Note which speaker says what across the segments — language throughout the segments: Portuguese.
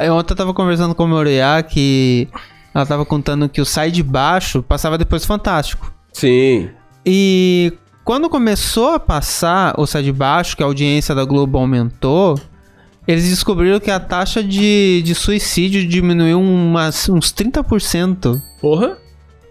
Speaker 1: Eu ontem eu tava conversando com a Moriá que ela tava contando que o Sai de Baixo passava depois do Fantástico.
Speaker 2: Sim.
Speaker 1: E quando começou a passar o Sai de Baixo, que a audiência da Globo aumentou, eles descobriram que a taxa de, de suicídio diminuiu umas, uns 30%.
Speaker 2: Porra.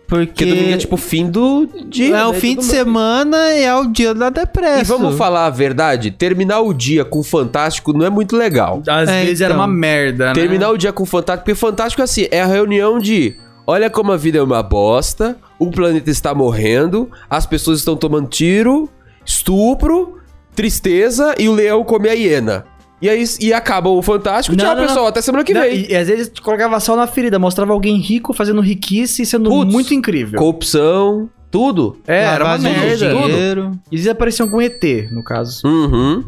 Speaker 1: Porque
Speaker 2: Porque domingo é tipo o fim do dia.
Speaker 1: é o
Speaker 2: né, e
Speaker 1: fim de
Speaker 2: tudo mais.
Speaker 1: semana e é o dia da depressão.
Speaker 2: E vamos falar a verdade, terminar o dia com o Fantástico não é muito legal.
Speaker 3: Às
Speaker 1: É,
Speaker 3: vezes era
Speaker 1: então.
Speaker 3: uma merda, né?
Speaker 2: Terminar o dia com o Fantástico, porque Fantástico é assim, é a reunião de olha como a vida é uma bosta, o planeta está morrendo, as pessoas estão tomando tiro, estupro, tristeza e o leão come a hiena. E aí e acaba o Fantástico,
Speaker 3: Não,
Speaker 2: tchau
Speaker 3: não,
Speaker 2: pessoal,
Speaker 3: não.
Speaker 2: até semana que
Speaker 3: Não,
Speaker 2: vem.
Speaker 3: E, e às vezes tu colocava sal na ferida, mostrava alguém rico fazendo riquice e sendo
Speaker 2: Putz.
Speaker 3: muito incrível.
Speaker 2: Corrupção, tudo.
Speaker 3: É, era uma
Speaker 1: Lavagem de
Speaker 3: merda. Tudo.
Speaker 1: dinheiro.
Speaker 3: Eles apareciam com ET, no caso.
Speaker 2: Uhum.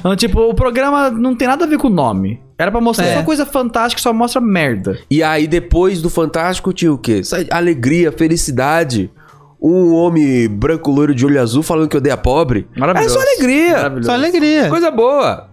Speaker 3: Então, tipo, o programa não tem nada a ver com o nome. Era pra mostrar
Speaker 1: É.
Speaker 3: só coisa fantástica, só mostra merda.
Speaker 2: E aí, depois do Fantástico, tinha o quê? Sa- Alegria, felicidade. Um homem branco loiro de olho azul falando que odeia pobre. Era
Speaker 3: Maravilhoso.
Speaker 2: só alegria.
Speaker 3: Maravilhoso.
Speaker 1: Só alegria.
Speaker 2: Coisa boa.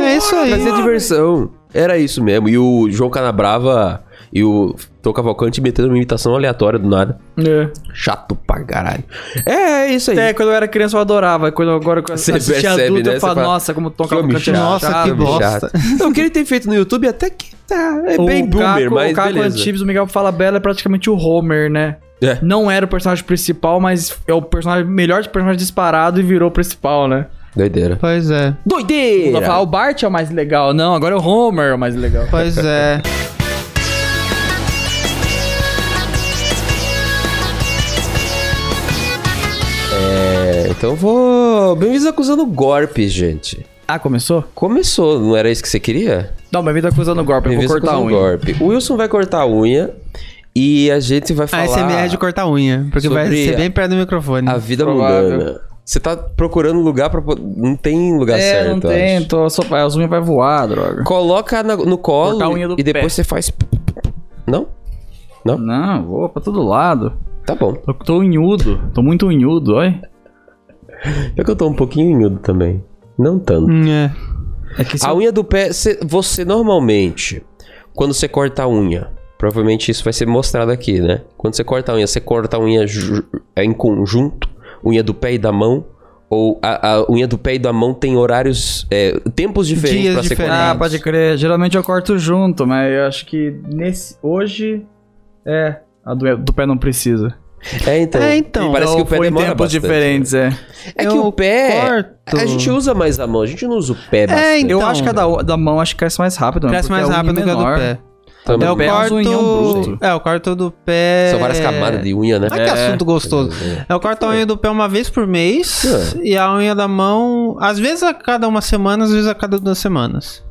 Speaker 1: É isso aí.
Speaker 2: Trazia diversão. Era isso mesmo. E o João Canabrava e o Tom Cavalcante metendo uma imitação aleatória do nada.
Speaker 3: É.
Speaker 2: Chato pra caralho. É, é isso aí.
Speaker 3: Até quando eu era criança eu adorava. Quando eu- agora quando eu
Speaker 2: Você
Speaker 3: assisti
Speaker 2: percebe,
Speaker 3: adulto,
Speaker 2: né?
Speaker 3: eu
Speaker 2: Você
Speaker 3: falo,
Speaker 2: fala,
Speaker 3: nossa, como
Speaker 2: que
Speaker 3: toca
Speaker 2: homem chato,
Speaker 1: Nossa, que
Speaker 2: homem
Speaker 1: bosta.
Speaker 2: chato. Não, o que ele tem feito no YouTube é até que tá. É bem boomer, mas
Speaker 3: O Caco
Speaker 2: beleza.
Speaker 3: Antibes, o Miguel Fala Bela é praticamente o Homer, né?
Speaker 2: É.
Speaker 3: Não era o personagem principal, mas é o personagem melhor personagem disparado e virou o principal, né?
Speaker 2: Doideira.
Speaker 1: Pois é,
Speaker 3: Ela fala, ah,
Speaker 2: Doideira!
Speaker 3: o Bart é o mais legal. Não, agora é o Homer é o mais legal.
Speaker 1: pois é.
Speaker 2: É, então vou... Bem-vindos acusando golpes, gente.
Speaker 3: Ah, começou?
Speaker 2: Começou, não era isso que você queria?
Speaker 3: Não, mas me tá acusando o golpe, eu vou
Speaker 2: Revista
Speaker 3: cortar
Speaker 2: com
Speaker 3: um.
Speaker 2: golpe. O Wilson vai cortar a unha e a gente vai
Speaker 1: A
Speaker 2: falar
Speaker 1: SMR de cortar unha, é porque vai
Speaker 2: sobre
Speaker 1: ser bem perto do microfone.
Speaker 2: a vida
Speaker 3: Provável.
Speaker 2: mundana. Você tá procurando lugar pra... po- Não tem lugar
Speaker 3: É,
Speaker 2: certo,
Speaker 3: não
Speaker 2: eu
Speaker 3: tem,
Speaker 2: acho.
Speaker 3: tô, só, a unha vai voar, droga.
Speaker 2: Coloca na- no colo
Speaker 3: Cortar a unha do
Speaker 2: e depois
Speaker 3: pé.
Speaker 2: você faz... Não?
Speaker 3: Não, voa pra todo lado.
Speaker 2: Tá bom.
Speaker 3: Tô, tô unhudo, tô muito unhudo, olha.
Speaker 2: É que eu tô um pouquinho inhudo também. Não tanto.
Speaker 1: Hum, é.
Speaker 3: É que se
Speaker 2: A
Speaker 3: eu-
Speaker 2: unha do pé, cê- você normalmente, quando você corta a unha, provavelmente isso vai ser mostrado aqui, né? Quando você corta a unha, você corta a unha ju- é em conjunto, unha do pé e da mão, ou a, a unha do pé e da mão tem horários, é, tempos diferentes
Speaker 1: Dias
Speaker 2: pra ser
Speaker 1: diferentes.
Speaker 2: cortada.
Speaker 3: Ah, pode crer. Geralmente eu corto junto, mas eu acho que nesse hoje é a do, do pé não precisa.
Speaker 2: É, então.
Speaker 1: É, então.
Speaker 2: E parece
Speaker 3: Então,
Speaker 2: que o pé
Speaker 3: foi em
Speaker 2: demora
Speaker 3: tempos
Speaker 2: bastante.
Speaker 3: diferentes, é.
Speaker 2: É que
Speaker 1: Eu
Speaker 2: o pé,
Speaker 1: corto.
Speaker 2: a gente usa mais a mão, a gente não usa o pé
Speaker 1: É,
Speaker 2: bastante.
Speaker 1: então.
Speaker 3: eu acho que a da, da mão acho que cresce mais rápido, né?
Speaker 1: Cresce
Speaker 3: Porque
Speaker 1: mais
Speaker 3: a unha
Speaker 1: rápido que a do
Speaker 3: menor.
Speaker 1: pé.
Speaker 2: Também.
Speaker 1: É, o
Speaker 3: pé é um unhão
Speaker 1: corto...
Speaker 3: bruto.
Speaker 1: É, o corto do pé... é
Speaker 2: São várias camadas de unha, né?
Speaker 1: Olha que
Speaker 3: É.
Speaker 1: assunto gostoso. Eu corto a unha do pé uma vez por mês
Speaker 2: É.
Speaker 1: e a unha da mão, às vezes a cada uma semana, às vezes a cada duas semanas.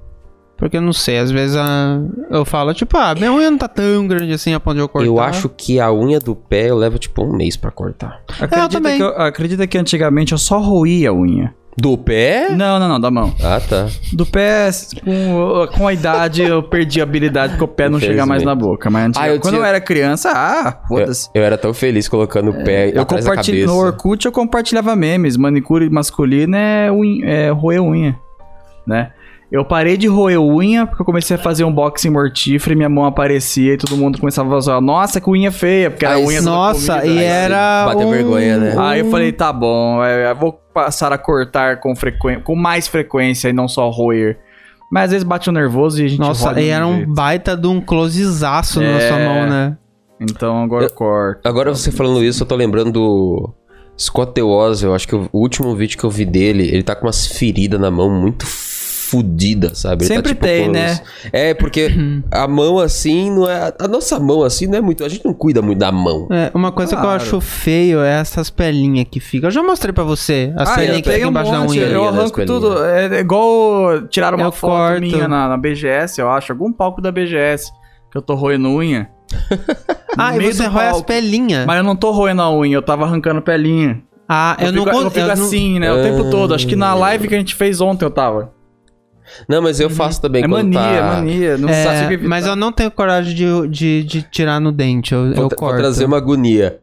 Speaker 1: Porque eu não sei, às vezes a- eu falo, tipo, ah, minha unha não tá tão grande assim a ponto de eu cortar. É,
Speaker 2: Eu acho que a unha do pé eu levo tipo um mês pra cortar.
Speaker 3: Acredita,
Speaker 1: também.
Speaker 3: Que eu- acredita que antigamente eu só roía a unha.
Speaker 2: Do pé?
Speaker 3: Não, não, não, da mão.
Speaker 2: Ah, tá.
Speaker 3: Do pé, com, com a idade, eu perdi a habilidade porque o pé não chega mais na boca. Mas antiga-
Speaker 2: Ah, eu
Speaker 3: quando
Speaker 2: tinha-
Speaker 3: eu era criança, ah,
Speaker 2: Eu,
Speaker 3: foda-se. É,
Speaker 2: eu era tão feliz colocando o pé
Speaker 3: Eu
Speaker 2: atrás da
Speaker 3: compartilho
Speaker 2: cabeça.
Speaker 3: no Orkut, eu compartilhava memes. Manicure masculina é, unha, é roer unha, né? Eu parei de roer unha porque eu comecei a fazer um boxing mortífero e minha mão aparecia e todo mundo começava a zoar. Nossa, que unha feia, porque era
Speaker 2: Aí
Speaker 3: a unha
Speaker 2: sim.
Speaker 3: toda
Speaker 1: Nossa,
Speaker 3: comida.
Speaker 1: e
Speaker 2: sim,
Speaker 1: era
Speaker 2: bateu
Speaker 1: um...
Speaker 2: vergonha, né?
Speaker 3: Aí eu falei, tá bom, é, eu vou passar a cortar com, frequen... com mais frequência e não só roer. Mas às vezes bate um nervoso e a gente
Speaker 1: Nossa,
Speaker 3: roda
Speaker 1: e
Speaker 3: de
Speaker 1: era um
Speaker 3: jeito.
Speaker 1: baita de um closezaço na
Speaker 3: É.
Speaker 1: sua mão, né?
Speaker 3: Então agora eu corto.
Speaker 2: Agora você falando isso, eu tô lembrando do Scott DeWoz, eu acho que o último vídeo que eu vi dele, ele tá com umas feridas na mão muito fodida, sabe? Ele tá,
Speaker 3: Sempre
Speaker 2: tipo,
Speaker 3: tem,
Speaker 2: com
Speaker 3: né?
Speaker 2: É, porque a mão assim não é... A nossa mão assim não é muito... A gente não cuida muito da mão.
Speaker 1: É, uma coisa que eu
Speaker 3: Claro.
Speaker 1: acho feio é essas pelinhas que ficam. Eu já mostrei pra você as
Speaker 3: Ah,
Speaker 1: pelinhas que ficam
Speaker 3: eu tenho um
Speaker 1: embaixo da
Speaker 3: monte,
Speaker 1: unha.
Speaker 3: Eu
Speaker 2: Pelinha,
Speaker 3: arranco
Speaker 2: das
Speaker 3: tudo. É igual tiraram uma
Speaker 1: Eu
Speaker 3: foto
Speaker 1: corto.
Speaker 3: minha na, na BGS, eu acho. Algum palco da BGS. Que eu tô roendo unha. No
Speaker 1: Ah, e
Speaker 3: meio
Speaker 1: você
Speaker 3: do
Speaker 1: rói as
Speaker 3: palco.
Speaker 1: pelinhas.
Speaker 3: Mas eu não tô roendo a unha, eu tava arrancando pelinha.
Speaker 1: Ah, eu, não
Speaker 3: fico,
Speaker 1: con-
Speaker 3: eu fico
Speaker 1: eu não-
Speaker 3: assim, né?
Speaker 2: Ah.
Speaker 3: O tempo todo. Acho que na live que a gente fez ontem eu tava.
Speaker 2: Não, mas eu faço também
Speaker 3: é
Speaker 2: quando
Speaker 3: mania,
Speaker 2: tá...
Speaker 3: mania. Não
Speaker 1: É,
Speaker 3: sabe o que
Speaker 1: mas eu não tenho coragem de, de, de tirar no dente. Eu,
Speaker 2: Vou,
Speaker 1: eu
Speaker 2: tra- vou
Speaker 1: corto.
Speaker 2: trazer uma agonia.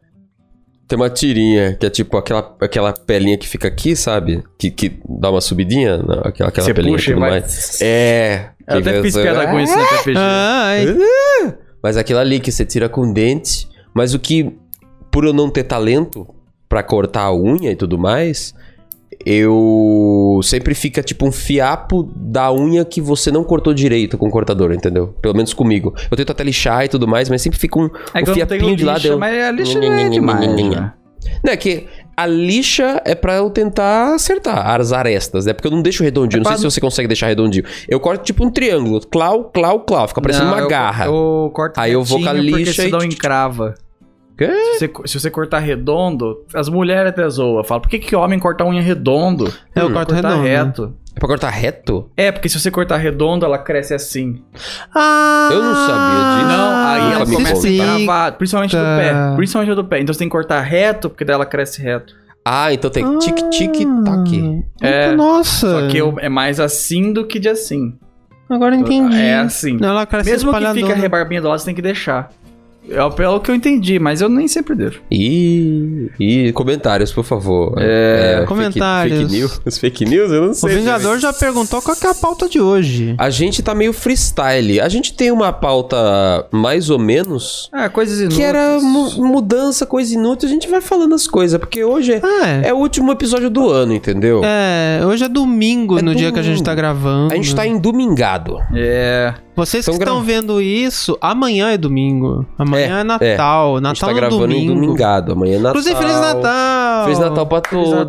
Speaker 2: Tem uma tirinha, que é tipo aquela, aquela pelinha que fica aqui, sabe? Que, que dá uma subidinha, não, aquela, aquela
Speaker 3: Você
Speaker 2: pelinha
Speaker 3: puxa
Speaker 2: e
Speaker 3: e
Speaker 2: tudo
Speaker 3: vai-
Speaker 2: mais. É,
Speaker 3: Eu
Speaker 2: Que
Speaker 3: até
Speaker 2: vem
Speaker 3: fiz
Speaker 2: essa-
Speaker 3: piada com isso na né, TPG.
Speaker 1: Ah, é.
Speaker 2: Mas aquilo ali que você tira com dente. Mas o que, por eu não ter talento pra cortar a unha e tudo mais, eu sempre fica tipo um fiapo da unha que você não cortou direito com o cortador, entendeu? Pelo menos comigo. Eu tento até lixar e tudo mais, mas sempre fica um,
Speaker 3: É que
Speaker 2: um
Speaker 3: eu não tenho
Speaker 2: fiapinho de lado.
Speaker 3: lixa,
Speaker 2: Eu...
Speaker 3: mas a lixa não é demais, né?
Speaker 2: Não, é que a lixa é pra eu tentar acertar as arestas, né? Porque eu não deixo
Speaker 3: É
Speaker 2: redondinho. não
Speaker 3: pra-
Speaker 2: sei se você consegue deixar redondinho. Eu corto tipo um triângulo. Clau, clau, clau. Fica parecendo
Speaker 3: Não,
Speaker 2: uma
Speaker 3: eu-
Speaker 2: garra.
Speaker 3: Eu corto
Speaker 2: Aí eu vou com a
Speaker 3: retinho,
Speaker 2: lixa
Speaker 3: porque
Speaker 2: e-
Speaker 3: senão encrava.
Speaker 2: Quê?
Speaker 3: Se você, co- se você cortar redondo, as mulheres até zoam. Falam, por que, que homem corta a unha redondo?
Speaker 1: É, eu
Speaker 2: Hum,
Speaker 1: corto
Speaker 3: Cortar
Speaker 1: redondo.
Speaker 3: reto.
Speaker 2: É pra cortar reto?
Speaker 3: É, porque se você cortar redondo, ela cresce assim.
Speaker 1: Ah!
Speaker 2: Eu não sabia disso.
Speaker 3: Não, aí
Speaker 2: Ah,
Speaker 3: ela
Speaker 2: se
Speaker 3: começa a
Speaker 2: sim.
Speaker 3: travar, principalmente do
Speaker 1: Tá.
Speaker 3: pé. Principalmente do pé. Então você tem que cortar reto, porque daí ela cresce reto.
Speaker 2: Ah, então tem tic-tic-tac.
Speaker 1: É.
Speaker 3: É.
Speaker 1: Nossa.
Speaker 3: Só que eu- é mais assim do que de assim.
Speaker 1: Agora eu entendi.
Speaker 3: É assim.
Speaker 1: Ela cresce
Speaker 3: Mesmo que
Speaker 1: espalhadona.
Speaker 3: fica a rebarbinha do lado, você tem que deixar. É pelo que eu entendi, mas eu nem sempre deixo.
Speaker 2: Ih, ih, comentários, por favor. É, fake-
Speaker 1: comentários.
Speaker 2: Fake, news, fake news, eu não
Speaker 1: O
Speaker 2: sei.
Speaker 1: Vingador já perguntou qual que é a pauta de hoje.
Speaker 2: A gente tá meio freestyle. A gente tem uma pauta mais ou menos
Speaker 3: Ah, coisas inúteis.
Speaker 2: que era mu- mudança, coisa inútil. A gente vai falando as coisas, porque hoje é,
Speaker 1: É.
Speaker 2: é o último episódio do ano, entendeu?
Speaker 1: É, hoje é domingo,
Speaker 2: É
Speaker 1: no dia que a gente
Speaker 2: domingo.
Speaker 1: tá gravando.
Speaker 2: A gente tá endumingado.
Speaker 3: É.
Speaker 1: Vocês que
Speaker 2: Tão
Speaker 1: estão
Speaker 2: gra-
Speaker 1: vendo isso, amanhã é domingo. Amanhã é, Natal.
Speaker 2: A gente
Speaker 1: Natal
Speaker 2: tá
Speaker 1: é
Speaker 2: gravando
Speaker 1: domingo.
Speaker 2: endumingado. Amanhã é Natal.
Speaker 1: Inclusive, Feliz Natal!
Speaker 2: Feliz Natal pra todos.
Speaker 1: Feliz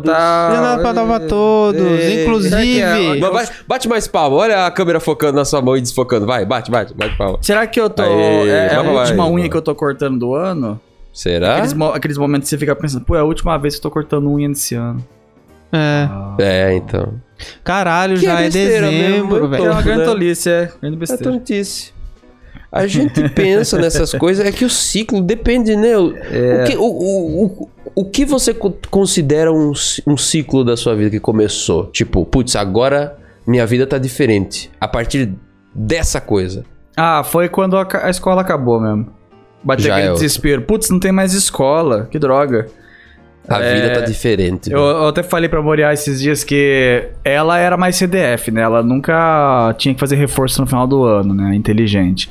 Speaker 1: Natal pra todos.
Speaker 2: É.
Speaker 1: Inclusive,
Speaker 2: Mas vai- bate mais palma, olha a câmera focando na sua mão e desfocando. Vai, bate, bate, bate palma.
Speaker 3: Será que eu tô.
Speaker 2: Aê,
Speaker 3: é é a
Speaker 2: vai,
Speaker 3: última
Speaker 1: um-
Speaker 2: vai.
Speaker 3: unha que eu tô cortando do ano?
Speaker 2: Será?
Speaker 3: Aqueles, mo- aqueles momentos que você fica pensando, pô, é a última vez que eu tô cortando unha nesse ano.
Speaker 1: é,
Speaker 2: É, então.
Speaker 1: caralho,
Speaker 2: Que
Speaker 1: já é
Speaker 2: besteira mesmo,
Speaker 1: dezembro,
Speaker 2: eu
Speaker 3: É
Speaker 1: velho.
Speaker 2: Todo,
Speaker 3: uma grande
Speaker 2: né?
Speaker 3: tolice, é. Grande besteira.
Speaker 2: tontice. A gente pensa nessas coisas, é que o ciclo depende, né? O,
Speaker 3: É.
Speaker 2: o, que, o, o, o, o que você co- considera um, ci- um ciclo da sua vida que começou? Tipo, putz, agora minha vida tá diferente. A partir dessa coisa.
Speaker 3: Ah, foi quando a, ca- a escola acabou mesmo. Bateu
Speaker 2: Já
Speaker 3: aquele
Speaker 2: é outra.
Speaker 3: desespero. Putz, não tem mais escola. Que droga.
Speaker 2: A
Speaker 3: É,
Speaker 2: vida tá diferente.
Speaker 3: Eu, eu até falei pra Moriá esses dias que ela era mais CDF, né? Ela nunca tinha que fazer reforço no final do ano, né? Inteligente.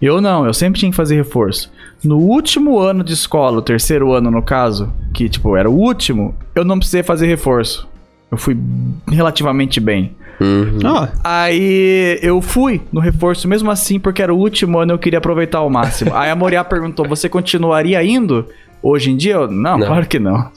Speaker 3: Eu não, eu sempre tinha que fazer reforço. No último ano de escola, o terceiro ano no caso, que tipo era o último, eu não precisei fazer reforço. Eu fui relativamente bem.
Speaker 2: Uhum.
Speaker 1: Ó,
Speaker 3: Aí eu fui no reforço mesmo assim, porque era o último ano eu queria aproveitar ao máximo. Aí a Moriá perguntou: Você continuaria indo? Hoje em dia? Eu, não,
Speaker 2: Não.
Speaker 3: claro que não.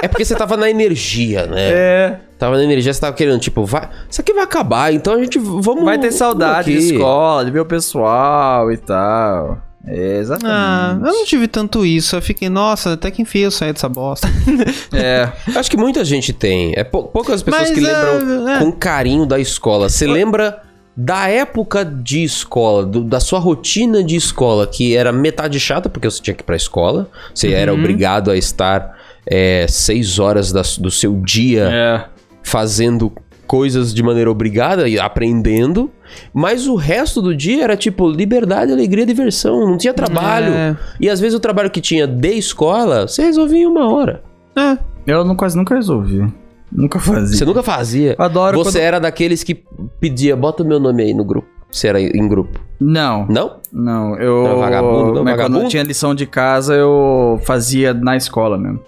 Speaker 2: É porque você tava na energia, né?
Speaker 3: É.
Speaker 2: Tava na energia, você tava querendo, tipo, vai. Isso aqui vai acabar, então a gente. Vamos.
Speaker 3: Vai ter saudade de
Speaker 2: aqui.
Speaker 3: escola, de ver o pessoal e tal. É,
Speaker 1: ah,
Speaker 3: exatamente.
Speaker 1: eu não tive tanto isso. Eu fiquei, nossa, até que enfim eu saí dessa bosta.
Speaker 3: É.
Speaker 2: Acho que muita gente tem. É pou- poucas
Speaker 1: Mas,
Speaker 2: pessoas que lembram
Speaker 1: é, é.
Speaker 2: com carinho da escola. Você lembra da época de escola, do- da sua rotina de escola, que era metade chata, porque você tinha que ir pra escola. Você era
Speaker 1: Uhum.
Speaker 2: obrigado a estar é, seis horas da- do seu dia.
Speaker 3: É.
Speaker 2: fazendo coisas de maneira obrigada e aprendendo, mas o resto do dia era tipo liberdade, alegria, diversão, não tinha trabalho.
Speaker 1: É.
Speaker 2: E às vezes o trabalho que tinha de escola, você resolvia em uma hora.
Speaker 1: É.
Speaker 3: Eu não, quase nunca resolvi. Nunca fazia.
Speaker 2: Você nunca fazia.
Speaker 3: Eu Adoro
Speaker 2: você era daqueles que pedia, bota o meu nome aí no grupo. Você era em grupo.
Speaker 3: quando... Não,
Speaker 2: Não?
Speaker 3: não. Eu...
Speaker 2: Não, vagabundo, não,
Speaker 3: mas quando
Speaker 2: vagabundo?
Speaker 3: eu tinha lição de casa, eu fazia na escola mesmo.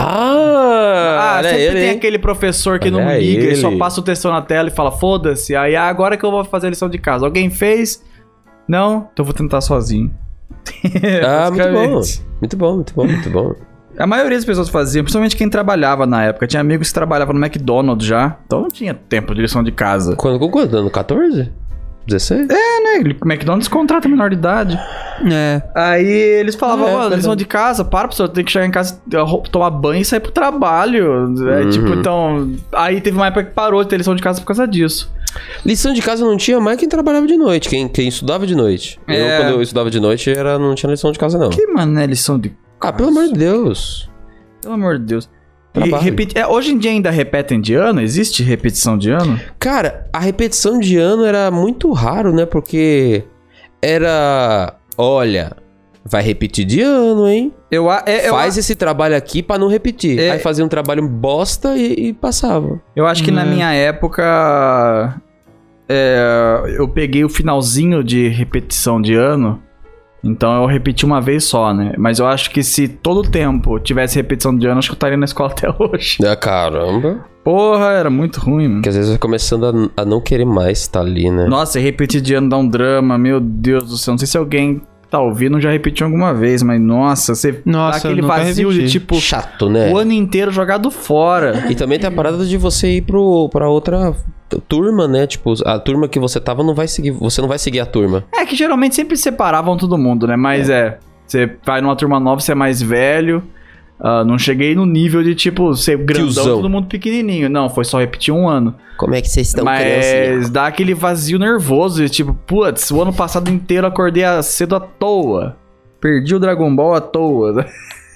Speaker 2: Ah!
Speaker 3: Ah,
Speaker 2: olha
Speaker 3: sempre
Speaker 2: ele,
Speaker 3: tem
Speaker 2: hein?
Speaker 3: aquele professor que
Speaker 2: Olha
Speaker 3: não liga e só
Speaker 2: ele.
Speaker 3: passa o texto na tela e fala, foda-se, aí ah, agora que eu vou fazer a lição de casa. Alguém fez? Não? Então eu vou tentar sozinho.
Speaker 2: Ah, muito bom.
Speaker 3: Basicamente.
Speaker 2: Muito bom, muito bom, muito bom.
Speaker 3: A maioria das pessoas fazia, principalmente quem trabalhava na época. Tinha amigos que trabalhavam no McDonald's já, então não tinha tempo de lição de casa.
Speaker 2: Quando, com quanto? Ano 14? 16?
Speaker 3: É, né? O McDonald's contrata menor de idade.
Speaker 1: É.
Speaker 3: Aí eles falavam,
Speaker 2: É,
Speaker 3: mano, lição
Speaker 2: verdade.
Speaker 3: de casa, para, pessoal, tem que chegar em casa, arru- tomar banho e sair pro trabalho. É,
Speaker 2: Uhum.
Speaker 3: Tipo, então. Aí teve uma época que parou de ter lição de casa por causa disso.
Speaker 2: Lição de casa não tinha mais quem trabalhava de noite, quem, quem estudava de noite.
Speaker 3: É.
Speaker 2: Eu, quando eu estudava de noite, era, não tinha lição de casa, não.
Speaker 3: Que, mano, é lição de.
Speaker 2: Ah, pelo amor de Deus.
Speaker 3: Pelo amor de Deus. E
Speaker 2: Trabalho.
Speaker 3: repeti- é, hoje em dia ainda repetem de ano? Existe repetição de ano?
Speaker 2: Cara, a repetição de ano era muito raro, né? Porque era. Olha, vai repetir de ano, hein?
Speaker 3: Eu, a- é, eu a-
Speaker 2: Faz esse trabalho aqui pra não repetir.
Speaker 3: É.
Speaker 2: Aí fazia um trabalho bosta e, e passava.
Speaker 1: Uhum.
Speaker 3: Eu acho que na
Speaker 1: Né?
Speaker 3: minha época é, eu peguei o finalzinho de repetição de ano. Então eu repeti uma vez só, né? Mas eu acho que se todo tempo tivesse repetição de ano, acho que eu estaria na escola até hoje.
Speaker 1: É,
Speaker 2: Ah, caramba.
Speaker 3: Porra, era muito ruim, mano.
Speaker 2: Porque às vezes vai começando a, a não querer mais estar ali, né?
Speaker 3: Nossa, e repetir de ano dá um drama, meu Deus do céu. Não sei se alguém tá ouvindo já repetiu alguma vez, mas nossa, você
Speaker 1: Nossa,
Speaker 3: dá aquele
Speaker 1: eu nunca
Speaker 3: vazio
Speaker 1: repeti.
Speaker 3: de tipo
Speaker 2: Chato, né?
Speaker 3: o ano inteiro jogado fora.
Speaker 2: E também tem a parada de você ir pro, pra outra t- turma, né? Tipo, a turma que você tava não vai seguir. Você não vai seguir a turma.
Speaker 3: É que geralmente sempre separavam todo mundo, né? Mas é, você vai numa turma nova, você é mais velho. Ah, não cheguei no nível de tipo ser grandão,
Speaker 2: Tiozão.
Speaker 3: todo mundo pequenininho. Não, foi só repetir um ano.
Speaker 2: Como é que vocês estão,
Speaker 3: Mas
Speaker 2: criancinha?
Speaker 3: dá aquele vazio nervoso de tipo, putz, o ano passado inteiro eu acordei a- cedo à toa. Perdi o Dragon Ball à toa.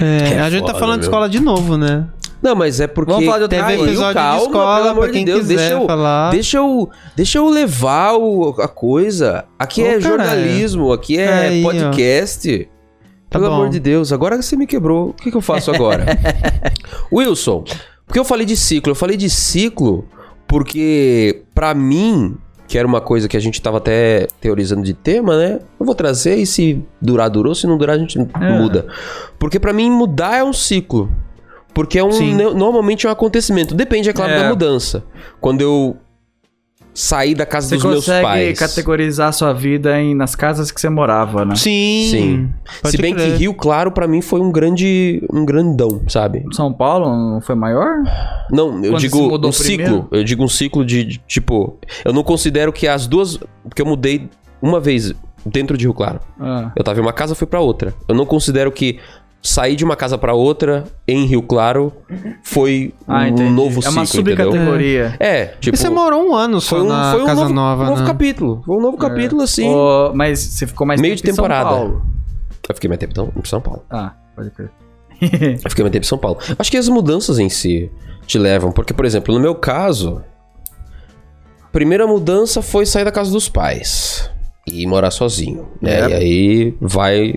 Speaker 1: É,
Speaker 2: É
Speaker 1: a gente tá
Speaker 2: foda,
Speaker 1: falando de
Speaker 2: meu.
Speaker 1: escola de novo, né?
Speaker 2: Não, mas é porque.
Speaker 3: Vamos falar de outra
Speaker 1: Teve
Speaker 3: Ai,
Speaker 2: Calma,
Speaker 1: episódio
Speaker 2: calma,
Speaker 1: de
Speaker 2: pelo
Speaker 1: escola,
Speaker 2: amor
Speaker 1: pra
Speaker 2: de
Speaker 1: quem
Speaker 2: Deus,
Speaker 1: quiser
Speaker 2: deixa eu,
Speaker 1: falar.
Speaker 2: Deixa eu, deixa eu levar o- a coisa. Aqui
Speaker 1: Ô,
Speaker 2: é
Speaker 1: caralho.
Speaker 2: jornalismo, aqui é
Speaker 1: Aí, ó.
Speaker 2: podcast.
Speaker 1: Tá
Speaker 2: Pelo
Speaker 1: bom.
Speaker 2: amor de Deus, agora que você me quebrou, o que, que eu faço agora? Wilson, porque eu falei de ciclo? Eu falei de ciclo porque, pra mim, que era uma coisa que a gente tava até teorizando de tema, né? Eu vou trazer e se durar, durou, se não durar, a gente muda. Porque pra mim, mudar é um ciclo. Porque é um,
Speaker 1: Sim.
Speaker 2: no- normalmente é um acontecimento. Depende, é claro,
Speaker 3: É.
Speaker 2: da mudança. Quando eu saí da casa
Speaker 3: Você
Speaker 2: dos meus
Speaker 3: consegue
Speaker 2: pais.
Speaker 3: categorizar sua vida em, nas casas que você morava, né?
Speaker 1: Sim.
Speaker 2: Sim.
Speaker 1: Pode
Speaker 2: Se bem
Speaker 1: crer.
Speaker 2: que Rio Claro, pra mim, foi um grande. um grandão, sabe?
Speaker 3: São Paulo não foi maior?
Speaker 2: Não, eu
Speaker 3: Quando
Speaker 2: digo
Speaker 3: se mudou
Speaker 2: um
Speaker 3: primeiro?
Speaker 2: ciclo. Eu digo um ciclo de, de, tipo. Eu não considero que as duas. Porque eu mudei uma vez dentro de Rio Claro.
Speaker 3: Ah.
Speaker 2: Eu tava em uma casa, fui pra outra. Eu não considero que sair de uma casa pra outra em Rio Claro foi
Speaker 3: Ah,
Speaker 2: um
Speaker 3: entendi.
Speaker 2: novo
Speaker 3: É
Speaker 2: ciclo,
Speaker 3: uma
Speaker 2: entendeu?
Speaker 3: subcategoria.
Speaker 2: É, tipo.
Speaker 1: E você morou um ano só
Speaker 2: foi um,
Speaker 1: na
Speaker 2: foi um
Speaker 1: Casa
Speaker 2: novo,
Speaker 1: Nova,
Speaker 2: um novo
Speaker 1: né?
Speaker 2: capítulo. Foi um novo capítulo, assim.
Speaker 3: É. Ô, mas você ficou mais
Speaker 2: Meio
Speaker 3: tempo
Speaker 2: de
Speaker 3: em São
Speaker 2: temporada.
Speaker 3: Paulo.
Speaker 2: Eu fiquei mais tempo então, em São Paulo.
Speaker 3: Ah, pode crer.
Speaker 2: Eu fiquei muito tempo em São Paulo. Acho que as mudanças em si te levam. Porque, por exemplo, no meu caso, a primeira mudança foi sair da casa dos pais e morar sozinho. né?
Speaker 3: É.
Speaker 2: E aí vai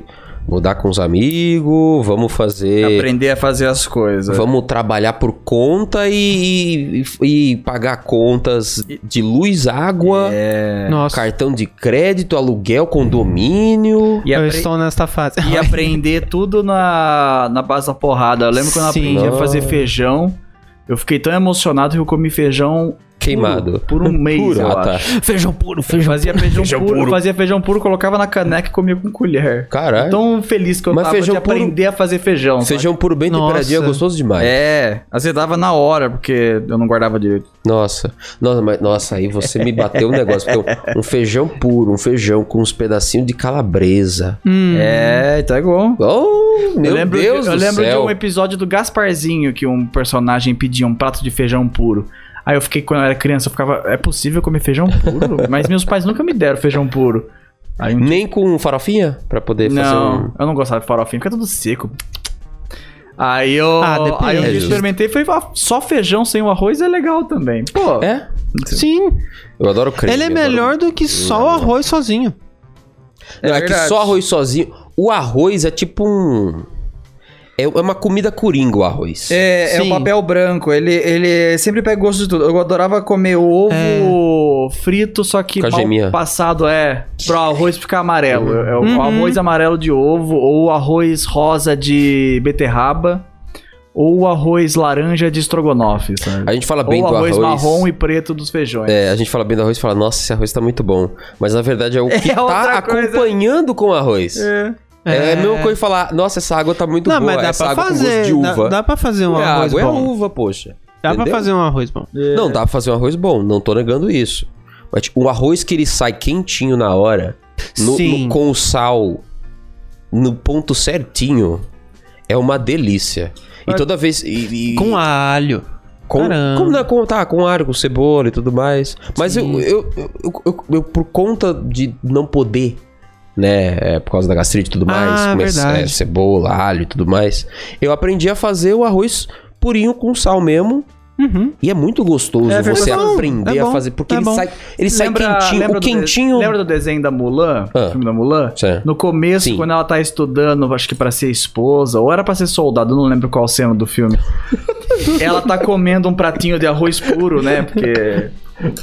Speaker 2: mudar com os amigos, vamos fazer.
Speaker 3: Aprender a fazer as coisas.
Speaker 2: Vamos trabalhar por conta e, e- e pagar contas de luz, água,
Speaker 3: É.
Speaker 1: Nossa,
Speaker 2: cartão de crédito, aluguel, condomínio.
Speaker 3: E,
Speaker 1: eu
Speaker 3: apre-
Speaker 1: estou nesta fase.
Speaker 3: e aprender tudo na, na base da porrada. Eu lembro quando eu
Speaker 1: Sim.
Speaker 3: aprendi a fazer feijão. Eu fiquei tão emocionado que eu comi feijão puro
Speaker 2: Queimado.
Speaker 3: por um mês,
Speaker 2: Puro.
Speaker 3: eu
Speaker 2: Ah, tá.
Speaker 3: acho. Feijão puro, feijão Fazia feijão,
Speaker 2: Feijão
Speaker 3: puro,
Speaker 2: puro.
Speaker 3: fazia feijão puro, colocava na caneca e comia com colher.
Speaker 2: Caralho.
Speaker 3: Tão feliz que eu
Speaker 2: Mas
Speaker 3: tava de
Speaker 2: feijão puro-
Speaker 3: aprender a fazer feijão. sabe?
Speaker 2: Feijão puro bem
Speaker 1: Nossa.
Speaker 2: temperadinho é gostoso demais.
Speaker 3: É, acertava na hora, porque eu não guardava direito.
Speaker 2: Nossa, nossa, mas, nossa, aí você me bateu um negócio. Porque um, um feijão puro, um feijão com uns pedacinhos de calabresa.
Speaker 1: Hum.
Speaker 3: É, então é igual.
Speaker 2: Oh, meu
Speaker 3: eu lembro,
Speaker 2: Deus
Speaker 3: de, eu
Speaker 2: do
Speaker 3: lembro de
Speaker 2: céu.
Speaker 3: um episódio do Gasparzinho que um personagem pedia um prato de feijão puro. Aí eu fiquei, quando eu era criança, eu ficava, é possível comer feijão puro? Mas meus pais nunca me deram feijão puro. Aí um
Speaker 2: Nem com farofinha? Pra poder fazer
Speaker 3: Não,
Speaker 2: um...
Speaker 3: eu não gostava de farofinha, fica tudo seco. Aí eu,
Speaker 1: Ah, depende.
Speaker 3: aí eu
Speaker 2: É justo.
Speaker 3: experimentei e falei, ah, só feijão sem o arroz é legal também. Pô,
Speaker 2: É?
Speaker 1: Sim,
Speaker 2: Eu adoro creme.
Speaker 1: ele é
Speaker 2: eu
Speaker 1: melhor
Speaker 2: adoro-
Speaker 1: do que só o
Speaker 2: Hum.
Speaker 1: arroz sozinho.
Speaker 2: Não,
Speaker 3: É
Speaker 2: é, que
Speaker 3: verdade.
Speaker 2: só arroz sozinho... O arroz é tipo um... É é uma comida coringa o arroz.
Speaker 3: É, é
Speaker 1: Sim.
Speaker 3: o papel branco, ele, ele sempre pega gosto de tudo. Eu adorava comer
Speaker 1: É.
Speaker 3: ovo frito, só que
Speaker 2: Com a
Speaker 3: mal
Speaker 2: geminha.
Speaker 3: passado é pro arroz ficar amarelo. É o
Speaker 1: Uhum.
Speaker 3: arroz amarelo de ovo, ou arroz rosa de beterraba, ou arroz laranja de estrogonofe, sabe?
Speaker 2: A gente fala bem
Speaker 3: Ou
Speaker 2: do
Speaker 3: arroz,
Speaker 2: arroz.
Speaker 3: marrom e preto dos feijões.
Speaker 2: É, a gente fala bem do arroz e fala, nossa, esse arroz tá muito bom. Mas na verdade é o que
Speaker 3: É
Speaker 2: tá
Speaker 3: outra coisa.
Speaker 2: acompanhando com o arroz.
Speaker 3: É.
Speaker 2: É, a mesma coisa falar, nossa, essa água tá muito
Speaker 1: Não,
Speaker 2: boa,
Speaker 1: mas dá
Speaker 2: essa
Speaker 1: pra
Speaker 2: água com gosto
Speaker 1: fazer.
Speaker 2: de
Speaker 1: Dá,
Speaker 2: uva.
Speaker 1: dá pra fazer um
Speaker 2: é, a
Speaker 1: arroz
Speaker 2: água é
Speaker 1: bom.
Speaker 2: uva, poxa.
Speaker 1: Dá pra
Speaker 2: entendeu?
Speaker 1: fazer um arroz bom.
Speaker 2: Não, dá pra fazer um arroz bom, não tô negando isso. Mas tipo, um arroz que ele sai quentinho na hora, no-
Speaker 1: Sim.
Speaker 2: no- com o sal, no ponto certinho, é uma delícia. E toda vez... E, e-
Speaker 1: Com Um alho.
Speaker 2: com,
Speaker 1: Caramba.
Speaker 2: com, não, com- tá, com alho, com cebola e tudo mais. Mas eu,
Speaker 1: Sim.
Speaker 2: eu, eu, eu- eu- por conta de não poder, né, é, por causa da gastrite e tudo mais,
Speaker 1: Ah,
Speaker 2: comer
Speaker 1: verdade.
Speaker 2: é, cebola, alho e tudo mais, eu aprendi a fazer o arroz purinho com sal mesmo.
Speaker 1: Uhum.
Speaker 2: E é muito gostoso
Speaker 3: É
Speaker 2: você
Speaker 1: verdade.
Speaker 2: aprender
Speaker 1: É bom,
Speaker 2: a fazer, porque
Speaker 1: é
Speaker 2: ele
Speaker 1: bom.
Speaker 2: sai, ele sai quentinho, o
Speaker 3: do de-
Speaker 2: quentinho...
Speaker 3: lembra do desenho da Mulan?
Speaker 2: Ah.
Speaker 3: O filme da Mulan?
Speaker 2: Certo.
Speaker 3: No começo,
Speaker 2: Sim.
Speaker 3: quando ela tá estudando, acho que pra ser esposa, ou era pra ser soldado, eu não lembro qual cena do filme. Ela tá comendo um pratinho de arroz puro, né? Porque.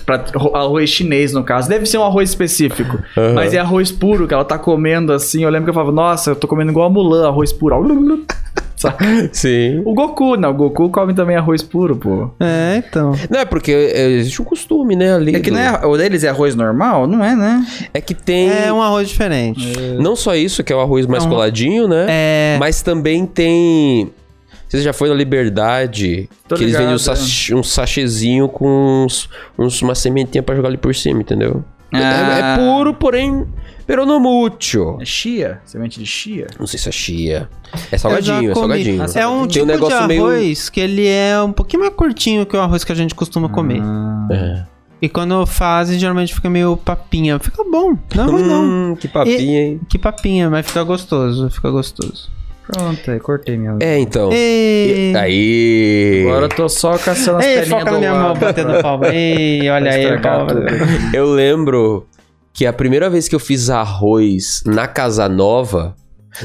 Speaker 3: pra- ro- arroz chinês, no caso. Deve ser um arroz específico.
Speaker 2: Aham.
Speaker 3: Mas é arroz puro que ela tá comendo assim. Eu lembro que eu falava, nossa, eu tô comendo igual a Mulan, arroz puro. Saca?
Speaker 2: Sim.
Speaker 3: O Goku, não. O Goku come também arroz puro, pô.
Speaker 1: É, então.
Speaker 2: Não, é porque é, existe um costume, né? Ali
Speaker 3: É que
Speaker 2: do-
Speaker 3: não é. O deles é arroz normal? Não é, né?
Speaker 2: É que tem.
Speaker 1: É um arroz diferente.
Speaker 2: Não só isso, que é o arroz mais
Speaker 1: É um-
Speaker 2: coladinho, né?
Speaker 1: É.
Speaker 2: Mas também tem. Você já foi na Liberdade,
Speaker 3: Tô
Speaker 2: que eles vendem um,
Speaker 3: ligado,
Speaker 2: sach... um sachêzinho com uns... uns- uma sementinha pra jogar ali por cima, entendeu? É-
Speaker 3: Ah.
Speaker 2: É, puro, porém peronomútil.
Speaker 3: É chia? Semente de chia?
Speaker 2: Não sei se é chia. É
Speaker 1: eu já
Speaker 2: salgadinho,
Speaker 1: comi.
Speaker 2: é salgadinho.
Speaker 1: É um
Speaker 2: Tem
Speaker 1: tipo
Speaker 2: um negócio
Speaker 1: de
Speaker 2: meio-
Speaker 1: arroz que ele é um pouquinho mais curtinho que o arroz que a gente costuma comer.
Speaker 2: É.
Speaker 1: E quando fazem, geralmente fica meio papinha. Fica bom. Não é ruim, não.
Speaker 2: Hum, que papinha, hein?
Speaker 1: Que papinha, mas fica gostoso. Fica gostoso.
Speaker 3: Pronto, aí cortei minha
Speaker 2: É, então.
Speaker 1: Ei,
Speaker 2: E- Aí.
Speaker 3: Agora eu tô só caçando as
Speaker 1: Ei
Speaker 3: pelinhas
Speaker 1: foca na
Speaker 3: do
Speaker 1: minha mão
Speaker 3: lado
Speaker 1: batendo
Speaker 3: pra-
Speaker 1: palma. Ei, olha
Speaker 3: pra
Speaker 1: aí. a
Speaker 3: estragar
Speaker 1: palma.
Speaker 3: tudo.
Speaker 2: Eu lembro que a primeira vez que eu fiz arroz na Casa Nova.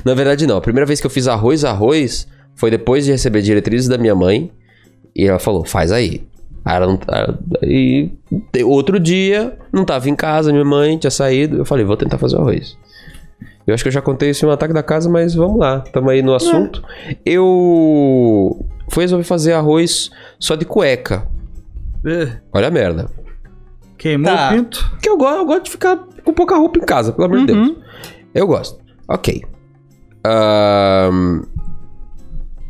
Speaker 2: Na verdade, não. A primeira vez que eu fiz arroz, arroz, foi depois de receber diretrizes da minha mãe. E ela falou: faz aí. Aí ela não- aí- aí, te- outro dia, não tava em casa, minha mãe tinha saído. Eu falei: vou tentar fazer o arroz. Eu acho que eu já contei isso em um ataque da casa, mas vamos lá, tamo
Speaker 3: É.
Speaker 2: aí no assunto. Eu fui resolver fazer arroz só de cueca.
Speaker 3: Eh,
Speaker 2: Olha a merda.
Speaker 3: Queimou
Speaker 1: Tá.
Speaker 3: o pinto? Uhum.
Speaker 2: Porque É. eu, go eu gosto de ficar com pouca roupa em casa, pelo amor de Deus. Eu gosto. Ok. Ahn,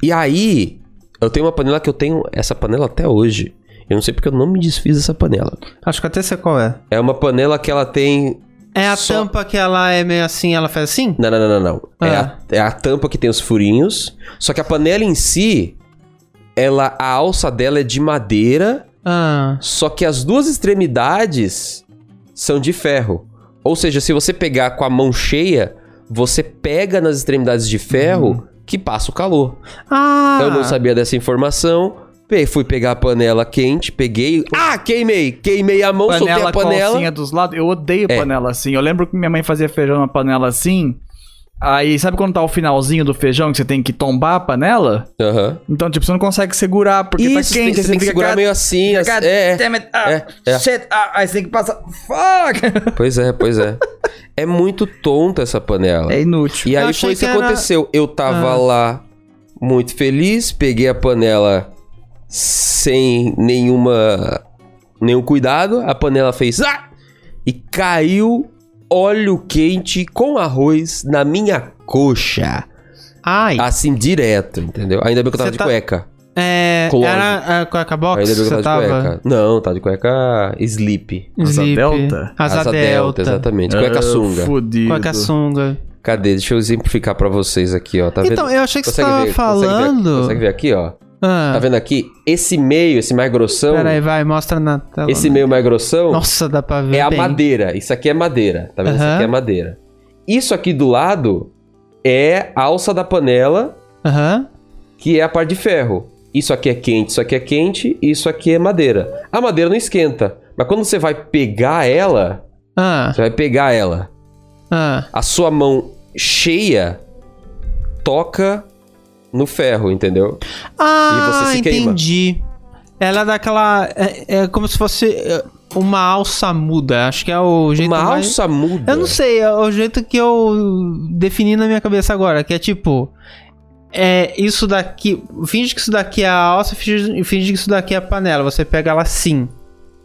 Speaker 2: E aí, eu tenho uma panela que eu tenho essa panela até hoje. Eu não sei porque eu não me desfiz dessa panela.
Speaker 1: Acho que até sei qual é.
Speaker 2: É uma panela que ela tem.
Speaker 1: É a
Speaker 2: Só-
Speaker 1: tampa que ela é meio assim, ela faz assim? Ah.
Speaker 2: Não, não, não, não. não. É, a, é a tampa que tem os furinhos. Só que a panela em si, ela, a alça dela é de madeira.
Speaker 1: Ah.
Speaker 2: Só que as duas extremidades são de ferro. Ou seja, se você pegar com a mão cheia, você pega nas extremidades de ferro
Speaker 1: Hum.
Speaker 2: que passa o calor.
Speaker 1: Ah!
Speaker 2: Eu não sabia dessa informação. Pe- Fui pegar a panela quente, peguei. Ah, queimei! Queimei a mão, soltei
Speaker 3: Panela
Speaker 2: a
Speaker 3: com a
Speaker 2: panela.
Speaker 3: alcinha dos lados. Eu odeio
Speaker 2: É.
Speaker 3: panela assim. Eu lembro que minha mãe fazia feijão na panela assim. Aí, sabe quando tá o finalzinho do feijão que você tem que tombar a panela?
Speaker 2: Aham.
Speaker 3: Então, tipo, você não consegue segurar porque
Speaker 2: Isso,
Speaker 3: tá quente.
Speaker 2: tem,
Speaker 3: aí
Speaker 2: você tem que
Speaker 3: fica,
Speaker 2: segurar
Speaker 3: "God
Speaker 2: meio assim. assim
Speaker 3: God
Speaker 2: é, é.
Speaker 3: damn it, ah,
Speaker 2: É, é.
Speaker 3: shit, ah", aí você tem que passar. Fuck!
Speaker 2: Pois é, pois é. é muito tonta essa panela.
Speaker 3: É inútil.
Speaker 2: E
Speaker 1: Eu
Speaker 2: aí
Speaker 1: achei
Speaker 2: foi isso que
Speaker 1: que era-
Speaker 2: aconteceu. Eu tava
Speaker 1: Ah.
Speaker 2: lá muito feliz, peguei a panela sem nenhuma nenhum cuidado, a panela fez ah! e caiu óleo quente com arroz na minha coxa,
Speaker 1: Ai!
Speaker 2: assim direto, entendeu? Ainda bem que eu tava
Speaker 1: Você
Speaker 2: de
Speaker 1: tá-
Speaker 2: cueca.
Speaker 1: É,
Speaker 2: Close.
Speaker 1: era a cueca box
Speaker 2: Ainda
Speaker 1: que
Speaker 2: bem que
Speaker 1: você
Speaker 2: eu tava de
Speaker 1: tava?
Speaker 2: cueca. Não, tava de cueca sleep.
Speaker 3: Asa
Speaker 1: Sleep.
Speaker 3: delta?
Speaker 1: Asa, delta.
Speaker 2: exatamente. Cueca
Speaker 3: Ah,
Speaker 2: sunga.
Speaker 3: Fudido.
Speaker 1: Cueca sunga.
Speaker 2: Cadê? Deixa eu exemplificar pra vocês aqui, ó. Tá vendo?
Speaker 1: então, eu achei que você
Speaker 2: Consegue
Speaker 1: tava
Speaker 2: ver- consegue ver-
Speaker 1: falando.
Speaker 2: consegue ver aqui, ó?
Speaker 1: Ah,
Speaker 2: Tá vendo aqui? Esse meio, esse mais grossão.
Speaker 1: Peraí, vai, mostra na tela.
Speaker 2: Então,
Speaker 1: né?
Speaker 2: esse meio mais grossão
Speaker 1: Nossa, dá pra ver.
Speaker 2: é a
Speaker 1: bem.
Speaker 2: madeira. Isso aqui é madeira. Tá vendo? Isso
Speaker 1: Aham.
Speaker 2: aqui é madeira. Isso aqui do lado é a alça da panela,
Speaker 1: Aham.
Speaker 2: que é a parte de ferro. Isso aqui é quente, isso aqui é quente, isso aqui é madeira. A madeira não esquenta. Mas quando você vai pegar ela,
Speaker 1: Ah,
Speaker 2: você vai pegar ela.
Speaker 1: ah.
Speaker 2: A sua mão cheia toca no ferro, entendeu?
Speaker 1: Ah,
Speaker 2: você se queima.
Speaker 1: entendi. Ela dá aquela. É, é como se fosse é, uma alça muda. Acho que é o jeito
Speaker 2: Uma
Speaker 1: mais...
Speaker 2: alça muda.
Speaker 1: Eu não sei, é o jeito que eu defini na minha cabeça agora, que é tipo. É isso daqui. Finge que isso daqui é a alça, finge, finge que isso daqui é a panela. Você pega ela assim.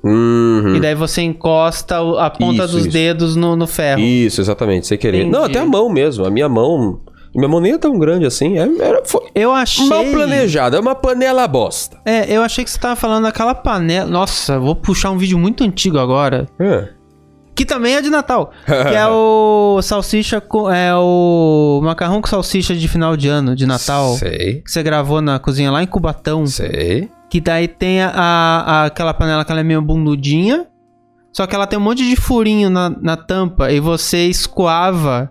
Speaker 2: Uhum.
Speaker 1: E daí você encosta o- a ponta
Speaker 2: Isso,
Speaker 1: dos
Speaker 2: isso.
Speaker 1: dedos no, no ferro.
Speaker 2: Isso, exatamente, sem querer. Não,
Speaker 1: Entendi.
Speaker 2: até a mão mesmo. A minha mão. Minha mão nem é tão grande assim. É, era, foi
Speaker 1: Eu achei.
Speaker 2: mal planejada. É uma panela bosta.
Speaker 1: É, eu achei que você tava falando daquela panela. Nossa, vou puxar um vídeo muito antigo agora.
Speaker 2: É.
Speaker 1: Que também é de Natal. Que é o salsicha com. É o macarrão com salsicha de final de ano, de Natal.
Speaker 2: Sei,
Speaker 1: Que você gravou na cozinha lá em Cubatão.
Speaker 2: sei.
Speaker 1: Que daí tem a, a- aquela panela que ela é meio bundudinha. Só que ela tem um monte de furinho na, na tampa. E você escoava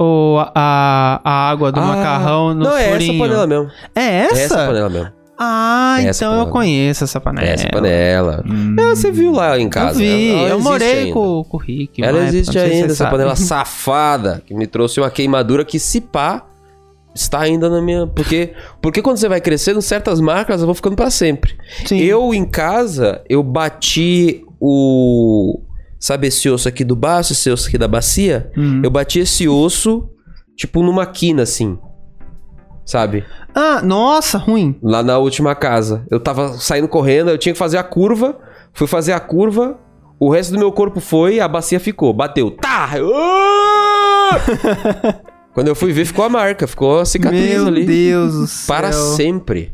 Speaker 1: o, a, a água do
Speaker 2: Ah,
Speaker 1: macarrão no
Speaker 2: Não, é essa
Speaker 1: furinho.
Speaker 2: panela mesmo.
Speaker 1: É
Speaker 2: É
Speaker 1: essa?
Speaker 2: essa panela mesmo.
Speaker 1: Ah,
Speaker 2: Essa
Speaker 1: então
Speaker 2: panela.
Speaker 1: eu conheço essa panela. Hum.
Speaker 2: É essa panela. Ah, você viu lá em casa. né?
Speaker 1: eu vi,
Speaker 2: Ela- ela
Speaker 1: eu
Speaker 2: existe
Speaker 1: morei
Speaker 2: ainda.
Speaker 1: com, com o Rick. uma
Speaker 2: Ela
Speaker 1: época,
Speaker 2: existe
Speaker 1: né? não sei se
Speaker 2: ainda,
Speaker 1: você
Speaker 2: essa
Speaker 1: sabe.
Speaker 2: panela safada que me trouxe uma queimadura que, se pá, está ainda na minha. Porque, porque quando você vai crescendo, certas marcas vão ficando para sempre.
Speaker 1: Sim.
Speaker 2: Eu em casa, eu bati o. Sabe esse osso aqui do baço, esse osso aqui da bacia?
Speaker 1: Uhum.
Speaker 2: Eu bati esse osso, tipo, numa quina assim. Sabe?
Speaker 1: Ah, nossa, ruim.
Speaker 2: Lá na última casa. Eu tava saindo correndo, eu tinha que fazer a curva. Fui fazer a curva, o resto do meu corpo foi, a bacia ficou. Bateu. Tá! Eu- Ah! Quando eu fui ver, ficou a marca, ficou a cicatriz
Speaker 1: Meu
Speaker 2: ali.
Speaker 1: Deus do céu.
Speaker 2: Para sempre.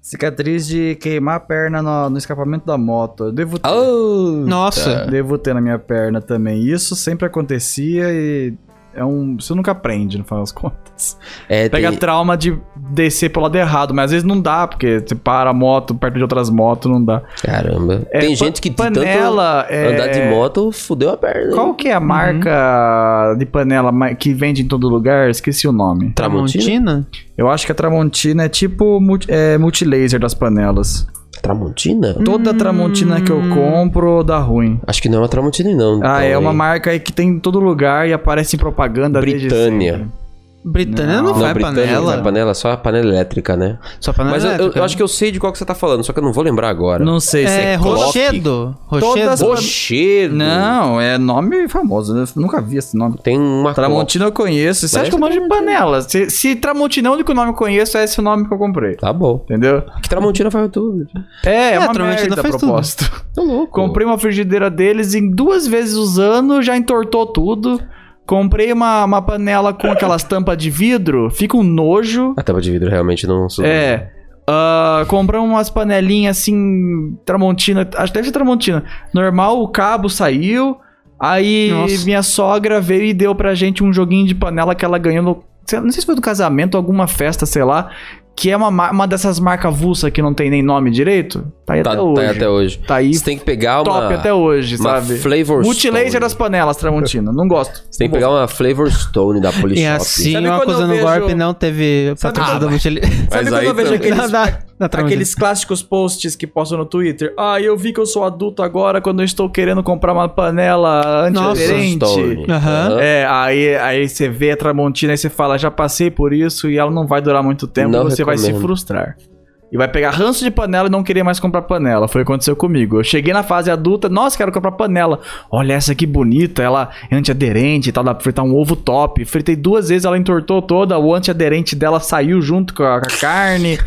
Speaker 3: Cicatriz de queimar a perna no, no escapamento da moto. Eu devo tá ter.
Speaker 2: Oh,
Speaker 1: Nossa.
Speaker 3: Devo ter na minha perna também. Isso sempre acontecia e. É um. Você nunca aprende, no final das contas.
Speaker 2: É,
Speaker 3: Pega
Speaker 2: tem-
Speaker 3: trauma de descer pelo lado errado, mas às vezes não dá, porque você para a moto perto de outras motos, não dá.
Speaker 2: Caramba.
Speaker 3: É,
Speaker 2: tem
Speaker 3: pa-
Speaker 2: gente que de
Speaker 3: panela,
Speaker 2: tanto
Speaker 3: é...
Speaker 2: andar de moto fudeu Uhum. a perna.
Speaker 3: Qual que é a marca de panela ma- que vende em todo lugar? Esqueci o nome.
Speaker 2: Tramontina?
Speaker 1: Tramontina?
Speaker 3: Eu acho que a Tramontina é tipo multi, é, multilaser das panelas.
Speaker 2: Tramontina?
Speaker 3: Toda Tramontina que eu compro dá ruim.
Speaker 2: Acho que não é uma Tramontina, não. então,
Speaker 3: Ah, é uma
Speaker 2: hein?
Speaker 3: marca aí que tem em todo lugar e aparece em propaganda desde
Speaker 2: Britânia.
Speaker 3: sempre.
Speaker 1: Britânia
Speaker 3: Não,
Speaker 1: não,
Speaker 2: Não,
Speaker 1: faz
Speaker 2: Britânia não
Speaker 1: panela.
Speaker 2: faz panela, só a panela elétrica, né?
Speaker 1: Só panela
Speaker 2: Mas eu- eu, eu acho que eu sei de qual que você tá falando, só que eu não vou lembrar agora.
Speaker 3: Não sei se
Speaker 1: É,
Speaker 2: coloque
Speaker 1: Rochedo.
Speaker 3: todas
Speaker 1: Rochedo.
Speaker 3: as-
Speaker 2: Rochedo.
Speaker 3: Não, é nome famoso. né? Eu nunca vi esse nome.
Speaker 2: Tem uma
Speaker 3: Tramontina eu conheço. Você
Speaker 2: Mas
Speaker 3: acha que é um nome de panela? Se, se Tramontina é o único nome que eu conheço, é esse o nome que eu comprei.
Speaker 2: co- Tá bom.
Speaker 3: Entendeu?
Speaker 2: Que Tramontina faz tudo.
Speaker 3: É, é uma
Speaker 1: Tramontina
Speaker 3: merda a
Speaker 1: faz tudo.
Speaker 3: proposta.
Speaker 2: Tô louco.
Speaker 3: Comprei uma frigideira deles em duas vezes usando, já entortou tudo. Comprei uma, uma panela com aquelas tampas de vidro, fica um nojo.
Speaker 2: A Ah, tampa de vidro realmente não...
Speaker 3: É. ah, comprei umas panelinhas assim, Tramontina, acho que deve ser Tramontina. Normal, o cabo saiu. Aí
Speaker 1: Nossa.
Speaker 3: minha sogra veio e deu pra gente um joguinho de panela que ela ganhou no. sei- Não sei se foi do casamento, alguma festa, sei lá. Que é uma, ma- uma dessas marcas avulsa que não tem nem nome direito. Tá aí
Speaker 2: Tá,
Speaker 3: até
Speaker 2: tá
Speaker 3: hoje.
Speaker 2: até hoje.
Speaker 3: Tá aí
Speaker 2: Você tem que pegar uma...
Speaker 3: top até hoje,
Speaker 2: uma
Speaker 3: sabe?
Speaker 2: Flavor
Speaker 3: Multilaser
Speaker 2: Stone.
Speaker 3: das panelas, Tramontina. Não gosto.
Speaker 2: Você tem que pegar uma Flavor Stone da Polishop.
Speaker 1: E assim,
Speaker 3: Sabe
Speaker 1: eu
Speaker 3: quando eu
Speaker 1: acusando o
Speaker 3: vejo-
Speaker 1: golpe, não teve
Speaker 3: Sabe
Speaker 1: patrocínio
Speaker 3: quando-
Speaker 1: da Michelin.
Speaker 2: Mas aí tá. também-
Speaker 1: Não, tá dá- dá Tramontina.
Speaker 3: Aqueles clássicos posts que postam no Twitter. Ah, eu vi que eu sou adulto agora quando eu estou querendo comprar uma panela
Speaker 1: Nossa.
Speaker 3: antiaderente.
Speaker 1: Aham.
Speaker 3: É, aí, aí você vê a Tramontina e você fala, já passei por isso e ela não vai durar muito tempo
Speaker 2: Não
Speaker 3: e você vai se
Speaker 2: recomendo.
Speaker 3: frustrar. E vai pegar ranço de panela e não querer mais comprar panela. Foi o que aconteceu comigo. Eu cheguei na fase adulta, nossa, quero comprar panela. Olha essa que bonita, ela é antiaderente e tal, dá pra fritar um ovo top. Fritei duas vezes, ela entortou toda, o antiaderente dela saiu junto com a, com a carne.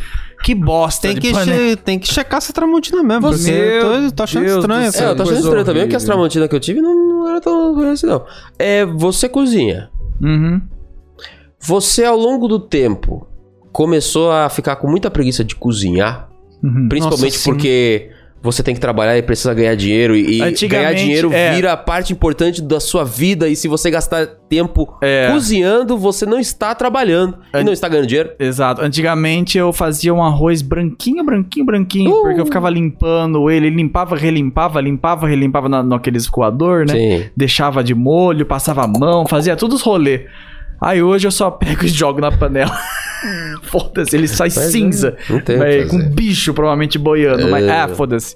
Speaker 3: Que bosta
Speaker 1: Tem
Speaker 3: Tá de
Speaker 1: que,
Speaker 3: panela.
Speaker 1: che- tem que checar essa tramontina mesmo,
Speaker 3: Meu
Speaker 1: porque eu tô, eu tô achando
Speaker 3: Deus
Speaker 1: estranho
Speaker 3: do
Speaker 1: essa.
Speaker 2: É, eu tô achando
Speaker 3: Coisa
Speaker 2: estranho também, porque as
Speaker 3: horrível.
Speaker 2: Tramontina que eu tive não, não era tão ruim assim, não. É, você cozinha.
Speaker 3: Uhum.
Speaker 2: Você, ao longo do tempo, começou a ficar com muita preguiça de cozinhar.
Speaker 3: Uhum.
Speaker 2: Principalmente
Speaker 1: sim.
Speaker 2: porque você tem que trabalhar e precisa ganhar dinheiro. E e
Speaker 3: Antigamente,
Speaker 2: ganhar dinheiro
Speaker 3: é.
Speaker 2: vira a parte importante da sua vida. E se você gastar tempo
Speaker 3: É.
Speaker 2: cozinhando, você não está trabalhando. E não está ganhando dinheiro.
Speaker 3: Exato. Antigamente eu fazia um arroz branquinho, branquinho, branquinho,
Speaker 2: Uh!
Speaker 3: porque eu ficava limpando ele, limpava, relimpava, limpava, relimpava na, naquele escoador, né?
Speaker 2: Sim.
Speaker 3: Deixava de molho, passava a mão, fazia todos os rolê. Aí hoje eu só pego e jogo na panela. foda-se, ele sai
Speaker 2: é,
Speaker 3: cinza.
Speaker 2: Não tem o que
Speaker 3: Mas com
Speaker 2: fazer.
Speaker 3: bicho provavelmente boiando. Mas,
Speaker 2: É.
Speaker 3: ah, foda-se.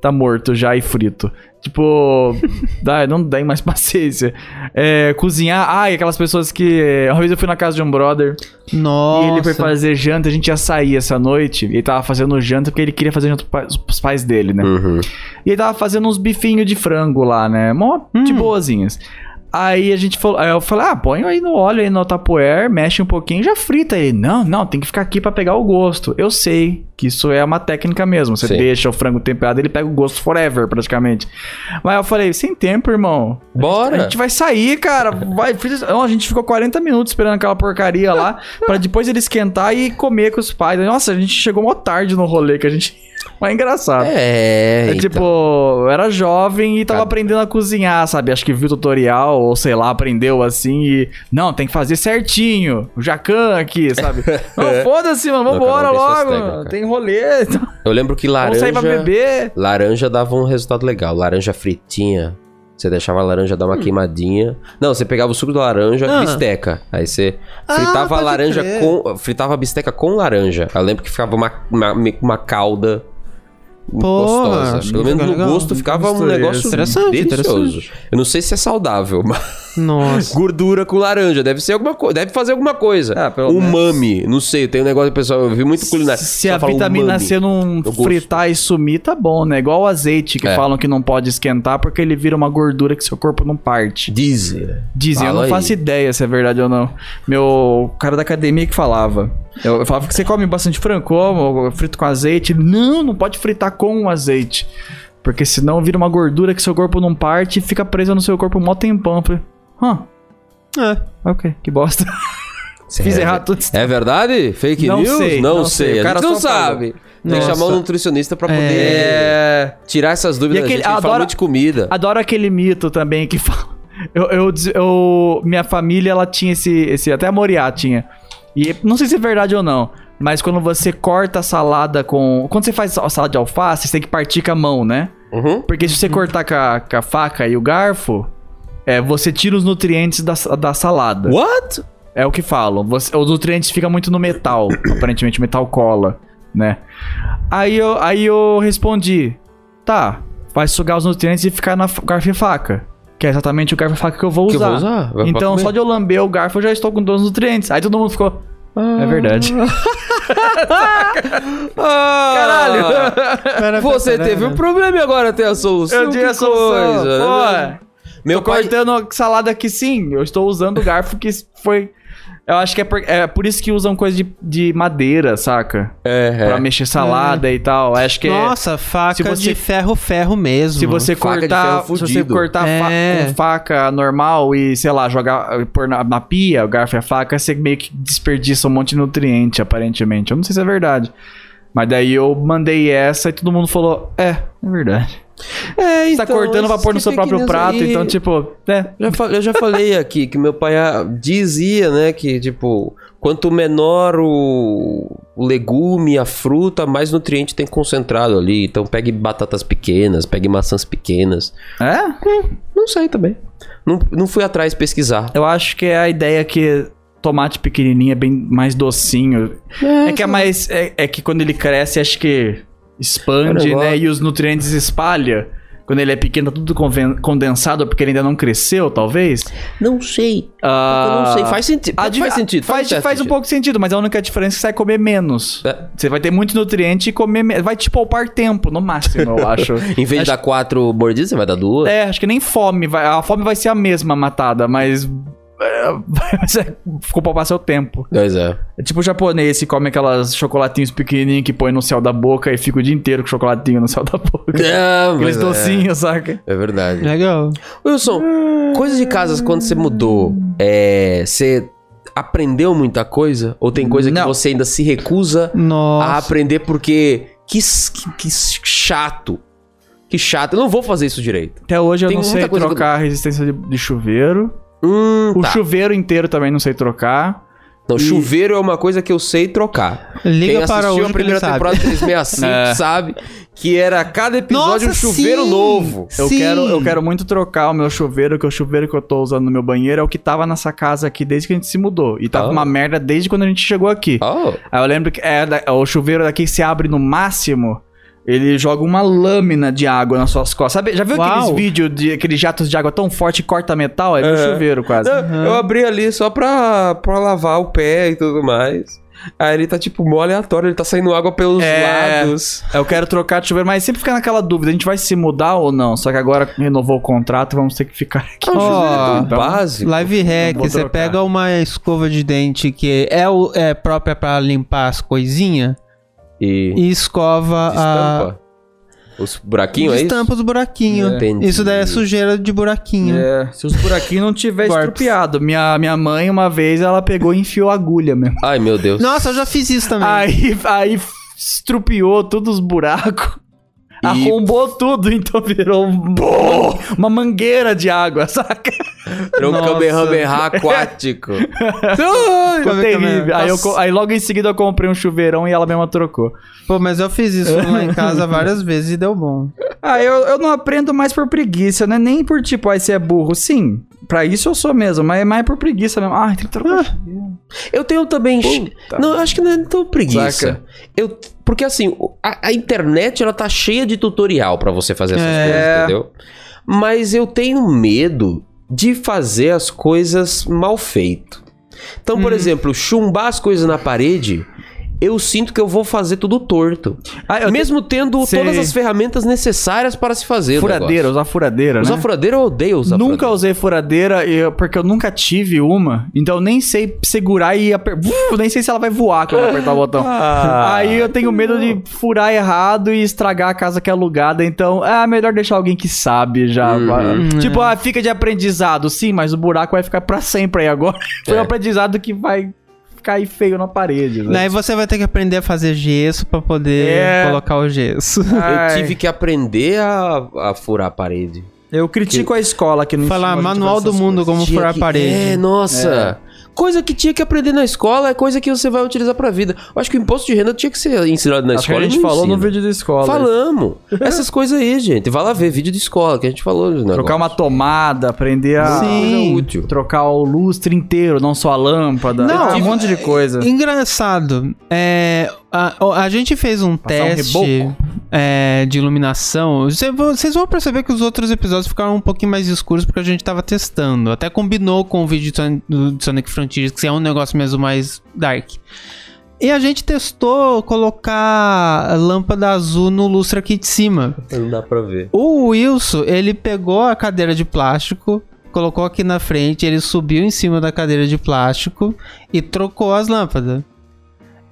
Speaker 3: Tá morto já e frito. Tipo, dá, não tem mais paciência. É, cozinhar. Ai, aquelas pessoas que. Uma vez eu fui na casa de um brother.
Speaker 1: Nossa.
Speaker 3: E ele foi fazer janta, a gente ia sair essa noite. E ele tava fazendo janta porque ele queria fazer janta pros pais- pros pais dele, né?
Speaker 2: Uhum.
Speaker 3: E ele tava fazendo uns bifinhos de frango lá, né? Mó de
Speaker 1: Hum.
Speaker 3: boazinhas. Aí a gente falou, aí eu falei, ah, põe aí no óleo, aí no tapoer, mexe um pouquinho, já frita ele. Não, não, tem que ficar aqui pra pegar o gosto. Eu sei que isso é uma técnica mesmo. Você
Speaker 2: Sim.
Speaker 3: deixa o frango temperado, ele pega o gosto forever, praticamente. Mas eu falei, sem tempo, irmão.
Speaker 2: Bora!
Speaker 3: A gente vai sair, cara. Vai, frita- Não, a gente ficou 40 minutos esperando aquela porcaria lá pra depois ele esquentar e comer com os pais. Nossa, a gente chegou mó tarde no rolê que a gente. Mas é engraçado. É,
Speaker 2: É, então.
Speaker 3: tipo, eu era jovem e tava
Speaker 2: Cara.
Speaker 3: aprendendo a cozinhar, sabe? Acho que viu tutorial ou sei lá, aprendeu assim e. Não, tem que fazer certinho. O Jacan aqui, sabe? Não, foda-se, mano.
Speaker 2: Não, cada um
Speaker 3: Vambora
Speaker 2: tem suas
Speaker 3: logo.
Speaker 2: técnicas,
Speaker 3: mano.
Speaker 2: cara.
Speaker 3: Tem rolê. então.
Speaker 2: Eu lembro que
Speaker 3: Vamos
Speaker 2: laranja...
Speaker 3: sair pra beber.
Speaker 2: Laranja dava um resultado legal. Laranja fritinha. Você deixava a laranja dar uma
Speaker 3: Hum.
Speaker 2: queimadinha. Não, você pegava o suco da laranja,
Speaker 1: Ah.
Speaker 2: bisteca. Aí você
Speaker 1: Ah,
Speaker 2: fritava a
Speaker 1: pode
Speaker 2: laranja
Speaker 1: crer.
Speaker 2: com. Fritava a bisteca com laranja. Eu lembro que ficava uma, uma, meio que uma calda gostosa. Pelo menos no
Speaker 1: legal.
Speaker 2: gosto ficava um
Speaker 3: Misturei.
Speaker 2: negócio
Speaker 1: Interessante,
Speaker 2: delicioso. Eu não sei se é saudável, mas
Speaker 1: Nossa.
Speaker 2: Gordura com laranja. Deve ser alguma coisa. Deve fazer alguma coisa.
Speaker 3: Ah, pelo menos.
Speaker 2: umami. Não sei. Tem um negócio, pessoal. Eu vi muito culinário.
Speaker 3: Se a vitamina C não
Speaker 2: um gosto.
Speaker 3: fritar e sumir, tá bom, né? Igual o azeite que
Speaker 2: É.
Speaker 3: falam que não pode esquentar porque ele vira uma gordura que seu corpo não parte.
Speaker 2: Dizer.
Speaker 3: Dizem, eu
Speaker 2: né? Fala
Speaker 3: não
Speaker 2: aí.
Speaker 3: faço ideia se é verdade ou não. Meu o cara da academia que falava. Eu, eu falava que você come bastante frango, como, eu frito com azeite. Ele, Não, não pode fritar com o azeite. Porque senão vira uma gordura que seu corpo não parte e fica presa no seu corpo um mó tempão. Eu falei, hã,
Speaker 1: É.
Speaker 3: ok, que bosta. Fiz errado tudo isso.
Speaker 2: É verdade? Fake
Speaker 3: Não
Speaker 2: news?
Speaker 3: sei,
Speaker 2: não,
Speaker 3: não
Speaker 2: sei.
Speaker 3: sei. O
Speaker 2: A
Speaker 3: cara
Speaker 2: gente não
Speaker 3: só falou.
Speaker 2: sabe. Tem que
Speaker 1: Nossa.
Speaker 2: chamar um nutricionista pra poder eh,
Speaker 3: É.
Speaker 2: tirar essas dúvidas
Speaker 3: E aquele-
Speaker 2: da gente. A gente fala
Speaker 3: adora-
Speaker 2: muito de comida.
Speaker 3: Adoro aquele mito também que fala. Eu, eu des- eu- minha família, ela tinha esse, esse. Até a Moriá tinha. E não sei se é verdade ou não. Mas quando você corta a salada com. Quando você faz a salada de alface, você tem que partir com a mão, né?
Speaker 2: Uhum.
Speaker 3: Porque se você cortar com a, com a faca e o garfo, é, você tira os nutrientes da, sa- da salada.
Speaker 2: What?
Speaker 3: É o que falam. Você- os nutrientes ficam muito no metal. aparentemente, o metal cola, né? Aí eu, aí eu respondi: tá, vai sugar os nutrientes e ficar na f- garfo e faca. Que é exatamente o garfo e faca que eu vou
Speaker 2: Que eu
Speaker 3: usar.
Speaker 2: vou usar, vai-
Speaker 3: então,
Speaker 2: vai comer.
Speaker 3: só de eu lamber o garfo, eu já estou com todos os nutrientes. Aí todo mundo ficou. É verdade.
Speaker 2: Ah,
Speaker 1: Pera,
Speaker 2: Você
Speaker 3: Né?
Speaker 1: pera,
Speaker 2: teve
Speaker 1: pera.
Speaker 2: um problema e agora tem a solução.
Speaker 3: eu dei a
Speaker 2: que
Speaker 3: solução.
Speaker 2: coisa, né?
Speaker 3: Pô,
Speaker 2: Meu
Speaker 3: tô
Speaker 2: pai...
Speaker 3: cortando a salada aqui sim. Eu estou usando o garfo que foi. Eu acho que é por, é por isso que usam coisa de, de madeira, saca?
Speaker 2: É, é.
Speaker 3: Pra mexer salada e tal. Acho que é.
Speaker 1: Nossa, faca
Speaker 3: se você-
Speaker 1: de ferro, ferro mesmo. né?
Speaker 3: Se você
Speaker 2: Faca de ferro
Speaker 3: cortar, se você
Speaker 2: fudido.
Speaker 3: cortar fa-
Speaker 1: É.
Speaker 3: com faca normal e, sei lá, jogar pôr na, na pia, o garfo e a faca, você meio que desperdiça um monte de nutriente, aparentemente. Eu não sei se é verdade. Mas daí eu mandei essa e todo mundo falou: "É, é verdade".
Speaker 2: É,
Speaker 3: Você tá
Speaker 2: então,
Speaker 3: cortando pra
Speaker 2: esses
Speaker 3: pôr no
Speaker 1: é
Speaker 3: seu próprio
Speaker 2: pequeninos
Speaker 3: prato,
Speaker 2: aí-
Speaker 3: então tipo, é.
Speaker 2: Já fa- eu já falei aqui que meu pai ah, dizia, né, que tipo, quanto menor o, o legume, a fruta, mais nutriente tem concentrado ali. Então pegue batatas pequenas, pegue maçãs pequenas.
Speaker 3: É?
Speaker 2: Não sei também. Não, não fui atrás pesquisar.
Speaker 3: Eu acho que é a ideia que tomate pequenininho é bem mais docinho. É que é mais. É, é que quando ele cresce, acho que
Speaker 2: É um
Speaker 3: expande,
Speaker 2: negócio.
Speaker 3: né? E os nutrientes espalha. Quando ele é pequeno, tá tudo conven- condensado, porque ele ainda não cresceu, talvez.
Speaker 2: Não sei.
Speaker 3: Ah,
Speaker 2: eu não sei. Faz sentido.
Speaker 3: a
Speaker 2: Faz,
Speaker 3: di-
Speaker 2: sentido.
Speaker 3: Faz,
Speaker 2: certo
Speaker 3: faz um
Speaker 2: sentido.
Speaker 3: pouco de sentido, mas a única diferença é que você vai comer menos.
Speaker 2: É.
Speaker 3: Você vai ter muito nutriente e comer. me- Vai te poupar tempo, no máximo, eu acho.
Speaker 2: Em vez de dar quatro mordidas, você vai dar duas.
Speaker 3: É, acho que nem fome. vai- a fome vai ser a mesma matada, mas. é, vai ser- Ficou poupar seu tempo.
Speaker 2: Pois é.
Speaker 3: É tipo o japonês que come aquelas chocolatinhos pequenininhos que põe no céu da boca e fica o dia inteiro com chocolatinho no céu da boca.
Speaker 2: Não,
Speaker 3: Aqueles
Speaker 2: mas é.
Speaker 3: docinhos, saca?
Speaker 2: É verdade.
Speaker 1: Legal.
Speaker 2: Wilson, coisas de casas quando você mudou, é, você aprendeu muita coisa? Ou tem coisa que
Speaker 3: Não.
Speaker 2: você ainda se recusa a
Speaker 1: Nossa.
Speaker 2: aprender porque que, s- que, que s- chato. Que chato. Eu não vou fazer isso direito.
Speaker 3: Até hoje eu
Speaker 2: Tem
Speaker 3: não
Speaker 2: muita
Speaker 3: sei
Speaker 2: coisa que eu-
Speaker 3: trocar a resistência de, de chuveiro.
Speaker 2: Hum,
Speaker 3: O
Speaker 2: tá.
Speaker 3: chuveiro inteiro também não sei trocar.
Speaker 2: Não, chuveiro é uma coisa que eu sei trocar.
Speaker 1: Liga
Speaker 2: Quem
Speaker 1: para
Speaker 2: assistiu
Speaker 1: hoje
Speaker 2: a
Speaker 1: que
Speaker 2: primeira
Speaker 1: ele sabe.
Speaker 2: temporada 365
Speaker 3: É.
Speaker 2: sabe que era a cada episódio um chuveiro
Speaker 1: sim!
Speaker 2: novo.
Speaker 3: Eu
Speaker 1: Sim!
Speaker 3: quero, eu quero muito trocar o meu chuveiro, que o chuveiro que eu tô usando no meu banheiro é o que tava nessa casa aqui desde que a gente se mudou. E tava
Speaker 2: Ah.
Speaker 3: uma merda desde quando a gente chegou aqui.
Speaker 2: Oh,
Speaker 3: Aí eu lembro que é, da- o chuveiro daqui se abre no máximo, ele joga uma lâmina de água nas suas costas. Sabe, já viu aqueles
Speaker 1: Uau.
Speaker 3: vídeos de aqueles jatos de água tão forte que corta metal? É do
Speaker 2: É.
Speaker 3: chuveiro quase.
Speaker 2: Não, Eu abri ali só pra, pra lavar o pé e tudo mais. Aí ele tá tipo mó aleatório, ele tá saindo água pelos
Speaker 3: É.
Speaker 2: lados.
Speaker 3: Eu quero trocar de chuveiro, mas sempre fica naquela dúvida, a gente vai se mudar ou não? Só que agora renovou o contrato, vamos ter que ficar aqui.
Speaker 1: Ó,
Speaker 3: Então,
Speaker 2: é Básico.
Speaker 1: Live hack,
Speaker 3: Vou
Speaker 1: você
Speaker 3: trocar.
Speaker 1: pega uma escova de dente que é, o- é própria pra limpar as coisinhas
Speaker 2: E
Speaker 1: e escova a.
Speaker 2: estampa. Os buraquinhos, é isso?
Speaker 1: Estampa os buraquinhos.
Speaker 2: É. Entendi.
Speaker 1: Isso daí é sujeira de buraquinho.
Speaker 3: É, se os buraquinhos não tiver
Speaker 1: Corpos.
Speaker 3: estrupiado. Minha, minha mãe, uma vez, ela pegou e enfiou agulha mesmo.
Speaker 2: Ai, meu Deus.
Speaker 1: Nossa, eu já fiz isso também.
Speaker 3: Aí, aí estrupiou todos os buracos.
Speaker 2: E-
Speaker 3: Arrombou tudo, então virou um- uma mangueira de água, saca?
Speaker 2: Era um
Speaker 1: Nossa.
Speaker 2: Kamehameha aquático.
Speaker 1: Como
Speaker 3: Ficou
Speaker 1: é que é
Speaker 3: terrível.
Speaker 1: mesmo?
Speaker 3: Aí, eu co- aí logo em seguida eu comprei um chuveirão e ela mesma trocou.
Speaker 1: Pô, mas eu fiz isso lá em casa várias vezes e deu bom.
Speaker 3: Ah, eu, eu não aprendo mais por preguiça, né? Nem por tipo, aí você é burro. Sim, pra isso eu sou mesmo, mas é mais por preguiça mesmo. Ah, tem que trocar.
Speaker 2: Eu tenho também.
Speaker 3: Puta.
Speaker 2: Não, eu acho que não é tão preguiça.
Speaker 3: Saca?
Speaker 2: Eu, porque assim, o- a, a internet ela tá cheia de tutorial pra você fazer essas
Speaker 1: É.
Speaker 2: coisas, entendeu? Mas eu tenho medo de fazer as coisas mal feito. Então,
Speaker 3: Hum.
Speaker 2: por exemplo, chumbar as coisas na parede, eu sinto que eu vou fazer tudo torto.
Speaker 3: Ah, eu
Speaker 2: Mesmo tendo
Speaker 3: Sei.
Speaker 2: todas as ferramentas necessárias para se fazer. o
Speaker 3: Furadeira,
Speaker 2: negócio.
Speaker 3: usar furadeira,
Speaker 2: Usar
Speaker 3: né?
Speaker 2: furadeira eu odeio usar
Speaker 3: nunca
Speaker 2: furadeira.
Speaker 3: usei furadeira eu- porque eu nunca tive uma, então eu nem sei segurar e aper... Uf, nem sei se ela vai voar quando eu apertar o botão.
Speaker 2: Ah.
Speaker 3: Aí eu tenho medo de furar errado e estragar a casa que é alugada, então é melhor deixar alguém que sabe já.
Speaker 2: Uhum.
Speaker 3: Tipo, ah, fica de aprendizado, sim, mas o buraco vai ficar pra sempre aí agora. Foi
Speaker 2: É.
Speaker 3: um aprendizado que vai cair feio na parede, né?
Speaker 1: Daí você vai ter que aprender a fazer gesso pra poder
Speaker 3: É.
Speaker 1: colocar o gesso.
Speaker 2: Eu
Speaker 3: Ai.
Speaker 2: tive que aprender a, a furar a parede.
Speaker 3: Eu critico a escola que não
Speaker 1: Falar
Speaker 3: ensinou a gente a
Speaker 1: manual
Speaker 3: fazer
Speaker 1: do
Speaker 3: essas
Speaker 1: mundo
Speaker 3: coisas.
Speaker 1: como
Speaker 2: Tinha
Speaker 1: furar a
Speaker 2: que- É,
Speaker 1: parede.
Speaker 2: nossa. Coisa que tinha que aprender na escola é coisa que você vai utilizar pra vida. Eu acho que o imposto de renda tinha que ser ensinado na
Speaker 3: Acho que
Speaker 2: escola.
Speaker 3: a
Speaker 2: e
Speaker 3: gente
Speaker 2: não
Speaker 3: falou
Speaker 2: ensina.
Speaker 3: no vídeo da escola.
Speaker 2: Falamos. Essas coisas aí, gente. Vai lá ver vídeo de escola que a gente falou. Né?
Speaker 3: Trocar uma tomada, aprender a.
Speaker 1: Sim.
Speaker 2: útil.
Speaker 3: Trocar o lustre inteiro, não só a lâmpada.
Speaker 1: Não, é,
Speaker 3: Ah, um monte de coisa.
Speaker 1: Engraçado, é, a, a gente fez um
Speaker 3: Passar um
Speaker 1: teste
Speaker 3: reboco.
Speaker 1: é, de iluminação. Cê- Vocês vão perceber que os outros episódios ficaram um pouquinho mais escuros porque a gente tava testando. Até combinou com o vídeo de Son- do de Sonic Frontiers, que é um negócio mesmo mais dark. E a gente testou colocar a lâmpada azul no lustre aqui de cima.
Speaker 2: Não dá pra ver.
Speaker 1: O Wilson, ele pegou a cadeira de plástico, colocou aqui na frente, ele subiu em cima da cadeira de plástico e trocou as lâmpadas.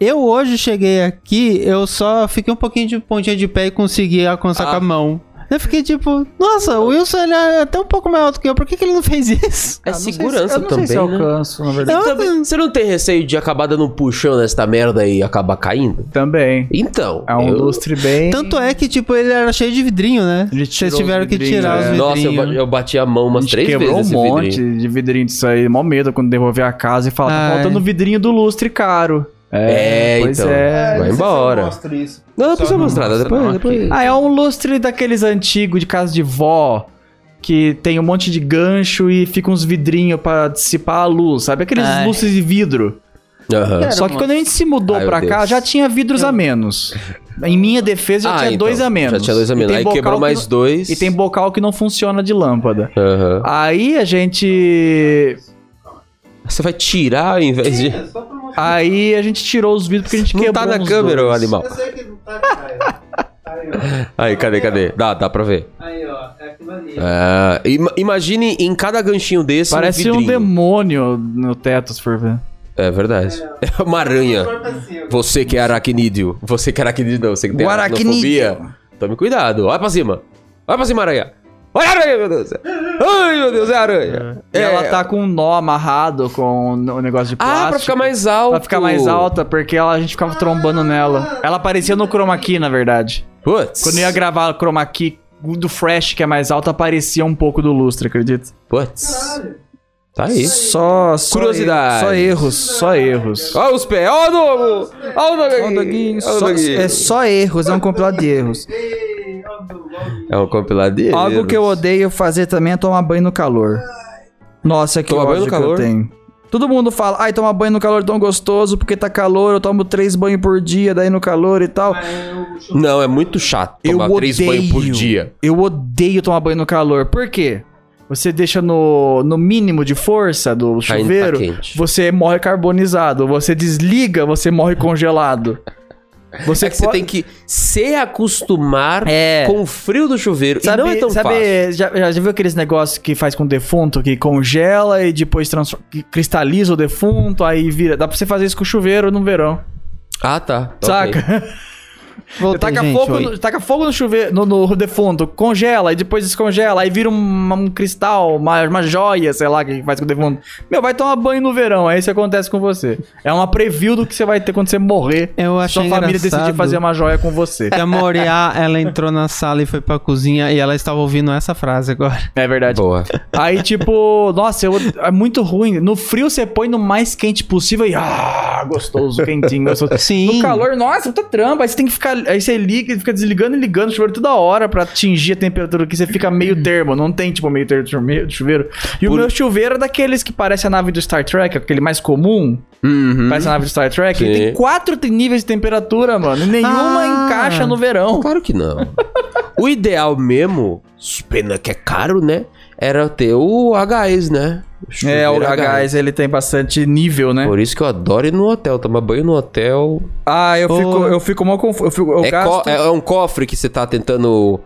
Speaker 1: Eu hoje cheguei aqui, eu só fiquei um pouquinho de pontinha de pé e consegui alcançar
Speaker 2: Ah.
Speaker 1: com a mão. Eu fiquei tipo, nossa, o Wilson ele é até um pouco maior do que eu, por que, que ele não fez isso?
Speaker 2: É
Speaker 3: Ah, não sei se-
Speaker 2: segurança
Speaker 3: eu não
Speaker 2: também,
Speaker 3: sei se eu
Speaker 2: né?
Speaker 3: alcanço, na verdade.
Speaker 1: Eu-
Speaker 2: Também- Você não tem receio de acabar dando um puxão nessa merda e acabar caindo?
Speaker 3: Também.
Speaker 2: Então.
Speaker 3: É um
Speaker 2: eu-
Speaker 3: lustre bem.
Speaker 1: Tanto é que, tipo, ele era cheio de vidrinho, né?
Speaker 3: Ele tirou
Speaker 1: Vocês
Speaker 3: os
Speaker 1: tiveram que
Speaker 3: vidrinhos,
Speaker 1: tirar
Speaker 3: é.
Speaker 1: os vidrinhos.
Speaker 2: Nossa, eu, ba- eu bati a mão
Speaker 3: A
Speaker 2: umas
Speaker 3: gente
Speaker 2: três vezes
Speaker 3: quebrou um
Speaker 2: nesse
Speaker 3: monte
Speaker 2: vidrinho.
Speaker 3: de vidrinho disso aí. Mó medo quando devolver a casa e falar, tá
Speaker 1: Ai.
Speaker 3: faltando o vidrinho do lustre caro.
Speaker 2: É,
Speaker 3: pois
Speaker 2: então.
Speaker 3: é.
Speaker 2: Vai embora. Não, não precisa mostrar.
Speaker 1: Nossa,
Speaker 2: Depois,
Speaker 1: não,
Speaker 2: depois...
Speaker 3: Ah, é um lustre daqueles antigos de casa de vó. Que tem um monte de gancho e fica uns vidrinhos pra dissipar a luz, sabe? Aqueles
Speaker 1: Ai.
Speaker 3: lustres de vidro.
Speaker 2: Aham.
Speaker 1: Ah, é. Era
Speaker 3: Só que
Speaker 1: uma-
Speaker 3: quando a gente se mudou
Speaker 2: Ai, meu
Speaker 3: pra cá,
Speaker 2: Deus.
Speaker 3: já tinha vidros a menos. Em minha defesa, já
Speaker 2: Ah,
Speaker 3: tinha
Speaker 2: então,
Speaker 3: dois a menos.
Speaker 2: Já tinha dois a
Speaker 3: E
Speaker 2: menos.
Speaker 3: tem
Speaker 2: Aí
Speaker 3: bocal
Speaker 2: quebrou
Speaker 3: que
Speaker 2: mais
Speaker 3: não-
Speaker 2: dois.
Speaker 3: E tem bocal que não funciona de lâmpada. Ah,
Speaker 2: Aham.
Speaker 3: Aí a gente.
Speaker 2: Você vai tirar ao invés de.
Speaker 3: Aí a gente tirou os vidros porque a gente
Speaker 2: Não
Speaker 3: quebrou.
Speaker 2: tá na
Speaker 3: uns
Speaker 2: câmera, o
Speaker 3: dois.
Speaker 2: animal.
Speaker 1: sei que não tá, cara.
Speaker 2: Aí, cadê, cadê? Dá, dá pra ver.
Speaker 1: Aí, ó, é aquilo ali.
Speaker 2: Ah, ima- imagine em cada ganchinho desse.
Speaker 3: Parece um
Speaker 2: é vidrinho.
Speaker 3: demônio no teto, se for ver.
Speaker 2: É verdade. É uma aranha.
Speaker 1: assim,
Speaker 2: Você que é aracnídeo. Você que é aracnídeo, não. Você que tem
Speaker 3: Guaracnídeo.
Speaker 2: aracnofobia. Tome cuidado. Olha pra cima. Olha pra cima, aranha. Olha a aranha, meu Deus. Ai, meu Deus, é a aranha.
Speaker 3: E
Speaker 2: É.
Speaker 3: ela tá com um nó amarrado com o negócio de plástico.
Speaker 2: Ah, pra ficar mais alto.
Speaker 3: Pra ficar mais alta, porque ela, a gente ficava trombando nela. Ela aparecia no chroma key, na verdade.
Speaker 2: Putz.
Speaker 3: Quando eu ia gravar o chroma key do Fresh, que é mais alto, aparecia um pouco do lustre, acredito.
Speaker 2: Putz. Tá aí.
Speaker 3: Só, só
Speaker 2: Curiosidade.
Speaker 3: erro- só erros, só erros.
Speaker 2: Olha os pés. Olha o Dogo. Olha o Dogo.
Speaker 3: Ó,
Speaker 2: aqui.
Speaker 3: Doguinho,
Speaker 2: Olha o
Speaker 3: só-
Speaker 2: Doguinho.
Speaker 3: é só erros, é um compilado de erros.
Speaker 2: É um compiladinho.
Speaker 3: Algo que eu odeio fazer também é tomar banho no calor. Nossa, que
Speaker 2: Tomar banho
Speaker 3: ódio
Speaker 2: no
Speaker 3: que eu
Speaker 2: calor?
Speaker 3: tenho. Todo mundo fala, ai, tomar banho no calor é tão gostoso porque tá calor, eu tomo três banhos por dia, daí no calor e tal.
Speaker 2: Não, é muito chato
Speaker 3: Eu
Speaker 2: tomar três
Speaker 3: odeio.
Speaker 2: banhos por dia.
Speaker 3: Eu odeio tomar banho no calor. Por quê? Você deixa no, no mínimo de força do
Speaker 2: tá
Speaker 3: chuveiro,
Speaker 2: quente.
Speaker 3: você morre carbonizado. Você desliga, você morre congelado. Você,
Speaker 2: é que você
Speaker 3: pode-
Speaker 2: tem que se acostumar
Speaker 3: É.
Speaker 2: com o frio do chuveiro.
Speaker 3: Sabe,
Speaker 2: e não é tão
Speaker 3: sabe-
Speaker 2: fácil.
Speaker 3: Já, já- já viu aqueles negócios que faz com defunto, que congela e depois transfor- que cristaliza o defunto, aí vira. Dá pra você fazer isso com o chuveiro no verão.
Speaker 2: Ah, tá. Tá ok.
Speaker 3: Saca?
Speaker 1: Voltei,
Speaker 3: taca,
Speaker 1: gente,
Speaker 3: fogo
Speaker 1: oi.
Speaker 3: no, taca fogo no chuveiro, no, no defunto, congela e depois descongela, aí vira um, um cristal, uma, uma joia, sei lá, que faz com o defunto. Meu, vai tomar banho no verão, aí isso acontece com você. É uma preview do que você vai ter quando você morrer.
Speaker 1: Eu achei
Speaker 3: Sua família decidir
Speaker 1: engraçado.
Speaker 3: fazer uma joia com você.
Speaker 1: Que a Moriá, ela entrou na sala e foi pra cozinha e ela estava ouvindo essa frase agora.
Speaker 3: É verdade.
Speaker 2: Boa.
Speaker 3: Aí, tipo, nossa, eu- é muito ruim. No frio você põe no mais quente possível e. Ah, gostoso, quentinho, gostoso.
Speaker 1: Sim.
Speaker 3: No calor, nossa, puta trampa. Aí você tem que ficar. Aí você liga, fica desligando e ligando o chuveiro toda hora pra atingir a temperatura que você fica
Speaker 1: Hum.
Speaker 3: meio termo. Não tem, tipo, meio termo de chume- de chuveiro. E o
Speaker 2: Por-
Speaker 3: meu chuveiro é daqueles que parece a nave do Star Trek, aquele mais comum.
Speaker 2: Uhum.
Speaker 3: Parece a nave do Star Trek. Ele
Speaker 2: Sim.
Speaker 3: tem quatro te- níveis de temperatura, mano. E nenhuma
Speaker 1: Ah.
Speaker 3: encaixa no verão.
Speaker 2: Claro que não. o ideal mesmo, pena que é caro, né? era ter o H.S., né?
Speaker 3: É, o
Speaker 2: Chuveiro
Speaker 3: gás, ele tem bastante nível, né?
Speaker 2: Por isso que eu adoro ir no hotel, tomar banho no hotel.
Speaker 3: Ah, eu
Speaker 1: Pô.
Speaker 3: fico, eu fico mal confuso. Eu, fico- eu
Speaker 2: é,
Speaker 3: gasto...
Speaker 2: co- é um cofre que você tá tentando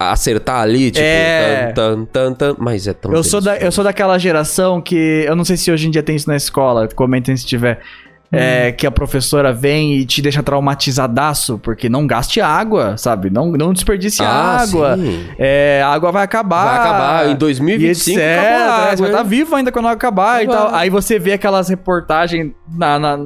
Speaker 2: acertar ali, tipo,
Speaker 3: É.
Speaker 2: tan, tan, tan, tan, mas é tão
Speaker 3: Eu sou, da, eu
Speaker 2: delicioso.
Speaker 3: sou daquela geração que. Eu não sei se hoje em dia tem isso na escola, comentem se tiver.
Speaker 2: Hum.
Speaker 3: É, que a professora vem e te deixa traumatizadaço, porque não gaste água, sabe? Não, não desperdice
Speaker 2: Ah,
Speaker 3: água.
Speaker 2: sim.
Speaker 3: É, a água vai acabar.
Speaker 2: Vai acabar em
Speaker 3: E etc.
Speaker 2: 2025 acabou a
Speaker 3: né? Você vai
Speaker 2: água,
Speaker 3: estar
Speaker 2: hein?
Speaker 3: vivo ainda quando acabar e
Speaker 2: Vai.
Speaker 3: tal. Aí você vê aquelas reportagens na, na,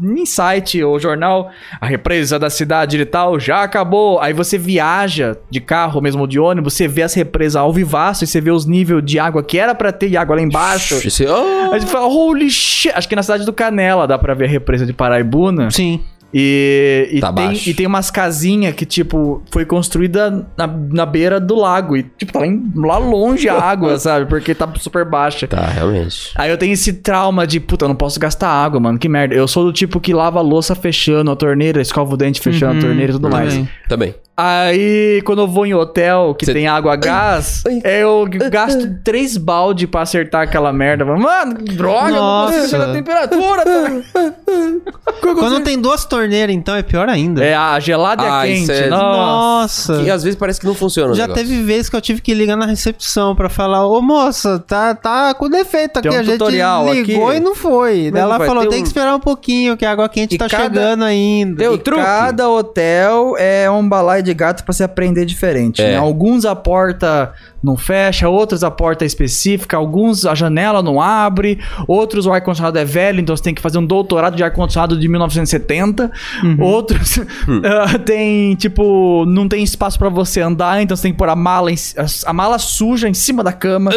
Speaker 3: em site ou jornal, a represa da cidade e tal, já acabou. Aí você viaja de carro, ou mesmo de ônibus, você vê as represas ao vivaço e você vê os níveis de água que era pra ter e água lá embaixo.
Speaker 2: Esse- Ah!
Speaker 3: Aí você fala, holy shit! Acho que na cidade do Canela dá pra ver a represa de Paraibuna.
Speaker 1: Sim.
Speaker 3: E, e
Speaker 2: Tá
Speaker 3: tem,
Speaker 2: baixo.
Speaker 3: e tem umas casinhas que, tipo, foi construída na, na beira do lago. E, tipo, tá lá, em- lá longe a água, sabe? Porque tá super baixa.
Speaker 2: Tá, realmente.
Speaker 3: Aí eu tenho esse trauma de, puta, eu não posso gastar água, mano. Que merda. Eu sou do tipo que lava a louça fechando a torneira, escova o dente fechando a torneira e tudo mais.
Speaker 1: Uhum, Também.
Speaker 2: Também.
Speaker 3: Aí, quando eu vou em hotel que
Speaker 2: Cê-
Speaker 3: tem água a gás, eu gasto três balde pra acertar aquela merda. Mano, droga, eu não consigo
Speaker 1: Nossa.
Speaker 3: chegar na temperatura. cara.
Speaker 1: Quando tem duas torneiras, então, é pior ainda.
Speaker 3: É, a gelada é
Speaker 2: Ah, isso
Speaker 3: quente.
Speaker 2: é-
Speaker 3: Nossa.
Speaker 1: Nossa.
Speaker 2: E às vezes parece que não funciona. o
Speaker 1: Já
Speaker 2: negócio.
Speaker 1: teve vezes que eu tive que ligar na recepção pra falar, ô moça, tá, tá com defeito aqui,
Speaker 3: Tem um
Speaker 1: a gente
Speaker 3: tutorial
Speaker 1: ligou
Speaker 2: aqui.
Speaker 1: e não foi. Daí
Speaker 2: Não
Speaker 1: ela
Speaker 2: vai
Speaker 1: falou,
Speaker 2: ter
Speaker 1: tem
Speaker 2: um-
Speaker 1: que esperar um pouquinho, que a água quente
Speaker 4: E
Speaker 1: tá
Speaker 4: cada-
Speaker 1: chegando ainda.
Speaker 4: Deu
Speaker 2: E
Speaker 4: truque.
Speaker 2: cada
Speaker 4: Cada hotel é um balaio de gato pra se aprender diferente.
Speaker 2: É.
Speaker 3: né? Alguns a porta não fecha, outros a porta é específica, alguns a janela não abre, outros o ar-condicionado é velho, então você tem que fazer um doutorado de ar-condicionado de 1970. Outros ah, tem, tipo, não tem espaço pra você andar, então você tem que pôr a mala, em ci- a, a mala suja em cima da cama.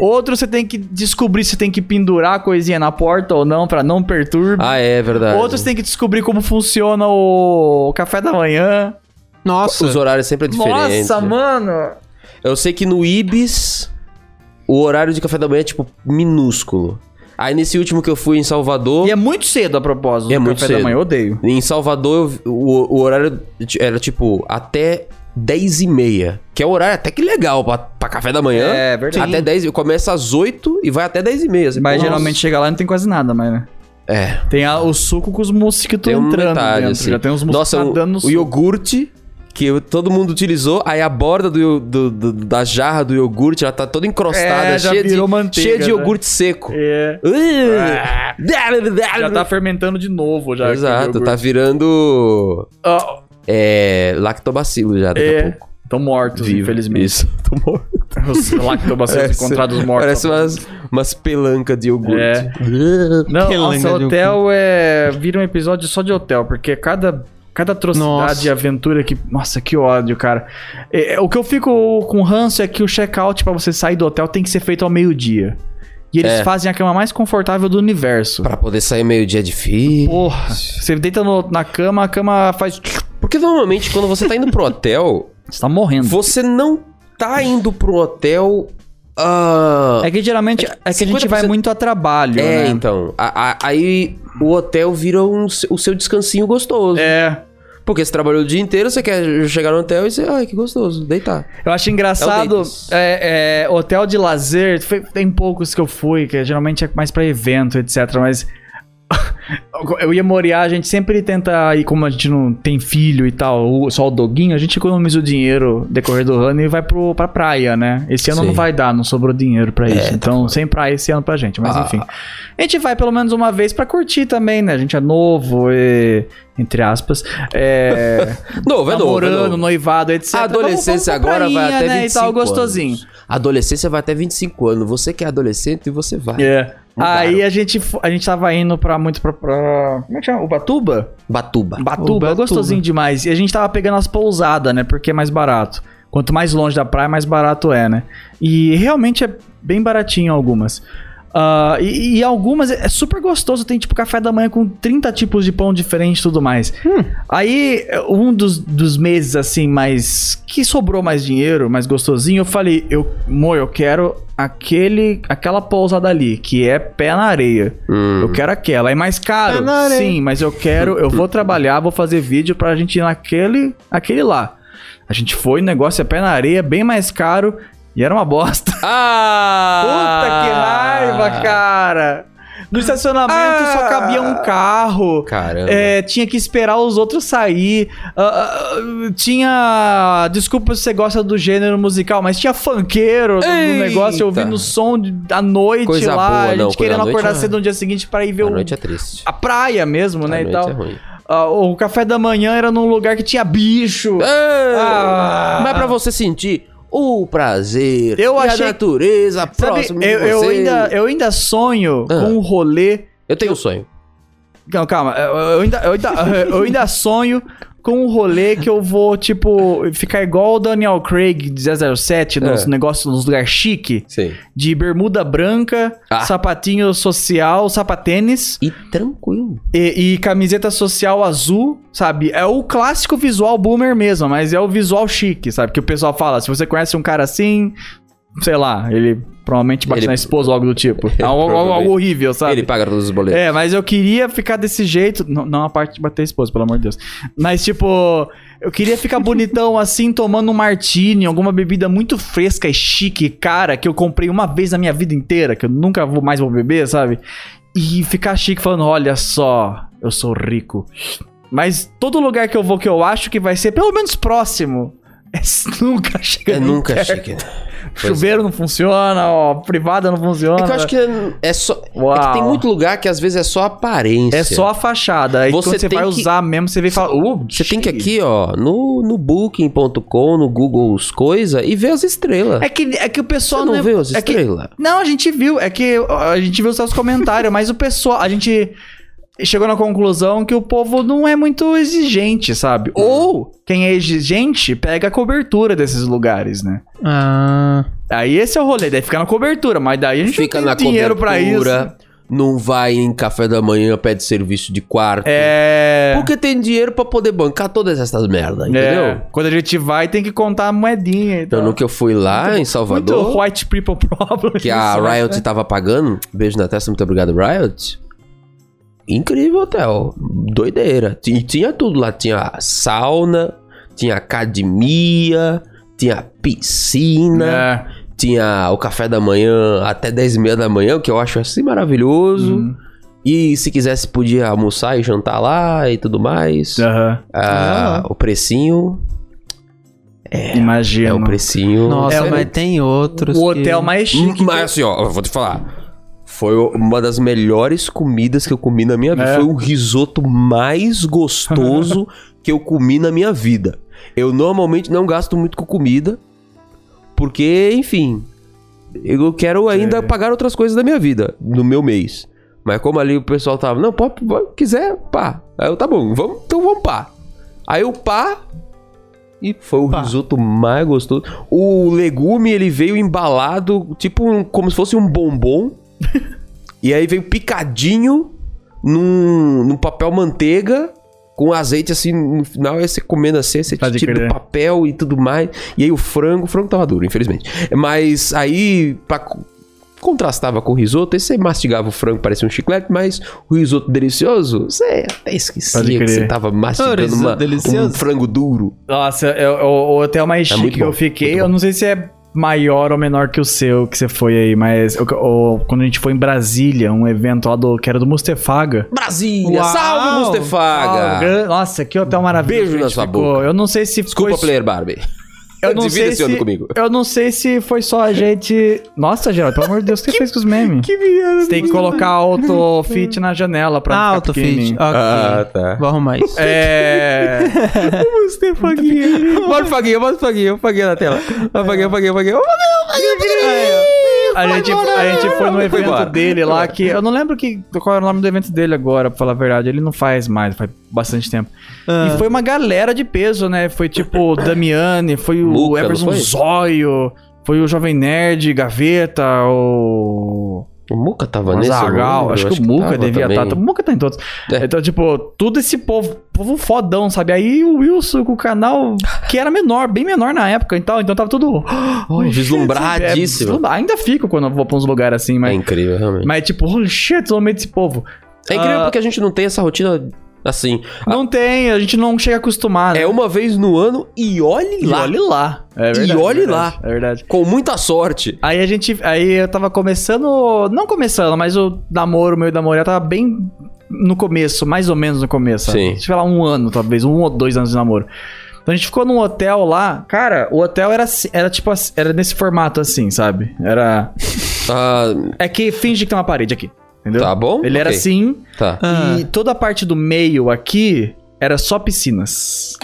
Speaker 3: outros você tem que descobrir se tem que pendurar a coisinha na porta ou não, pra não perturbar.
Speaker 2: Ah, é verdade.
Speaker 3: Outros tem que descobrir como funciona o café da manhã.
Speaker 1: Nossa.
Speaker 2: Os horários sempre é diferente.
Speaker 3: Nossa, mano!
Speaker 2: Eu sei que no Ibis, o horário de café da manhã é, tipo, minúsculo. Aí nesse último que eu fui em Salvador...
Speaker 3: E é muito cedo a propósito.
Speaker 2: E é
Speaker 3: do
Speaker 2: muito
Speaker 3: café
Speaker 2: cedo.
Speaker 3: da manhã, eu odeio.
Speaker 2: Em Salvador, eu- o, o horário ti- era, tipo, até 10 e meia. Que é um horário até que legal pra, pra café da manhã.
Speaker 4: É, verdade.
Speaker 2: Até 10, e- começa às 8 e vai até 10 e meia. Você,
Speaker 3: Mas
Speaker 2: pô,
Speaker 3: geralmente chega lá e não tem quase nada, mas né?
Speaker 2: É,
Speaker 3: Tem a- o suco com os mosquitos
Speaker 2: tem uma
Speaker 3: entrando
Speaker 2: metade,
Speaker 3: dentro.
Speaker 2: assim.
Speaker 3: Já tem os mosquitos
Speaker 2: Nossa, o,
Speaker 3: nadando no
Speaker 2: o iogurte que eu- todo mundo utilizou, aí a borda do io- do- do- da jarra do iogurte, ela tá toda encrostada,
Speaker 3: É, já
Speaker 2: cheia,
Speaker 3: virou
Speaker 2: de,
Speaker 3: manteiga,
Speaker 2: cheia de
Speaker 3: né?
Speaker 2: iogurte seco.
Speaker 3: É. Já tá fermentando de novo, já.
Speaker 2: Exato, tá virando.
Speaker 3: Ah,
Speaker 2: É. Lactobacilo já daqui a
Speaker 3: é.
Speaker 2: pouco.
Speaker 3: Tão mortos, infelizmente.
Speaker 2: Isso. Tomou.
Speaker 3: Os lactobacilos
Speaker 2: Parece-
Speaker 3: encontrados mortos.
Speaker 2: Parece umas, umas pelancas de iogurte.
Speaker 3: É. Não,
Speaker 1: Que
Speaker 3: nossa,
Speaker 2: um
Speaker 1: lenga de
Speaker 3: hotel é. Vira um episódio só de hotel, porque cada. Cada atrocidade
Speaker 1: Nossa.
Speaker 3: e aventura que. Nossa, que ódio, cara. É, é, o que eu fico com ranço é que o check-out pra você sair do hotel tem que ser feito ao meio-dia. E eles
Speaker 2: É.
Speaker 3: fazem a cama mais confortável do universo.
Speaker 2: Pra poder sair meio-dia é difícil.
Speaker 3: Porra. Você deita no- na cama, a cama faz.
Speaker 2: Porque normalmente quando você tá indo pro hotel,
Speaker 3: Você tá morrendo.
Speaker 2: você não tá indo pro hotel. ah,
Speaker 3: É que geralmente. É que a gente
Speaker 2: 50%
Speaker 3: vai muito a trabalho,
Speaker 2: é,
Speaker 3: né?
Speaker 2: então. a- a- aí o hotel vira um se- o seu descansinho gostoso.
Speaker 3: É.
Speaker 2: Porque você trabalhou o dia inteiro, você quer chegar no hotel e você. Ai, que gostoso, deitar. um
Speaker 3: Eu acho engraçado.
Speaker 2: Deitas.
Speaker 3: é, é, hotel de lazer, foi- tem poucos que eu fui, que geralmente é mais pra evento, etc. Mas. Eu ia morar, a gente sempre tenta ir, como a gente não tem filho e tal, o- só o doguinho, a gente economiza o dinheiro decorrer do ano e vai pro, pra praia, né? Esse ano
Speaker 2: Sim.
Speaker 3: não vai dar, não sobrou dinheiro pra isso.
Speaker 2: tá
Speaker 3: então, sem praia esse ano pra gente, mas
Speaker 2: Ah.
Speaker 3: enfim. A gente vai pelo menos uma vez pra curtir também, né? A gente é novo, e, entre aspas. É.
Speaker 2: Novo, é novo. é
Speaker 3: namorando,
Speaker 2: novo.
Speaker 3: noivado, etc.
Speaker 2: A adolescência
Speaker 3: Vamos- vamos pra
Speaker 2: agora vai
Speaker 3: prainha,
Speaker 2: até 25
Speaker 3: né, e tal,
Speaker 2: anos.
Speaker 3: gostosinho.
Speaker 2: A adolescência vai até 25 anos. Você que é adolescente, você vai.
Speaker 3: É.
Speaker 2: Mudaram.
Speaker 3: Aí a gente, fo- a gente tava indo pra muito pra, pra- Como é que chama? Ubatuba?
Speaker 2: Batuba.
Speaker 3: Batuba,
Speaker 1: Ubatuba.
Speaker 3: gostosinho demais. E a gente tava pegando as pousadas, né? Porque é mais barato. Quanto mais longe da praia, mais barato é, né? E realmente é bem baratinho algumas. Ah, e, e algumas é é super gostoso, tem tipo café da manhã com 30 tipos de pão diferente e tudo mais.
Speaker 1: Hum.
Speaker 3: Aí, um dos, dos meses, assim, mais. que sobrou mais dinheiro, mais gostosinho, eu falei, eu, amor, eu quero aquele, aquela pousada ali, que é pé na areia. Eu quero aquela. É mais caro?
Speaker 1: Pé na areia.
Speaker 3: Sim, mas eu quero, eu vou trabalhar, vou fazer vídeo pra gente ir naquele, aquele lá. A gente foi, o negócio é pé na areia, bem mais caro. E era uma bosta.
Speaker 2: Ah!
Speaker 3: Puta que raiva, cara! No estacionamento
Speaker 4: Ah!
Speaker 3: só cabia um carro.
Speaker 2: Caramba.
Speaker 3: É, tinha que esperar os outros sair. Ah, ah, tinha. Desculpa se você gosta do gênero musical, mas tinha funkeiro no- no
Speaker 2: Eita!
Speaker 3: negócio, ouvindo som de- à noite
Speaker 2: Coisa
Speaker 3: lá.
Speaker 2: boa,
Speaker 3: a gente
Speaker 2: não, coisa
Speaker 3: querendo
Speaker 2: à noite
Speaker 3: acordar
Speaker 2: é-
Speaker 3: cedo no dia seguinte pra ir ver
Speaker 2: A
Speaker 3: o-
Speaker 2: noite é triste.
Speaker 3: a praia mesmo, né?
Speaker 2: a
Speaker 3: e
Speaker 2: noite
Speaker 3: tal.
Speaker 2: é ruim.
Speaker 3: Ah, o café da manhã era num lugar que tinha bicho. Ah!
Speaker 2: É. Mas pra você sentir o prazer,
Speaker 3: Eu
Speaker 2: e
Speaker 3: achei-
Speaker 2: a natureza
Speaker 3: Sabe,
Speaker 2: próxima
Speaker 3: eu,
Speaker 2: de
Speaker 3: eu
Speaker 2: você.
Speaker 3: ainda, eu ainda sonho
Speaker 2: Ah.
Speaker 3: com um rolê.
Speaker 2: Eu tenho um sonho.
Speaker 3: Não, calma, eu, eu ainda, eu, ainda, eu ainda sonho com um rolê que eu vou, tipo, ficar igual o Daniel Craig de 007 nos
Speaker 2: É.
Speaker 3: negócios, nos lugares chique,
Speaker 2: Sim.
Speaker 3: de bermuda branca,
Speaker 2: Ah.
Speaker 3: sapatinho social, sapatênis
Speaker 2: E tranquilo.
Speaker 3: e, e camiseta social azul, sabe? É o clássico visual boomer mesmo, mas é o visual chique, sabe? Que o pessoal fala, se você conhece um cara assim, sei lá, ele provavelmente bate
Speaker 2: Ele-
Speaker 3: na esposa ou algo do tipo. É algo, algo- algo horrível, sabe?
Speaker 2: Ele paga todos os boletos.
Speaker 3: É, mas eu queria ficar desse jeito. Não, não a parte de bater a esposa, pelo amor de Deus. Mas, tipo, eu queria ficar bonitão assim, tomando um martini, alguma bebida muito fresca e chique, cara, que eu comprei uma vez na minha vida inteira, que eu nunca vou mais vou beber, sabe? E ficar chique falando: olha só, eu sou rico. Mas todo lugar que eu vou que eu acho que vai ser pelo menos próximo. é nunca chega.
Speaker 2: É
Speaker 3: nem
Speaker 2: nunca
Speaker 3: perto.
Speaker 2: chique. Pois
Speaker 3: Chuveiro não funciona, ó, privada não funciona.
Speaker 2: É que eu acho que é só. É que
Speaker 3: Uau.
Speaker 2: tem muito lugar que às vezes é só aparência.
Speaker 3: É só a fachada. Aí
Speaker 2: Você
Speaker 3: quando você
Speaker 2: tem
Speaker 3: vai
Speaker 2: que-
Speaker 3: usar mesmo, você vem e fala. Uh,
Speaker 2: Você tem que
Speaker 3: chique."
Speaker 2: aqui, ó, no, no booking.com, no Google os coisa e ver as estrelas.
Speaker 3: É que, é que o
Speaker 2: Você
Speaker 3: pessoal
Speaker 2: não,
Speaker 3: não
Speaker 2: viu as
Speaker 3: é que-
Speaker 2: estrelas?
Speaker 3: Não, a gente viu. É que ó, a gente viu só os comentários, mas o pessoal. A gente chegou na conclusão que o povo não é muito exigente, sabe?
Speaker 2: Uhum.
Speaker 3: Ou quem é exigente pega a cobertura desses lugares, né?
Speaker 1: Ah.
Speaker 3: Aí esse é o rolê, daí fica na cobertura, mas daí a gente
Speaker 2: Fica
Speaker 3: não
Speaker 2: na
Speaker 3: tem dinheiro pra isso.
Speaker 2: cobertura, não vai em café da manhã, pede serviço de quarto.
Speaker 3: É.
Speaker 2: Porque tem dinheiro pra poder bancar todas essas merdas, entendeu?
Speaker 3: é. Quando a gente vai, tem que contar a moedinha e
Speaker 2: Então,
Speaker 3: tal.
Speaker 2: no que eu fui lá em Salvador,
Speaker 3: Muito white people problem.
Speaker 2: que a
Speaker 3: isso, né?
Speaker 2: Riot tava pagando, beijo na testa, muito obrigado, Riot. Incrível hotel, doideira. E tinha tudo lá, tinha sauna, tinha academia, tinha piscina.
Speaker 3: É.
Speaker 2: Tinha o café da manhã até 10 e meia da manhã, o que eu acho assim maravilhoso.
Speaker 3: Hum.
Speaker 2: E se quisesse, podia almoçar e jantar lá e tudo mais.
Speaker 3: Aham.
Speaker 2: Ah, O precinho.
Speaker 3: Imagino.
Speaker 2: É o precinho.
Speaker 1: Nossa,
Speaker 3: É,
Speaker 1: mas tem outros.
Speaker 3: O
Speaker 1: que-
Speaker 3: hotel mais chique.
Speaker 2: Mas assim, ó, eu vou te falar. Foi uma das melhores comidas que eu comi na minha vida.
Speaker 3: É.
Speaker 2: Foi o risoto mais gostoso que eu comi na minha vida. Eu normalmente não gasto muito com comida, porque, enfim, eu quero
Speaker 1: É.
Speaker 2: ainda pagar outras coisas da minha vida no meu mês. Mas como ali o pessoal tava, não, pode, pode, quiser, pá. Aí eu, tá bom, vamos, então vamos pá. Aí o pá
Speaker 1: E
Speaker 2: foi o
Speaker 1: Pá.
Speaker 2: risoto mais gostoso. O legume, ele veio embalado, tipo um- como se fosse um bombom. e aí veio picadinho num, num papel manteiga, com azeite assim, no final aí você comendo assim, você
Speaker 3: Pode
Speaker 2: tira
Speaker 3: crer.
Speaker 2: do papel e tudo mais. E aí o frango, o frango tava duro, infelizmente. Mas aí, pra co- contrastava com o risoto, aí você mastigava o frango, parecia um chiclete, mas o risoto delicioso, você até
Speaker 3: Pode
Speaker 2: esquecia que
Speaker 3: crer.
Speaker 2: você tava mastigando
Speaker 1: risoto
Speaker 2: uma- um
Speaker 1: delicioso.
Speaker 2: frango duro.
Speaker 3: Nossa, é o- o hotel mais
Speaker 2: É
Speaker 3: chique
Speaker 2: muito
Speaker 3: que eu
Speaker 2: bom,
Speaker 3: fiquei.
Speaker 2: muito
Speaker 3: Eu não sei se é maior ou menor que o seu que você foi aí, mas eu- o- quando a gente foi em Brasília, um evento lá do que era do Mustefaga.
Speaker 2: Brasília.
Speaker 1: Uau!
Speaker 2: Salve,
Speaker 3: Ah,
Speaker 2: Mustefaga!
Speaker 3: gran- Nossa, que hotel maravilhoso.
Speaker 2: Beijo
Speaker 3: que a
Speaker 2: na
Speaker 3: gente
Speaker 2: sua
Speaker 3: ficou.
Speaker 2: boca.
Speaker 3: Eu não sei se
Speaker 2: Desculpa,
Speaker 3: foi.
Speaker 2: player Barbie.
Speaker 3: Eu não
Speaker 2: Divida
Speaker 3: sei
Speaker 2: esse
Speaker 3: se...
Speaker 2: ano comigo.
Speaker 3: Eu não sei se foi só a gente. Nossa, Geraldo, pelo amor de Deus, o que você fez com os memes?
Speaker 1: Que viado.
Speaker 3: Você tem que colocar autofit na janela pra
Speaker 1: Ah,
Speaker 3: ficar
Speaker 1: autofit.
Speaker 3: pequenininho.
Speaker 1: Ok.
Speaker 2: tá.
Speaker 1: Vou arrumar isso.
Speaker 3: É.
Speaker 2: Bota o faguinho, bota o
Speaker 3: um
Speaker 2: faguinho, o faguinho na tela. O faguinho, o faguinho, o faguinho.
Speaker 3: A gente, a gente foi no
Speaker 2: Foi
Speaker 3: evento
Speaker 2: embora.
Speaker 3: dele lá que. Eu não lembro que, qual era o nome do evento dele agora, pra falar a verdade. Ele não faz mais, faz bastante tempo.
Speaker 2: Ah.
Speaker 3: E foi uma galera de peso, né? Foi tipo o Damiani, foi o
Speaker 2: Luca, não
Speaker 3: Everson
Speaker 2: foi?
Speaker 3: Zóio, foi o Jovem Nerd, Gaveta, o.
Speaker 2: O Muca tava nesse
Speaker 3: Zagal,
Speaker 2: eu
Speaker 3: acho, que o Muca
Speaker 2: tava
Speaker 3: devia
Speaker 2: também.
Speaker 3: estar. O Muca tá em todos.
Speaker 2: É.
Speaker 3: Então, tipo, tudo esse povo, povo fodão, sabe? Aí o Wilson com o canal que era menor, bem menor na época e tal. Então tava tudo.
Speaker 2: Oh,
Speaker 3: Holy shit,
Speaker 2: Deslumbradíssimo.
Speaker 3: sabe? É, deslumbra- Ainda fico quando eu vou pra uns lugares assim,
Speaker 2: É
Speaker 3: mas.
Speaker 2: incrível, realmente.
Speaker 3: Mas tipo, holy shit, eu amei desse povo.
Speaker 2: É incrível
Speaker 3: Ah.
Speaker 2: porque a gente não tem essa rotina Assim,
Speaker 3: Não tem, a gente não chega acostumado.
Speaker 2: é uma vez no ano e olhe
Speaker 3: E
Speaker 2: lá.
Speaker 3: olhe lá. É
Speaker 2: E olhe
Speaker 3: é
Speaker 2: lá.
Speaker 3: É verdade.
Speaker 2: Com muita sorte.
Speaker 3: Aí a gente. Aí eu tava começando. Não começando, mas o namoro, o meu namoro, eu tava bem no começo, mais ou menos no começo. sabe?
Speaker 2: Sim.
Speaker 3: Deixa eu falar um ano, talvez, um ou dois anos de namoro. Então a gente ficou num hotel lá. Cara, o hotel era, assim- era tipo assim- era nesse formato assim, sabe? Era.
Speaker 2: Ah,
Speaker 3: É que finge que tem uma parede aqui. Entendeu?
Speaker 2: tá bom?
Speaker 3: Ele era
Speaker 2: Ok,
Speaker 3: assim,
Speaker 2: Tá.
Speaker 1: Ah,
Speaker 3: e toda a parte do meio aqui era só piscinas.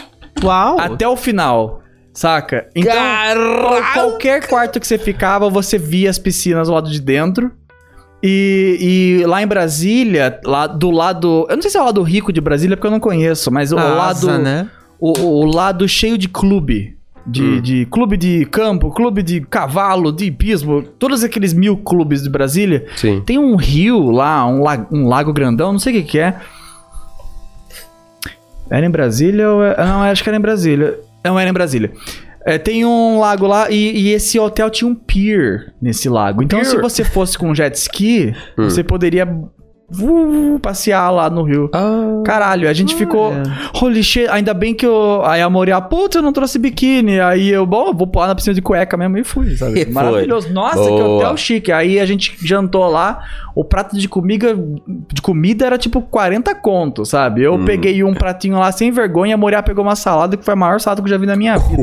Speaker 1: Uau!
Speaker 3: Até o final, saca? Então,
Speaker 2: Caraca!
Speaker 3: qualquer quarto que você ficava, você via as piscinas do lado de dentro. E, e lá em Brasília, lá do lado. Eu não sei se é o lado rico de Brasília, porque eu não conheço, mas o lado.
Speaker 1: Asa, né?
Speaker 3: O, o- o lado cheio de clube. De,
Speaker 2: Hum.
Speaker 3: de clube de campo, clube de cavalo, de hipismo, todos aqueles mil clubes de Brasília.
Speaker 2: Sim.
Speaker 3: Tem um rio lá, um, la- um lago grandão, não sei o que que é. Era em Brasília ou... é- Não, acho que era em Brasília. Não, era em Brasília. É, tem um lago lá e, e esse hotel tinha um pier nesse lago. Então,
Speaker 2: Pier?
Speaker 3: se você fosse com jet ski,
Speaker 2: Hum.
Speaker 3: você poderia vu- passear lá no rio.
Speaker 2: Ah,
Speaker 3: Caralho, a gente ficou. Holy shit, ainda bem que eu. Aí a Moriá, puta, eu não trouxe biquíni. Aí eu, bom, vou pular na piscina de cueca mesmo e fui,
Speaker 2: E
Speaker 3: sabe?
Speaker 2: foi.
Speaker 3: Maravilhoso. Nossa, que
Speaker 2: Boa.
Speaker 3: hotel chique. Aí a gente jantou lá, o prato de comida, de comida era tipo 40 conto, sabe? Eu
Speaker 2: Hum.
Speaker 3: peguei um pratinho lá sem vergonha, a Moriá pegou uma salada que foi a maior salada que eu já vi na minha vida.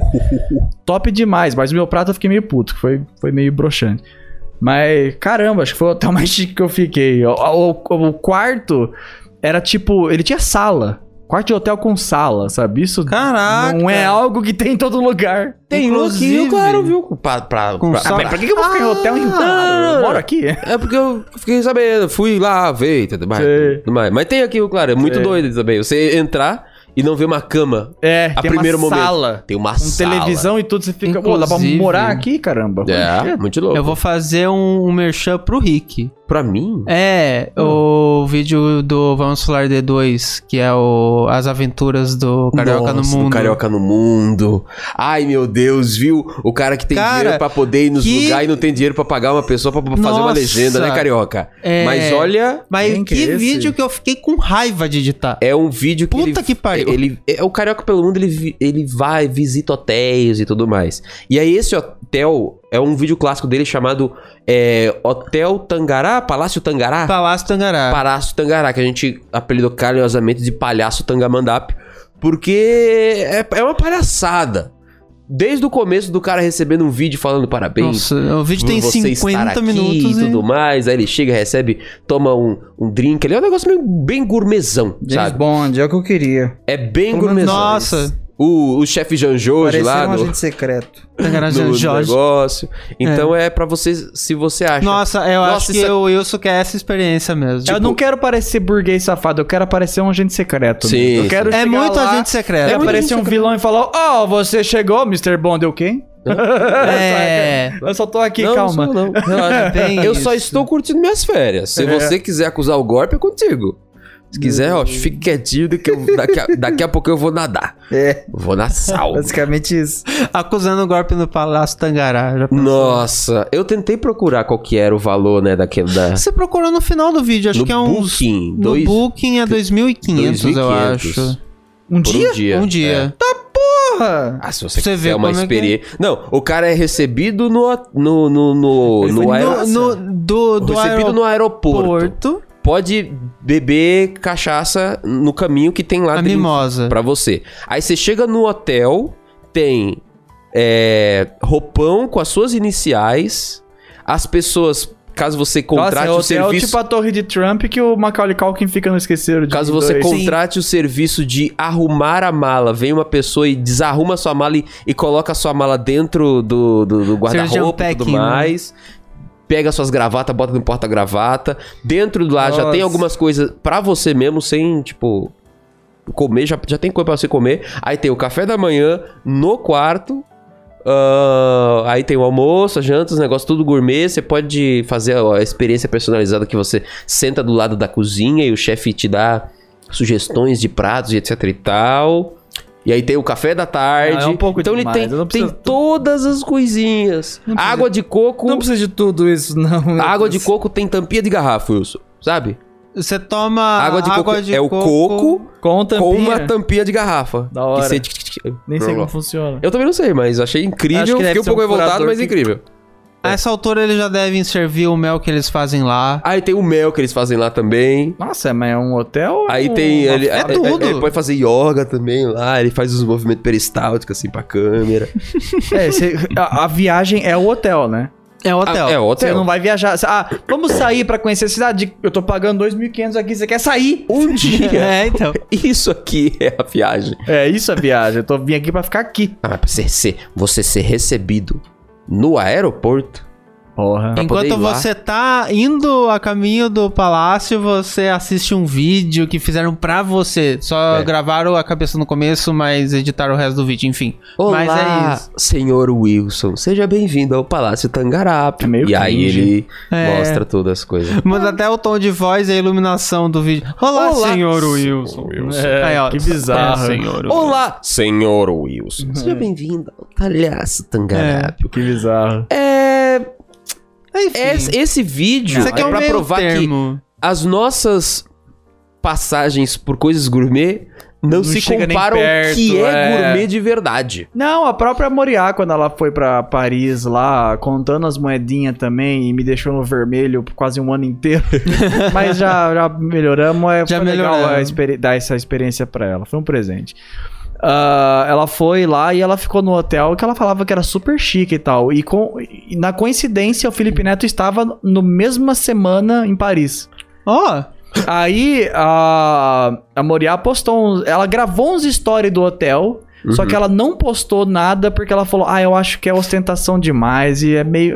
Speaker 3: Top demais, mas o meu prato eu fiquei meio puto, que foi, foi meio broxante. Mas, caramba, acho que foi o hotel mais chique que eu fiquei. O, o- o quarto era tipo. Ele tinha sala. Quarto de hotel com sala, sabe? Isso
Speaker 1: Caraca!
Speaker 3: não é algo que tem em todo lugar.
Speaker 2: tem louquinho,
Speaker 1: Inclusive-
Speaker 2: claro, viu? Pra, pra,
Speaker 1: Com
Speaker 2: pra-
Speaker 1: sal-
Speaker 2: Ah, mas pra que que eu
Speaker 3: Eu vou ficar em hotel então.
Speaker 2: Ah!
Speaker 3: Eu moro aqui.
Speaker 2: É porque eu fiquei sabendo, fui lá ver e tudo mais.
Speaker 3: Sei.
Speaker 2: Tudo mais. Mas tem aqui, claro, é muito
Speaker 3: Sei.
Speaker 2: doido também. Você entrar e não ver uma cama.
Speaker 3: É,
Speaker 2: A
Speaker 3: tem
Speaker 2: primeiro
Speaker 3: uma
Speaker 2: momento.
Speaker 3: sala.
Speaker 2: Tem uma
Speaker 1: um
Speaker 3: Com
Speaker 2: sala.
Speaker 3: televisão e tudo, você fica. Pô, dá pra
Speaker 1: Inclusive-
Speaker 3: morar aqui, caramba.
Speaker 2: É, muito louco.
Speaker 1: Eu vou fazer um, um merchan pro Rick.
Speaker 2: Pra mim?
Speaker 1: É,
Speaker 2: Hum.
Speaker 1: o vídeo do Vamos Falar D2, que é o As Aventuras do Carioca
Speaker 2: Nossa,
Speaker 1: no
Speaker 2: do
Speaker 1: Mundo.
Speaker 2: Carioca no mundo. Ai, meu Deus, viu? O cara que tem
Speaker 1: Cara,
Speaker 2: dinheiro pra poder ir nos
Speaker 1: que-
Speaker 2: lugares e não tem dinheiro pra pagar uma pessoa pra fazer uma
Speaker 1: Nossa.
Speaker 2: legenda, né, Carioca?
Speaker 1: É.
Speaker 2: Mas olha,
Speaker 1: Mas
Speaker 3: Quem que
Speaker 1: que
Speaker 3: é esse?
Speaker 1: vídeo que eu fiquei com raiva de editar.
Speaker 2: é um vídeo que
Speaker 1: Puta
Speaker 2: ele-
Speaker 1: que pariu.
Speaker 2: Ele, é, o Carioca pelo Mundo, ele, vi- ele vai, visita hotéis e tudo mais. E aí esse hotel é um vídeo clássico dele chamado é, Hotel Tangará, Palácio Tangará?
Speaker 1: Palácio Tangará.
Speaker 2: Palácio Tangará, que a gente apelidou carinhosamente de Palhaço Tangamandap, porque é, é uma palhaçada. Desde o começo do cara recebendo um vídeo falando parabéns,
Speaker 1: Nossa, o vídeo tem
Speaker 2: você estar
Speaker 1: 50
Speaker 2: aqui
Speaker 1: minutos.
Speaker 2: e
Speaker 1: E
Speaker 2: tudo mais. Aí ele chega, recebe, toma um, um drink ali. É um negócio meio, bem gourmetzão,
Speaker 4: James
Speaker 2: sabe?
Speaker 4: Bond, é o que eu queria.
Speaker 2: É bem
Speaker 4: Pelo menos-
Speaker 2: gourmetzão.
Speaker 1: Nossa,
Speaker 2: O, o chefe Janjo hoje
Speaker 4: Parecia
Speaker 2: lá
Speaker 4: um
Speaker 2: no,
Speaker 4: agente secreto.
Speaker 1: Tangará
Speaker 2: no- no
Speaker 1: Jorge.
Speaker 2: negócio. Então é, pra você, se você acha.
Speaker 1: Nossa, eu
Speaker 2: Nossa,
Speaker 1: acho que
Speaker 2: isso é-
Speaker 1: o Wilson quer essa experiência mesmo. Tipo,
Speaker 3: eu
Speaker 2: tipo,
Speaker 3: não quero parecer burguês safado, eu quero parecer um agente secreto.
Speaker 2: Sim,
Speaker 3: mesmo.
Speaker 2: sim.
Speaker 3: Eu quero
Speaker 1: é
Speaker 3: chegar
Speaker 1: muito
Speaker 3: lá,
Speaker 1: agente
Speaker 3: E
Speaker 1: secreto.
Speaker 2: muito
Speaker 3: aparecer um
Speaker 2: agente
Speaker 3: vilão e falar: Ó, você chegou, Mr. Bond, eu quem?
Speaker 1: É.
Speaker 3: Eu só tô aqui,
Speaker 2: né? Não, não
Speaker 3: calma.
Speaker 2: sou eu não. Relaxa.
Speaker 1: Tem
Speaker 2: eu só
Speaker 1: isso.
Speaker 2: estou curtindo minhas férias. Se
Speaker 3: É.
Speaker 2: você quiser acusar o golpe, é contigo. Se quiser, ó, fique quietinho, que eu- daqui, a, daqui a pouco eu vou nadar.
Speaker 4: É,
Speaker 2: Vou na sal.
Speaker 4: basicamente isso.
Speaker 1: Acusando o golpe no Palácio Tangará. Já pensou?
Speaker 2: Nossa, eu tentei procurar qual que era o valor, né, daquele da...
Speaker 1: Você procurou no final do vídeo, acho
Speaker 2: no
Speaker 1: que é uns.
Speaker 2: Booking,
Speaker 1: No
Speaker 2: dois,
Speaker 1: Booking é 2.500, eu
Speaker 2: 2.500.
Speaker 1: acho.
Speaker 3: Um
Speaker 2: é. por
Speaker 3: dia?
Speaker 2: um dia.
Speaker 1: Um
Speaker 2: É.
Speaker 1: dia.
Speaker 4: Porra!
Speaker 2: Ah, se você,
Speaker 1: Você vê
Speaker 2: quiser uma
Speaker 1: como é que é.
Speaker 2: experiência... Não, o cara é recebido no... No... No... No...
Speaker 4: Ele
Speaker 2: no
Speaker 4: foi
Speaker 2: aer-
Speaker 1: No, no- do do
Speaker 2: Recebido no aeroporto.
Speaker 1: aeroporto,
Speaker 2: Pode beber cachaça no caminho que tem
Speaker 1: a
Speaker 2: lá dentro.
Speaker 1: mimosa.
Speaker 2: Pra você. Aí você chega no hotel, tem é, roupão com as suas iniciais, as pessoas, caso você contrate
Speaker 3: Nossa, é
Speaker 2: o
Speaker 3: o
Speaker 2: serviço,
Speaker 3: tipo a torre de Trump que o Macaulay Culkin fica no esqueceram de
Speaker 2: caso você
Speaker 3: dois.
Speaker 2: contrate o serviço de arrumar a mala, vem uma pessoa e desarruma a sua mala e, e coloca a sua mala dentro do, do, do guarda-roupa e tudo
Speaker 1: unpacking, né?
Speaker 2: mais. Pega suas gravatas, bota no porta-gravata. Dentro lá já
Speaker 4: Nossa.
Speaker 2: tem algumas coisas pra você mesmo, sem, tipo, comer, já, já tem coisa pra você comer. Aí tem o café da manhã no quarto. ah, aí tem o almoço, a janta, os negócios tudo gourmet. Você pode fazer a, a experiência personalizada que você senta do lado da cozinha e o chefe te dá sugestões de pratos e etc e tal. E aí tem o café da tarde.
Speaker 3: Ah, é um pouco
Speaker 2: então
Speaker 3: demais,
Speaker 2: ele
Speaker 3: eu
Speaker 2: tem,
Speaker 3: não preciso-
Speaker 2: tem todas as coisinhas. Água de coco.
Speaker 4: Não precisa de tudo isso, não. meu
Speaker 2: A água de
Speaker 4: Deus.
Speaker 2: coco tem tampinha de garrafa, Wilson. Sabe?
Speaker 1: Você toma
Speaker 2: Água de coco é o coco
Speaker 3: Com
Speaker 2: com uma
Speaker 3: tampinha.
Speaker 2: tampinha de garrafa.
Speaker 3: Da hora.
Speaker 2: Que você tic, tic, tic,
Speaker 3: Nem sei
Speaker 2: blá, blá.
Speaker 3: como funciona.
Speaker 2: Eu também não sei, mas achei
Speaker 3: Acho
Speaker 2: incrível.
Speaker 3: que deve
Speaker 2: Fiquei um
Speaker 3: ser um
Speaker 2: pouco revoltado,
Speaker 3: furador
Speaker 2: mas
Speaker 3: que-
Speaker 2: incrível.
Speaker 1: A essa altura eles já devem servir o mel que eles fazem lá.
Speaker 2: Aí Ah, tem o mel que eles fazem lá também.
Speaker 3: Nossa, mas é um hotel? ou
Speaker 2: Aí tem.
Speaker 3: uma-
Speaker 2: Ele,
Speaker 1: é
Speaker 2: ele-
Speaker 1: tudo.
Speaker 2: ele pode fazer yoga também lá. Ele faz os movimentos peristálticos assim pra câmera.
Speaker 3: É, você- a, a viagem é o hotel, né?
Speaker 1: É o hotel.
Speaker 2: Ah, é, o
Speaker 3: Você
Speaker 2: hotel.
Speaker 3: não vai viajar. você- Ah, vamos sair pra conhecer a cidade. Eu tô pagando 2.500 aqui, você quer sair?
Speaker 2: Um dia.
Speaker 1: É, então.
Speaker 2: Isso aqui é a viagem.
Speaker 3: É isso a viagem. Eu tô vim aqui pra ficar aqui.
Speaker 2: Ah, mas pra você ser, você ser recebido no aeroporto.
Speaker 3: Porra.
Speaker 2: Pra poder
Speaker 1: Enquanto
Speaker 2: ir lá.
Speaker 1: você tá indo a caminho do palácio, você assiste um vídeo que fizeram pra você. Só
Speaker 2: É.
Speaker 1: gravaram a cabeça no começo, mas editaram o resto do vídeo, enfim.
Speaker 2: Olá,
Speaker 1: Mas é isso.
Speaker 2: senhor Wilson. Seja bem-vindo ao Palácio Tangarap.
Speaker 3: É meio
Speaker 2: e aí
Speaker 3: cringe.
Speaker 2: ele
Speaker 1: É.
Speaker 2: mostra todas as coisas.
Speaker 1: Muda até o tom de voz e a iluminação do vídeo. Olá,
Speaker 2: Olá,
Speaker 1: senhor Wilson.
Speaker 3: É,
Speaker 1: Aí, ó,
Speaker 3: que bizarro. Uhum.
Speaker 1: é, senhor.
Speaker 2: Olá, senhor Wilson. Seja bem-vindo ao Palhaço Tangarap.
Speaker 3: Que bizarro.
Speaker 2: É,
Speaker 1: Enfim,
Speaker 2: es- esse vídeo
Speaker 1: isso aqui é, um
Speaker 2: pra
Speaker 1: meio
Speaker 2: provar que
Speaker 1: termo.
Speaker 2: as nossas passagens por coisas gourmet não,
Speaker 3: Não
Speaker 2: se
Speaker 3: chega nem
Speaker 2: comparam ao que
Speaker 3: perto,
Speaker 2: é
Speaker 3: é.
Speaker 2: gourmet de verdade.
Speaker 3: Não, a própria Moriá, quando ela foi pra Paris lá, contando as moedinhas também e me deixou no vermelho por quase um ano inteiro. Mas já, já melhoramos. É,
Speaker 1: Já
Speaker 3: foi legal
Speaker 1: melhoramos.
Speaker 3: a experi- dar essa experiência pra ela. Foi um presente. Ah, ela foi lá e ela ficou no hotel que ela falava que era super chique e tal. E, com, e na coincidência, o Felipe Neto estava no mesma semana em Paris.
Speaker 1: Ó,
Speaker 3: Aí a, a Moriá postou uns, Ela gravou uns stories do hotel. Só que ela não postou nada porque ela falou: Ah, eu acho que é ostentação demais e é meio.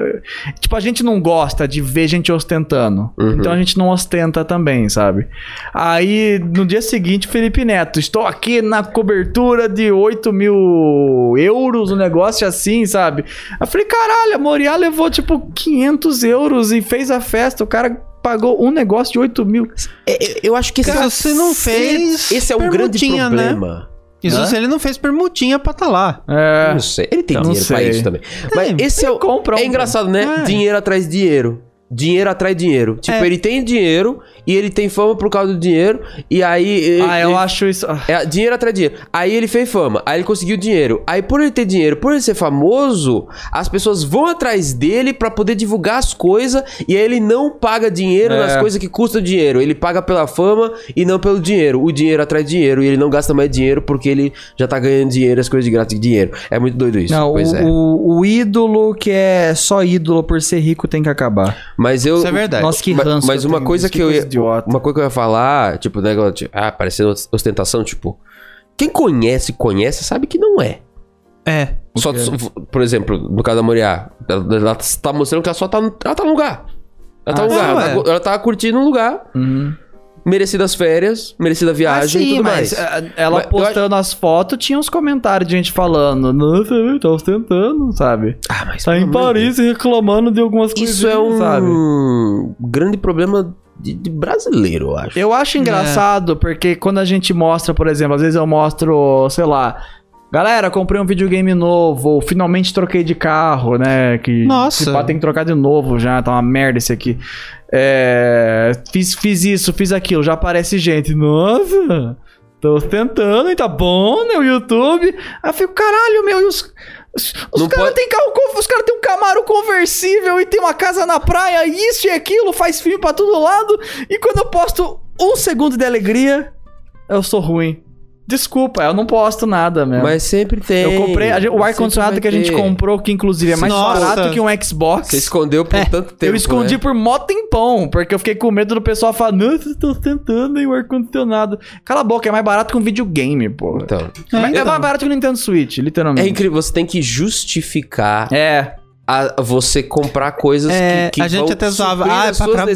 Speaker 3: Tipo, a gente não gosta de ver gente ostentando.
Speaker 2: Uhum.
Speaker 3: Então a gente não ostenta também, sabe? Aí no dia seguinte, Felipe Neto: Estou aqui na cobertura de 8 mil euros, um negócio assim, sabe? Eu falei: Caralho, a Moriá levou tipo 500 euros e fez a festa. O cara pagou um negócio de 8 mil.
Speaker 2: É, eu- eu acho que
Speaker 1: Cara,
Speaker 2: esse,
Speaker 1: se não fez,
Speaker 2: esse é um grande
Speaker 1: permutinha, né?
Speaker 2: problema.
Speaker 1: isso
Speaker 3: Hã?
Speaker 1: se ele não fez permutinha pra tá lá.
Speaker 3: É.
Speaker 2: Não sei. Ele tem
Speaker 3: Não
Speaker 2: dinheiro pra
Speaker 3: sei.
Speaker 2: isso também. Mas
Speaker 1: Tem.
Speaker 2: esse é o.
Speaker 3: compra
Speaker 2: É engraçado, né?
Speaker 1: É.
Speaker 2: Dinheiro atrás dinheiro. Dinheiro atrai dinheiro. Tipo,
Speaker 1: É.
Speaker 2: ele tem dinheiro e ele tem fama por causa do dinheiro. E aí.
Speaker 3: Ah,
Speaker 2: ele-
Speaker 3: eu acho isso. ah,
Speaker 2: é, dinheiro atrai dinheiro. Aí ele fez fama. Aí ele conseguiu dinheiro. Aí por ele ter dinheiro, por ele ser famoso, as pessoas vão atrás dele pra poder divulgar as coisas. E aí ele não paga dinheiro nas coisas que custam dinheiro. Ele paga pela fama e não pelo dinheiro. O dinheiro atrai dinheiro e ele não gasta mais dinheiro porque ele já tá ganhando dinheiro, as coisas de graça de dinheiro. É muito doido isso.
Speaker 4: Não,
Speaker 2: pois
Speaker 4: o,
Speaker 2: é.
Speaker 4: o- o ídolo que é só ídolo por ser rico tem que acabar.
Speaker 2: Mas eu.
Speaker 1: Isso é verdade.
Speaker 4: Nossa, que
Speaker 2: ma-
Speaker 4: ranço.
Speaker 2: mas uma
Speaker 4: tenho
Speaker 2: coisa
Speaker 4: disso,
Speaker 2: que eu ia,
Speaker 4: idiota.
Speaker 2: uma coisa que eu ia falar, tipo, negócio de, ah, parecendo ostentação, tipo, quem conhece, conhece, sabe que não é.
Speaker 1: É.
Speaker 2: Só, só- por exemplo, no caso da Moriá, ela, ela tá mostrando que ela só tá no, ela tá no lugar. Ela tá
Speaker 1: Ah,
Speaker 2: no lugar,
Speaker 1: ué.
Speaker 2: ela, tá- ela tá curtindo um lugar,
Speaker 4: Uhum.
Speaker 2: merecidas férias, merecida viagem e tudo mais.
Speaker 3: é, Ela
Speaker 2: Mas eu
Speaker 3: postando as fotos, tinha uns comentários de gente falando. Nossa, eu tava tentando, sabe?
Speaker 2: Ah, mas
Speaker 3: Tá
Speaker 2: pelo
Speaker 3: em
Speaker 2: amor de
Speaker 3: Paris reclamando de algumas
Speaker 2: Deus.
Speaker 3: coisas.
Speaker 2: Isso é um
Speaker 3: Sabe?
Speaker 2: grande problema de, de brasileiro, eu acho.
Speaker 3: Eu acho engraçado porque quando a gente mostra, por exemplo, às vezes eu mostro, sei lá. Galera, comprei um videogame novo, ou finalmente troquei de carro, né? Que
Speaker 1: Nossa.
Speaker 3: Se pá, tem que trocar de novo já, tá uma merda esse aqui. É, fiz, fiz isso, fiz aquilo, já aparece gente. Nossa, tô tentando e tá bom, né? O YouTube. Aí eu fico, caralho, meu, e os. Os, os
Speaker 2: Não
Speaker 3: caras
Speaker 2: pode-
Speaker 3: têm carro, con- os caras têm um Camaro conversível e tem uma casa na praia, isso e aquilo, faz filme pra todo lado. E quando eu posto um segundo de alegria, eu sou ruim. Desculpa, eu não posto nada mesmo.
Speaker 2: Mas sempre tem.
Speaker 3: eu comprei a gente- o
Speaker 2: Sempre
Speaker 3: ar-condicionado
Speaker 2: vai
Speaker 3: que a gente
Speaker 2: ter.
Speaker 3: comprou, que inclusive é mais
Speaker 1: Nossa.
Speaker 3: barato que um Xbox.
Speaker 2: Você escondeu por tanto tempo.
Speaker 3: É, eu escondi
Speaker 2: né?
Speaker 3: por mó tempão, porque eu fiquei com medo do pessoal falar, não, vocês estão tentando aí o ar-condicionado. Cala a boca, é mais barato que um videogame, pô.
Speaker 2: Então.
Speaker 1: É,
Speaker 3: Mas É
Speaker 1: então.
Speaker 3: mais barato que o Nintendo Switch,
Speaker 2: É
Speaker 3: literalmente.
Speaker 2: incrível, você tem que justificar
Speaker 3: É.
Speaker 2: a você comprar coisas
Speaker 1: É,
Speaker 2: que, que
Speaker 1: a gente
Speaker 2: vão
Speaker 1: até zoava.
Speaker 2: suprir
Speaker 1: Ah, é
Speaker 2: as
Speaker 1: pra
Speaker 2: suas
Speaker 1: trabalho.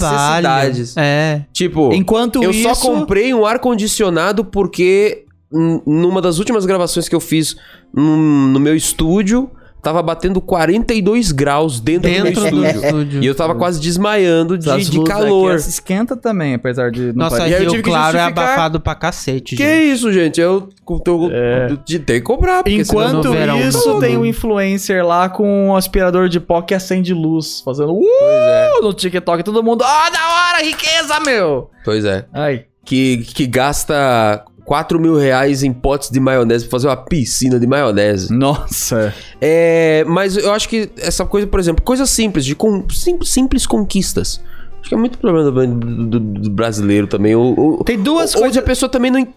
Speaker 2: necessidades.
Speaker 1: É.
Speaker 2: Tipo,
Speaker 4: Enquanto
Speaker 2: eu
Speaker 4: isso.
Speaker 2: só comprei um ar-condicionado porque n- numa das últimas gravações que eu fiz num- no meu estúdio, Tava batendo 42 graus dentro,
Speaker 1: Dentro
Speaker 2: do
Speaker 1: do
Speaker 2: meu estúdio.
Speaker 1: estúdio.
Speaker 2: E eu tava quase desmaiando de,
Speaker 3: Essas
Speaker 2: de
Speaker 3: luzes
Speaker 2: calor.
Speaker 3: aqui, essa esquenta também, apesar de não
Speaker 1: Nossa,
Speaker 3: parecer.
Speaker 2: E aí eu
Speaker 1: aqui
Speaker 2: tive
Speaker 1: o
Speaker 2: que
Speaker 1: claro é
Speaker 2: justificar-
Speaker 1: abafado pra cacete,
Speaker 2: Que
Speaker 1: gente.
Speaker 2: isso, gente? Eu, eu, eu, eu tentei cobrar. porque senão-
Speaker 1: no
Speaker 3: Enquanto
Speaker 1: verão
Speaker 3: isso,
Speaker 1: todo.
Speaker 3: tem um influencer lá com um aspirador de pó que acende luz, fazendo uh
Speaker 2: Pois é,
Speaker 3: no TikTok, todo mundo, ah, da hora, riqueza, meu!
Speaker 2: pois é.
Speaker 3: Ai,
Speaker 2: Que, que gasta 4 mil reais em potes de maionese pra fazer uma piscina de maionese.
Speaker 3: nossa.
Speaker 2: É, mas eu acho que essa coisa, por exemplo, coisa simples, de com, sim- simples conquistas. Acho que é muito problema do, do- do brasileiro também. Ou, ou,
Speaker 1: Tem
Speaker 2: ou-
Speaker 1: duas
Speaker 2: ou
Speaker 1: coisas.
Speaker 2: a pessoa também não. en-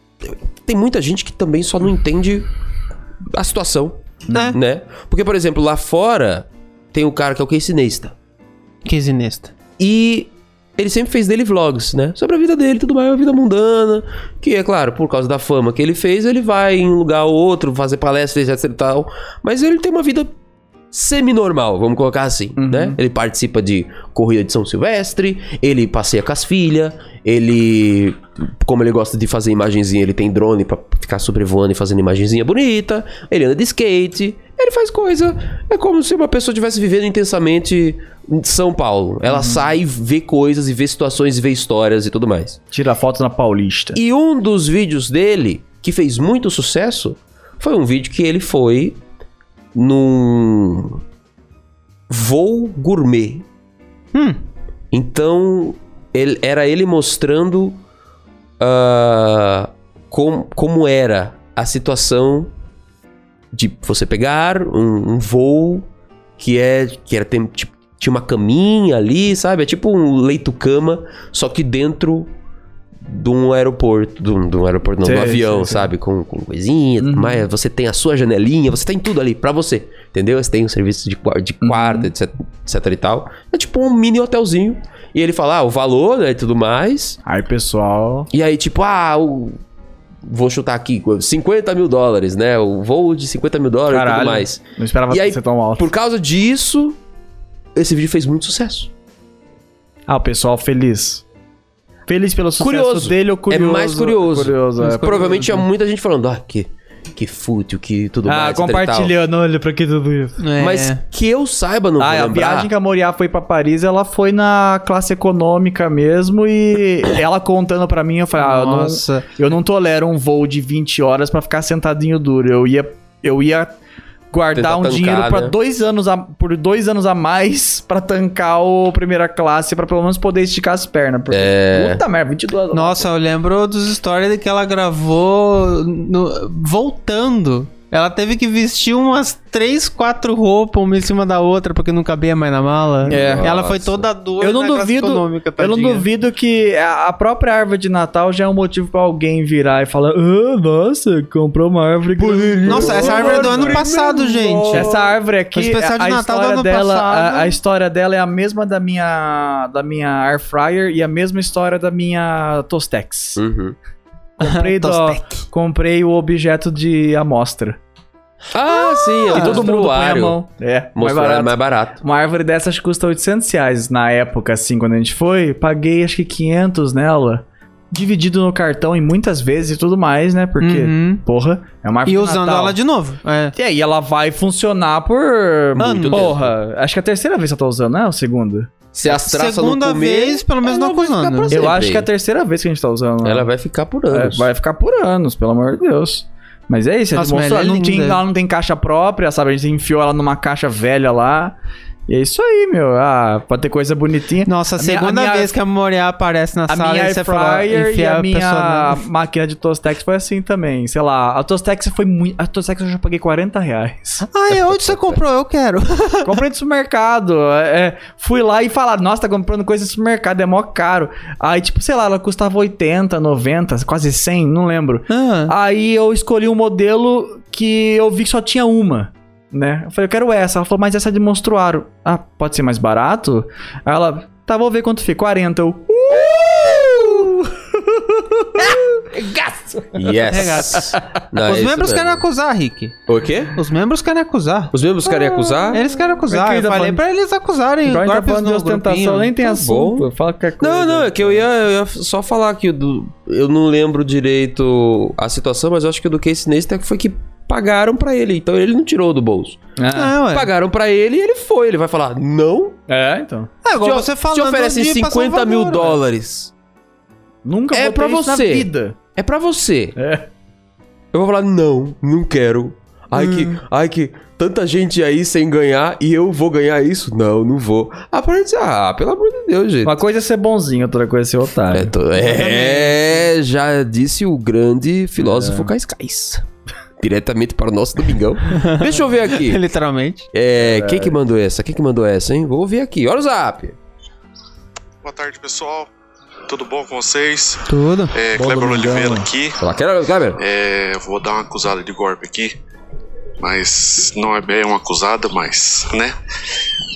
Speaker 2: Tem muita gente que também só não entende a situação,
Speaker 1: Né?
Speaker 2: né? Porque, por exemplo, lá fora tem o cara que é o queicinista.
Speaker 1: Quizinesta.
Speaker 2: E ele sempre fez dele vlogs, né? Sobre a vida dele, tudo mais, a vida mundana. Que é claro, por causa da fama que ele fez, ele vai em um lugar ou outro fazer palestras, etc e tal. Mas ele tem uma vida semi-normal, vamos colocar assim,
Speaker 3: Uhum.
Speaker 2: né? Ele participa de corrida de São Silvestre, ele passeia com as filhas, ele... Como ele gosta de fazer imagenzinha, ele tem drone pra ficar sobrevoando e fazendo imagenzinha bonita, ele anda de skate, ele faz coisa... É como se uma pessoa estivesse vivendo intensamente em São Paulo. Ela sai, vê coisas e vê situações e vê histórias e tudo mais.
Speaker 3: Tira foto na Paulista.
Speaker 2: E um dos vídeos dele, que fez muito sucesso, foi um vídeo que ele foi num voo gourmet.
Speaker 1: Hum.
Speaker 2: Então, ele- era ele mostrando ah, com- como era a situação de você pegar um, um voo que é que era tem- tipo, tinha uma caminha ali, sabe? É tipo um leito-cama, só que dentro de um aeroporto, de um, de um aeroporto, não, de um
Speaker 3: Sei,
Speaker 2: avião,
Speaker 3: sei, sei.
Speaker 2: sabe? Com, com coisinha, tudo
Speaker 3: Uhum.
Speaker 2: mais. Você tem a sua janelinha, você tem tudo ali pra você, entendeu? Você tem um serviço de, qua- de
Speaker 3: Uhum.
Speaker 2: quarto, etc, etc e tal. É tipo um mini hotelzinho. E ele fala, ah, o valor, né, e tudo mais.
Speaker 3: Aí, pessoal.
Speaker 2: E aí, tipo, ah, o... vou chutar aqui, 50 mil dólares, né? O voo de 50 mil dólares e
Speaker 3: Caralho.
Speaker 2: tudo mais.
Speaker 3: Não esperava
Speaker 2: E aí,
Speaker 3: ser tão alto.
Speaker 2: Por causa disso, esse vídeo fez muito sucesso.
Speaker 3: Ah, o pessoal feliz. Feliz pelo sucesso
Speaker 2: Curioso. É
Speaker 3: dele ou curioso?
Speaker 2: mais curioso.
Speaker 3: curioso é.
Speaker 2: Provavelmente tinha muita gente falando, ah, que, que fútil, que tudo
Speaker 3: Ah,
Speaker 2: mais. etc e tal."
Speaker 3: compartilhando, olha pra que tudo isso.
Speaker 1: É.
Speaker 2: Mas que eu saiba, não vou
Speaker 3: Ah, a
Speaker 2: lembrar.
Speaker 3: viagem que a Moriá foi pra Paris, ela foi na classe econômica mesmo e ela contando pra mim, eu falei, ah, eu não,
Speaker 1: Nossa.
Speaker 3: eu não tolero um voo de 20 horas pra ficar sentadinho duro. Eu ia, eu ia guardar
Speaker 2: Tentar
Speaker 3: um
Speaker 2: tancar,
Speaker 3: dinheiro pra
Speaker 2: né?
Speaker 3: dois anos a, por dois anos a mais pra tancar o primeira classe pra pelo menos poder esticar as pernas. Porque,
Speaker 2: É.
Speaker 3: Puta merda, 22 horas.
Speaker 1: Nossa, eu lembro dos stories que ela gravou no- voltando. Ela teve que vestir umas três, quatro roupas, uma em cima da outra, porque não cabia mais na mala.
Speaker 3: É.
Speaker 1: Ela foi
Speaker 2: Nossa.
Speaker 1: toda dura.
Speaker 3: Eu não
Speaker 1: na classe
Speaker 3: duvido-
Speaker 1: é econômica,
Speaker 3: Eu não
Speaker 1: tadinha.
Speaker 3: duvido que a a própria árvore de Natal já é um motivo pra alguém virar e falar: ah, nossa, comprou uma árvore que
Speaker 1: Tipo, Nossa, essa árvore é do ano passado, gente.
Speaker 3: Essa árvore aqui,
Speaker 1: O especial
Speaker 3: a-
Speaker 1: de
Speaker 3: a,
Speaker 1: Natal do
Speaker 3: história
Speaker 1: ano
Speaker 3: dela,
Speaker 1: passado.
Speaker 3: a, a história dela é a mesma da minha da minha air fryer e a mesma história da minha Tostex.
Speaker 2: Uhum.
Speaker 3: Comprei, do- comprei o objeto de amostra.
Speaker 2: Ah, sim, é
Speaker 3: e
Speaker 2: um
Speaker 3: todo mundo põe a
Speaker 2: mostruário.
Speaker 3: mão. É, mais
Speaker 2: Mostruário é
Speaker 3: barato.
Speaker 2: mais barato.
Speaker 3: Uma árvore dessas custa 800 reais na época, assim, quando a gente foi. Paguei acho que 500 nela, dividido no cartão e muitas vezes e tudo mais, né? Porque,
Speaker 1: Uhum.
Speaker 3: porra, é uma árvore
Speaker 1: E
Speaker 3: de
Speaker 1: usando
Speaker 3: Natal.
Speaker 1: ela de novo. É.
Speaker 3: E aí ela vai funcionar por...
Speaker 1: Anos.
Speaker 3: Porra, acho que é a terceira vez que eu tô usando, não é a segunda?
Speaker 2: Se as traças
Speaker 1: Segunda
Speaker 2: não comer,
Speaker 1: vez, pelo menos
Speaker 2: ela
Speaker 1: não
Speaker 2: vai ficar
Speaker 1: acusando.
Speaker 2: pra
Speaker 1: né?
Speaker 2: sempre.
Speaker 3: Eu acho que é a terceira vez que a gente tá usando.
Speaker 2: ela vai ficar por
Speaker 3: É,
Speaker 2: anos.
Speaker 3: vai ficar por anos, pelo amor de Deus. Mas é isso, é
Speaker 1: Nossa, mas
Speaker 3: demonstrar.
Speaker 1: ela é
Speaker 3: não tem,
Speaker 1: linda.
Speaker 3: ela não tem caixa própria, sabe? A gente enfiou ela numa caixa velha lá. E é isso aí, meu. Ah, pode ter coisa bonitinha.
Speaker 1: Nossa, a
Speaker 3: A minha-
Speaker 1: segunda
Speaker 3: a minha-
Speaker 1: vez que a Moriá aparece na
Speaker 3: A
Speaker 1: sala
Speaker 3: minha
Speaker 1: e
Speaker 3: air
Speaker 1: você fala,
Speaker 3: fryer e
Speaker 1: enfia
Speaker 3: a
Speaker 1: pessoa
Speaker 3: minha
Speaker 1: no-
Speaker 3: máquina de Tostex foi assim também. Sei lá, a Tostex foi muito. A Tostex eu já paguei 40 reais.
Speaker 1: Ah, é onde você comprou? Eu quero.
Speaker 3: Comprei no supermercado. é, é, fui lá e falar, nossa, tá comprando coisa no supermercado, é mó caro. Aí, tipo, sei lá, ela custava 80, 90, quase 100, não lembro.
Speaker 1: Ah,
Speaker 3: Aí eu escolhi um modelo que eu vi que só tinha uma, né? Eu falei, eu quero essa. Ela falou, mas essa é de monstruário. Ah, pode ser mais barato? Aí ela, tá, vou ver quanto fica. 40. Eu, "Uh!"
Speaker 1: tá
Speaker 2: Yes. Não, é
Speaker 1: Os
Speaker 2: isso
Speaker 1: membros
Speaker 2: mesmo.
Speaker 1: querem acusar, Rick.
Speaker 2: O quê?
Speaker 1: Os membros querem acusar.
Speaker 2: Os membros
Speaker 3: Ah,
Speaker 2: querem acusar?
Speaker 1: Eles querem acusar.
Speaker 3: Quem
Speaker 1: Eu
Speaker 3: tá
Speaker 1: falei
Speaker 3: falando?
Speaker 1: pra eles acusarem
Speaker 3: Agora a gente tá
Speaker 1: golpes
Speaker 3: falando de
Speaker 1: no
Speaker 3: ostentação,
Speaker 1: grupinho.
Speaker 3: nem tem
Speaker 2: Tá
Speaker 3: assunto.
Speaker 2: bom.
Speaker 3: Fala qualquer coisa.
Speaker 2: Não, não, é que eu ia, eu ia só falar que o do- eu não lembro direito a situação, mas eu acho que o do Case Neistat foi que Pagaram pra ele, então ele não tirou do bolso.
Speaker 3: Ah,
Speaker 1: Ah, ué.
Speaker 2: Pagaram pra ele e ele foi. Ele vai falar, não.
Speaker 3: é, então.
Speaker 1: É, igual
Speaker 2: te,
Speaker 1: você
Speaker 2: te
Speaker 1: falando
Speaker 2: oferecem
Speaker 1: de passar
Speaker 2: 50
Speaker 1: valor,
Speaker 2: mil
Speaker 1: né?
Speaker 2: dólares.
Speaker 3: Nunca
Speaker 2: É
Speaker 3: botei
Speaker 2: pra
Speaker 3: isso na
Speaker 2: você.
Speaker 3: vida.
Speaker 2: É pra você.
Speaker 3: É.
Speaker 2: Eu vou falar, não, não quero. Ai que, ai que, tanta gente aí sem ganhar e eu vou ganhar isso? Não, não vou. Ah, para de dizer, ah, pelo amor de Deus, gente.
Speaker 3: Uma coisa é ser bonzinho, outra coisa é ser
Speaker 2: É,
Speaker 3: otário.
Speaker 2: tô- é, já disse o grande filósofo Cascais. Diretamente para o nosso domingão. Deixa eu ver aqui.
Speaker 1: Literalmente.
Speaker 2: É, quem que mandou essa? Quem que mandou essa, hein? Vou ouvir aqui. Olha o zap.
Speaker 5: Boa tarde, pessoal. Tudo bom com vocês?
Speaker 1: Tudo.
Speaker 5: É,
Speaker 3: Bom
Speaker 5: Kleber
Speaker 3: domingão.
Speaker 5: Oliveira aqui.
Speaker 2: Fala, quero, Kleber.
Speaker 5: É, vou dar uma acusada de golpe aqui. Mas não é bem uma acusada, mas, né?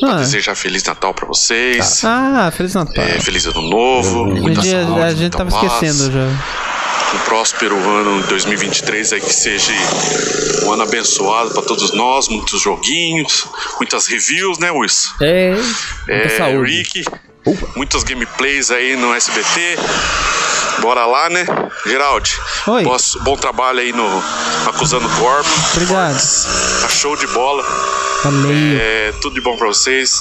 Speaker 1: Ah,
Speaker 5: Desejar Feliz Natal pra vocês.
Speaker 1: ah feliz Natal.
Speaker 5: É, feliz Ano Novo.
Speaker 1: a
Speaker 5: Muita
Speaker 1: gente,
Speaker 5: saúde,
Speaker 1: a gente
Speaker 5: muita
Speaker 1: tava
Speaker 5: paz.
Speaker 1: esquecendo já.
Speaker 5: Um próspero ano 2023 aí que seja um ano abençoado pra todos nós. Muitos joguinhos, muitas reviews, né, Wilson?
Speaker 3: É.
Speaker 5: É,
Speaker 3: saúde.
Speaker 5: Rick, muitas gameplays aí no SBT. Bora lá, né? Geraldi,
Speaker 1: Oi.
Speaker 5: boas- bom trabalho aí no Acusando Corpo.
Speaker 1: Obrigado.
Speaker 5: Tá show de bola.
Speaker 1: Amém.
Speaker 5: É, tudo de bom pra vocês.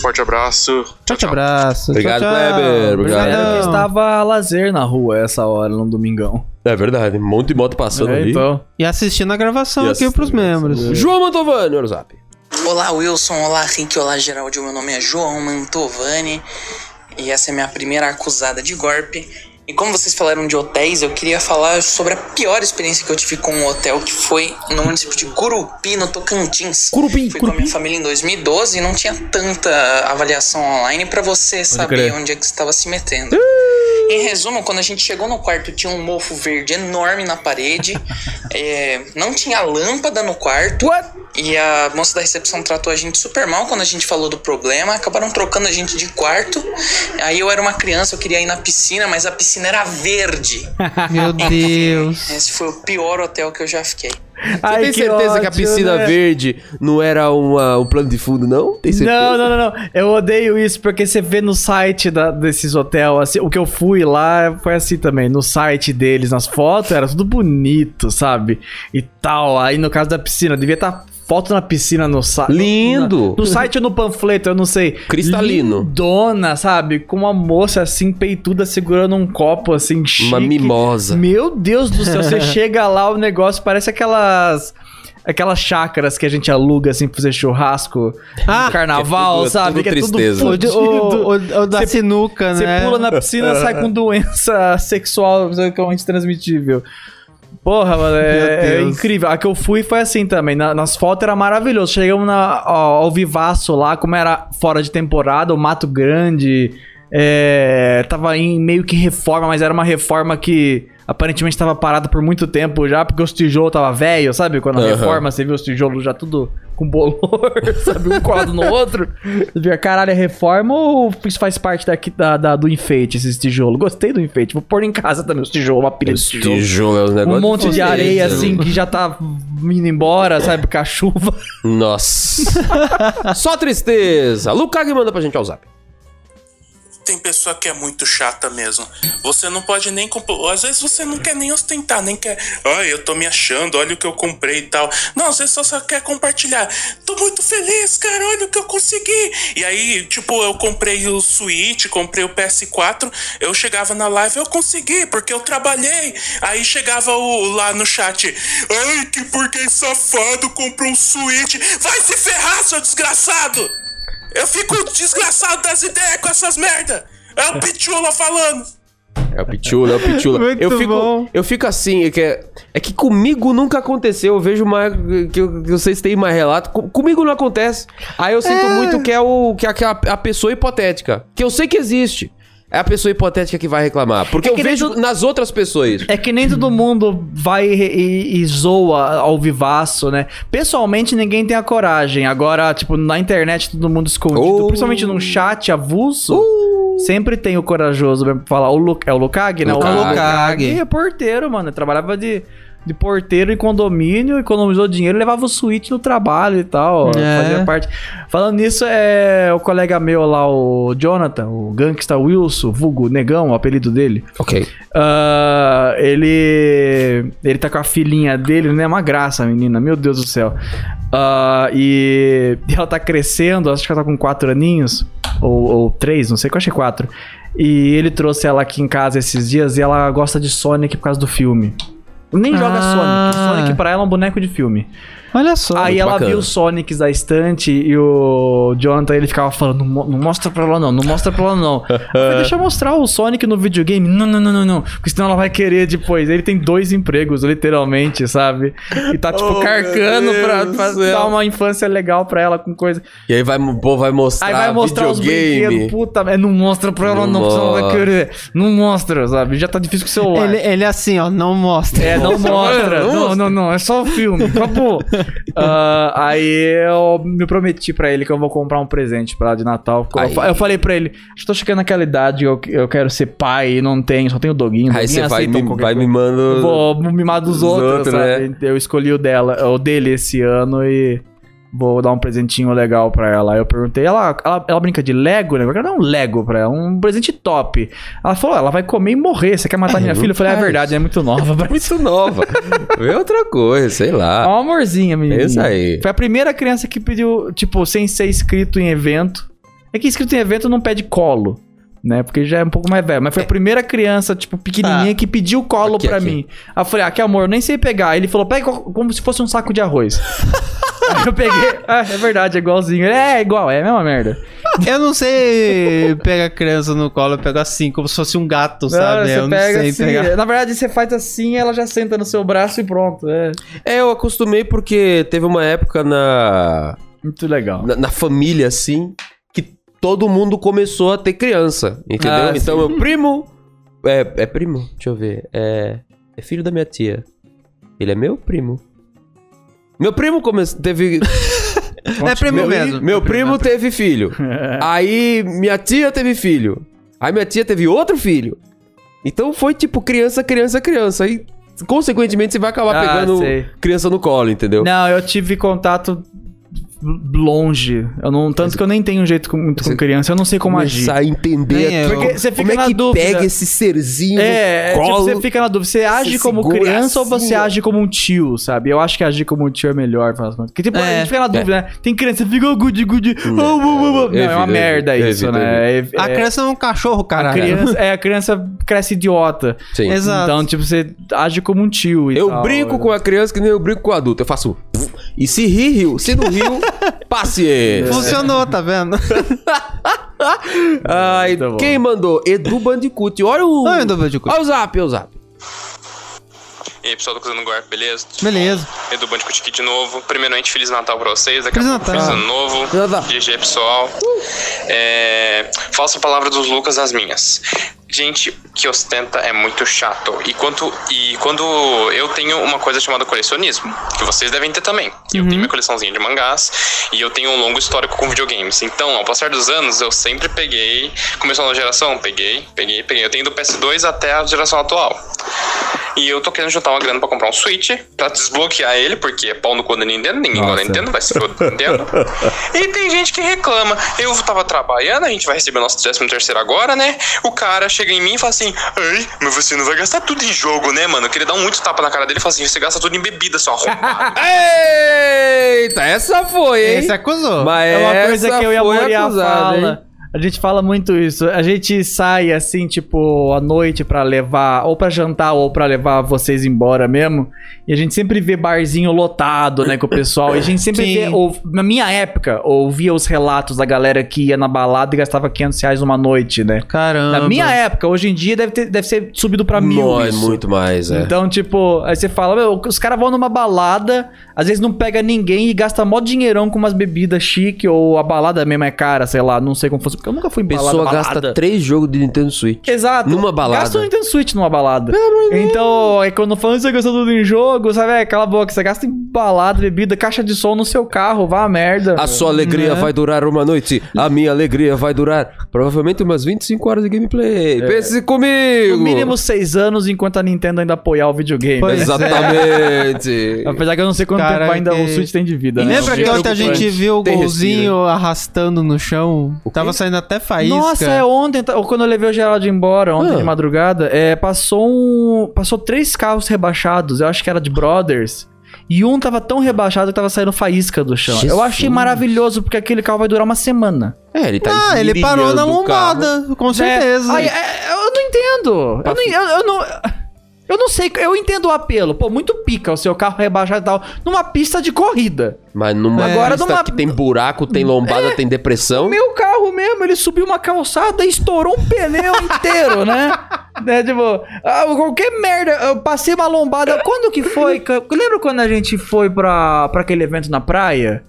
Speaker 5: Forte abraço.
Speaker 1: Tchau, tchau. Abraço.
Speaker 2: Obrigado,
Speaker 1: tchau, tchau.
Speaker 2: Kleber. Obrigado.
Speaker 1: Obrigadão.
Speaker 3: Eu estava a lazer na rua essa hora, num domingão.
Speaker 2: É verdade, um monte de moto passando
Speaker 3: É,
Speaker 2: ali.
Speaker 3: então.
Speaker 1: E assistindo a gravação
Speaker 2: E
Speaker 1: aqui
Speaker 2: assistindo
Speaker 1: pros
Speaker 2: a gravação.
Speaker 1: membros.
Speaker 2: João Mantovani, olha o zap.
Speaker 6: Olá Wilson, olá Rick, olá Geraldo, meu nome é João Mantovani e essa é minha primeira acusada de golpe. E como vocês falaram de hotéis, eu queria falar sobre a pior experiência que eu tive com um hotel, que foi no município de Gurupi, no Tocantins.
Speaker 2: Curupim,
Speaker 6: Fui com a minha família em 2012 e não tinha tanta avaliação online pra você saber
Speaker 3: crer.
Speaker 6: onde é que você estava se metendo. Em resumo, quando a gente chegou no quarto, tinha um mofo verde enorme na parede, é, não tinha lâmpada no quarto. E a moça da recepção tratou a gente super mal quando a gente falou do problema. Acabaram trocando a gente de quarto. Aí eu era uma criança, eu queria ir na piscina, mas a piscina era verde.
Speaker 1: Meu Deus.
Speaker 6: Esse foi o pior hotel que eu já fiquei.
Speaker 2: Você tem certeza que a piscina
Speaker 1: né? Ah,
Speaker 2: verde não era uma- um plano de fundo, não? Tem certeza?
Speaker 3: né? Não, não, não, não. Eu odeio isso porque você vê no site da- desses hotéis, assim, o que eu fui lá foi assim também. No site deles, nas fotos, era tudo bonito, sabe? E tal. Aí no caso da piscina, devia estar foto na piscina no site.
Speaker 2: Lindo!
Speaker 3: No site ou no panfleto, eu não sei.
Speaker 2: Cristalino.
Speaker 3: Dona, sabe? Com uma moça assim, peituda, segurando um copo assim, chique.
Speaker 2: Uma mimosa.
Speaker 3: Meu Deus do céu, você chega lá, o negócio parece aquelas. Aquelas chácaras que a gente aluga, assim, pra fazer churrasco
Speaker 1: Ah,
Speaker 3: no carnaval,
Speaker 2: que é tudo-
Speaker 3: sabe?
Speaker 2: tudo
Speaker 3: que é
Speaker 2: tristeza.
Speaker 1: O, de-
Speaker 3: tudo
Speaker 1: o,
Speaker 3: fodido.
Speaker 1: o- o da
Speaker 3: Você-
Speaker 1: sinuca,
Speaker 3: Você
Speaker 1: né?
Speaker 3: pula na piscina sai com doença sexual sexualmente transmitível. é Porra, mano, é,
Speaker 1: Meu
Speaker 3: é
Speaker 1: Deus.
Speaker 3: incrível. A que eu fui foi assim também. na- nas fotos era maravilhoso. Chegamos na, ó, ao vivaço lá, como era fora de temporada, o Mato Grande. é, tava em meio que reforma, mas era uma reforma que aparentemente tava parada por muito tempo já, porque os tijolos tava velho, sabe? Quando a
Speaker 2: Aham.
Speaker 3: reforma você viu os tijolos já tudo com bolor, sabe? Um colado no outro. Você vê, Caralho, é reforma ou isso faz parte daqui, da, da- do enfeite, esses tijolos? Gostei do enfeite. Vou pôr em casa também os tijolos, uma pilha de tijolos.
Speaker 2: Tijolo é um negócio
Speaker 3: Um monte de
Speaker 2: fudido.
Speaker 3: areia, assim, que já tá indo embora, sabe? Com a chuva.
Speaker 2: Nossa. Só tristeza. Lucas que manda pra gente ao zap.
Speaker 7: Tem pessoa que é muito chata mesmo. Você não pode nem comprar. Às vezes você não quer nem ostentar, nem quer. Ai, eu tô me achando, olha o que eu comprei e tal. Não, às vezes você só quer compartilhar. Tô muito feliz, cara, olha o que eu consegui. E aí, tipo, eu comprei o Switch, comprei o PS4. Eu chegava na live, eu consegui, porque eu trabalhei. Aí chegava o, lá no chat. Ai, que porque safado comprou um Switch. Vai se ferrar, seu desgraçado! Eu fico desgraçado das ideias com essas merda. É o Pichula falando.
Speaker 2: É o Pichula, é o Pichula.
Speaker 1: Muito
Speaker 2: eu fico,
Speaker 1: bom.
Speaker 2: Eu fico assim, é que, é, é que comigo nunca aconteceu. Eu vejo mais. Que, eu- que vocês têm mais relato. Co- comigo não acontece. Aí eu sinto muito que é, o, que é aquela- a pessoa hipotética. Que eu sei que existe. É a pessoa hipotética que vai reclamar. Porque
Speaker 3: É
Speaker 2: eu
Speaker 3: que nem
Speaker 2: vejo nas outras pessoas.
Speaker 3: É que nem todo mundo vai e, e- e zoa ao vivaço, né? Pessoalmente, ninguém tem a coragem. Agora, tipo, na internet, todo mundo escondido.
Speaker 2: Oh.
Speaker 3: Principalmente num chat avulso. Sempre tem o corajoso mesmo pra falar. O Lu, é o Lucag, né?
Speaker 2: Lucag.
Speaker 3: é porteiro, mano. Trabalhava de de porteiro em condomínio, economizou dinheiro, levava o suíte no trabalho e tal.
Speaker 1: É.
Speaker 3: Fazia parte. Falando nisso, é o colega meu lá, o Jonathan, o gangsta Wilson, vulgo Negão, o apelido dele.
Speaker 2: Ok.
Speaker 3: Tipo, Ah, ele. Ele tá com a filhinha dele, né? Uma graça, a menina, meu Deus do céu. Ah, e ela tá crescendo, acho que ela tá com quatro aninhos, ou, ou três, não sei, que eu achei quatro. E ele trouxe ela aqui em casa esses dias e ela gosta de Sonic por causa do filme. Nem joga
Speaker 1: Ah.
Speaker 3: Sonic, Sonic pra ela é um boneco de filme.
Speaker 1: Olha só.
Speaker 3: Aí
Speaker 2: muito
Speaker 3: ela
Speaker 2: bacana.
Speaker 3: viu o Sonic da estante e o Jonathan ele ficava falando: não, mo- não mostra pra ela não, não mostra pra ela não. Eu falei, Deixa eu mostrar o Sonic no videogame. Não, não, não, não, não. Porque senão ela vai querer depois. Ele tem dois empregos, literalmente, sabe? E tá,
Speaker 1: Oh,
Speaker 2: Oh,
Speaker 3: tipo, carcando pra, pra dar uma infância legal pra ela com coisa.
Speaker 2: E aí vai, pô, vai mostrar,
Speaker 3: Aí vai mostrar os brinquedos.
Speaker 2: videogame.
Speaker 3: Puta, mas não mostra pra ela
Speaker 2: Não
Speaker 3: não, porque senão ela vai
Speaker 2: mostra.
Speaker 3: querer. Não mostra, sabe? Já tá difícil com o celular.
Speaker 1: ele, ele é assim, ó, não mostra.
Speaker 3: É, não mostra. Não, não, não. É só o filme. Acabou. Ah, aí eu me prometi pra ele que eu vou comprar um presente pra lá de Natal. Eu,
Speaker 2: Aí.
Speaker 3: fa- eu falei pra ele, "Acho que tô chegando naquela idade, eu, eu quero ser pai e não tenho, só tenho o doguinho.
Speaker 2: Aí você vai, me,
Speaker 3: mimar.
Speaker 2: vai mimando.
Speaker 3: Vou mimar dos
Speaker 2: dos
Speaker 3: outros,
Speaker 2: outros, né?
Speaker 3: sabe? Eu escolhi o dela, o dele esse ano e vou dar um presentinho legal pra ela. Aí eu perguntei, ela, ela, ela brinca de Lego, né? Eu quero dar um Lego pra ela, um presente top. Ela falou, ela vai comer e morrer, você quer matar
Speaker 2: Uhum.
Speaker 3: minha filha? Eu falei, é
Speaker 2: faz.
Speaker 3: verdade, é muito nova pra
Speaker 2: Muito nova. Vê outra coisa, sei
Speaker 3: é
Speaker 2: lá.
Speaker 3: um amorzinho, menino.
Speaker 2: É isso aí.
Speaker 3: Foi a primeira criança que pediu, tipo, sem ser inscrito em evento. É que inscrito em evento não pede colo, né? Porque já é um pouco mais velho. Mas foi a primeira criança, tipo, pequenininha, que pediu colo
Speaker 2: Ah. Aqui,
Speaker 3: pra
Speaker 2: aqui.
Speaker 3: mim. Aí eu falei, ah, que amor, eu nem sei pegar. Ele falou, pega co- como se fosse um saco de arroz. Aí eu peguei, ah, é verdade, é igualzinho. Ele, É, é igual, é a mesma merda.
Speaker 1: Eu não sei pegar criança no colo, eu pego assim, como se fosse um gato, sabe?
Speaker 3: você
Speaker 1: eu não
Speaker 3: pega
Speaker 1: sei
Speaker 3: assim,
Speaker 1: pegar.
Speaker 3: Na verdade, você faz assim, ela já senta no seu braço e pronto. É
Speaker 2: É, eu acostumei porque teve uma época na,
Speaker 3: muito legal.
Speaker 2: na, na família, assim, que todo mundo começou a ter criança, entendeu?
Speaker 3: Ah,
Speaker 2: então, meu primo... É, é primo? Deixa eu ver. É, é filho da minha tia. Ele é meu primo. Meu primo come... teve...
Speaker 1: É primo É.
Speaker 2: meu,
Speaker 1: mesmo.
Speaker 2: Meu primo teve filho. Aí minha tia teve filho. Aí minha tia teve outro filho. Então foi tipo criança, criança, criança. Aí, consequentemente, você vai acabar
Speaker 3: Ah,
Speaker 2: pegando
Speaker 3: sei.
Speaker 2: criança no colo, entendeu?
Speaker 3: Não, eu tive contato longe. Eu não, tanto que eu nem tenho um jeito com, muito com criança, eu não sei como agir.
Speaker 2: Começar a
Speaker 1: Nem
Speaker 2: entender
Speaker 1: eu.
Speaker 2: tudo.
Speaker 1: Porque
Speaker 3: você
Speaker 2: como
Speaker 3: fica
Speaker 2: é
Speaker 3: na
Speaker 2: que
Speaker 3: dúvida.
Speaker 2: pega esse serzinho
Speaker 3: É, é,
Speaker 2: no
Speaker 3: tipo,
Speaker 2: colo.
Speaker 3: você fica na dúvida, você age como
Speaker 2: segura
Speaker 3: criança ou você
Speaker 2: assim, ó.
Speaker 3: age como um tio, sabe? Eu acho que agir como um tio é melhor, pra- porque tipo,
Speaker 1: É.
Speaker 3: a gente fica na dúvida, né? Tem criança, fica oh, good, good,
Speaker 2: É,
Speaker 3: oh, oh, oh, oh. Não, é uma
Speaker 2: evito, evito,
Speaker 3: merda isso,
Speaker 2: evito,
Speaker 3: né? É-
Speaker 1: A
Speaker 3: é-
Speaker 1: criança é um cachorro,
Speaker 3: a
Speaker 1: caralho.
Speaker 3: criança, é, a criança cresce idiota.
Speaker 2: Sim.
Speaker 1: Exato.
Speaker 3: Então, tipo, você age como um tio e
Speaker 2: Eu
Speaker 3: tal.
Speaker 2: brinco com a criança que nem eu brinco com o adulto. Eu faço. E se ri, riu. Se não riu, paciência.
Speaker 1: Funcionou, tá vendo?
Speaker 2: Ai,
Speaker 3: Tá bom.
Speaker 2: quem mandou? Edu Bandicoot. Olha o.
Speaker 1: Não, Edu Bandicoot.
Speaker 2: Olha o zap, olha o zap.
Speaker 8: E aí, pessoal do Cozinha no Guarda, beleza?
Speaker 1: Beleza.
Speaker 8: Edu Bandicoot aqui de novo. Primeiramente, Feliz Natal pra vocês. Daqui a
Speaker 1: Feliz
Speaker 8: pouco,
Speaker 1: Natal.
Speaker 8: Feliz Ano Novo.
Speaker 2: Feliz Natal.
Speaker 8: GG, pessoal. É, Falsa palavra dos Lucas as minhas. Gente que ostenta é muito chato. E, quanto, e quando eu tenho uma coisa chamada colecionismo, que vocês devem ter também.
Speaker 1: Uhum.
Speaker 8: Eu tenho minha coleçãozinha de mangás e eu tenho um longo histórico com videogames. Então, ao passar dos anos, eu sempre peguei. Começou na geração, peguei, peguei, peguei. Eu tenho do PS2 até a geração atual. E eu tô querendo juntar uma grana pra comprar um Switch, pra desbloquear ele, porque é pau no cu da Nintendo, ninguém gosta da Nintendo, vai se foder da Nintendo. E tem gente que reclama. Eu tava trabalhando, a gente vai receber o nosso 13 terceiro agora, né? O cara chega em mim e fala assim, Ei, mas você não vai gastar tudo em jogo, né, mano? Eu queria dar um muito tapa na cara dele e falar assim, você gasta tudo em bebida, só
Speaker 2: Eita, essa foi, hein?
Speaker 1: Esse acusou.
Speaker 2: Mas
Speaker 3: É uma coisa que eu e a
Speaker 2: foi
Speaker 3: Moriá
Speaker 2: acusada, hein?
Speaker 3: fala. A gente fala muito isso. A gente sai assim, tipo, à noite pra levar, ou pra jantar, ou pra levar vocês embora mesmo. E a gente sempre vê barzinho lotado, né, com o pessoal. E a gente sempre
Speaker 1: Sim.
Speaker 3: vê, ou- na minha época, ouvia os relatos da galera que ia na balada e gastava 500 reais numa noite, né?
Speaker 1: Caramba.
Speaker 3: Na minha época, hoje em dia deve, ter, deve ser subido pra mil.
Speaker 2: Não, é
Speaker 3: isso.
Speaker 2: muito mais, é.
Speaker 3: Então, tipo, aí você fala, meu, os caras vão numa balada, às vezes não pega ninguém e gasta mó dinheirão com umas bebidas chique ou a balada mesmo é cara, sei lá, não sei como fosse. que eu nunca fui em balada.
Speaker 2: Pessoa gasta
Speaker 3: balada.
Speaker 2: três jogos de Nintendo Switch.
Speaker 3: Exato.
Speaker 2: numa balada.
Speaker 3: Gasta o Nintendo Switch numa balada. Então, é quando falando que você gastou tudo em jogo, sabe? É, cala a boca, você gasta em balada, bebida, caixa de som no seu carro, vá a merda. Né?
Speaker 2: A sua
Speaker 1: Né?
Speaker 2: alegria vai durar uma noite. A minha alegria vai durar provavelmente umas 25 horas de gameplay.
Speaker 1: É.
Speaker 2: Pense comigo!
Speaker 3: É. No mínimo seis anos enquanto a Nintendo ainda apoiar o videogame.
Speaker 1: Pois é.
Speaker 3: né?
Speaker 2: Exatamente.
Speaker 3: Apesar que eu não sei quanto
Speaker 1: Cara,
Speaker 3: tempo ainda
Speaker 1: que-
Speaker 3: o Switch tem de vida,
Speaker 1: E
Speaker 3: né?
Speaker 1: lembra
Speaker 3: É
Speaker 1: que ontem a
Speaker 3: preocupante.
Speaker 1: gente viu o
Speaker 2: Tem
Speaker 1: golzinho arrastando no chão? Tava saindo até faísca.
Speaker 3: Nossa, é ontem, tá- quando eu levei o Geraldo embora, ontem
Speaker 2: Ah.
Speaker 3: de madrugada, é, passou um. Passou três carros rebaixados, eu acho que era de Brothers. E um tava tão rebaixado que tava saindo faísca do chão. Eu
Speaker 2: Jesus.
Speaker 3: achei maravilhoso, porque aquele carro vai durar uma semana.
Speaker 2: É, ele tá
Speaker 1: Ah, ele parou na
Speaker 2: esmirilhando o carro.
Speaker 1: lombada, com certeza.
Speaker 3: É, ai, é, eu não entendo. Eu não, eu, eu não. Eu não sei, eu entendo o apelo. Pô, muito pica o seu carro rebaixado e tal. Numa pista de corrida.
Speaker 2: Mas numa
Speaker 1: É.
Speaker 3: Agora
Speaker 2: Agora pista
Speaker 3: numa- É.
Speaker 2: que tem buraco, tem lombada, tem depressão.
Speaker 3: meu carro mesmo, ele subiu uma calçada e estourou um pneu inteiro, né? né? Tipo, ah, qualquer merda, eu passei uma lombada. Quando que foi? que- Lembra quando a gente foi pra, pra aquele evento na praia?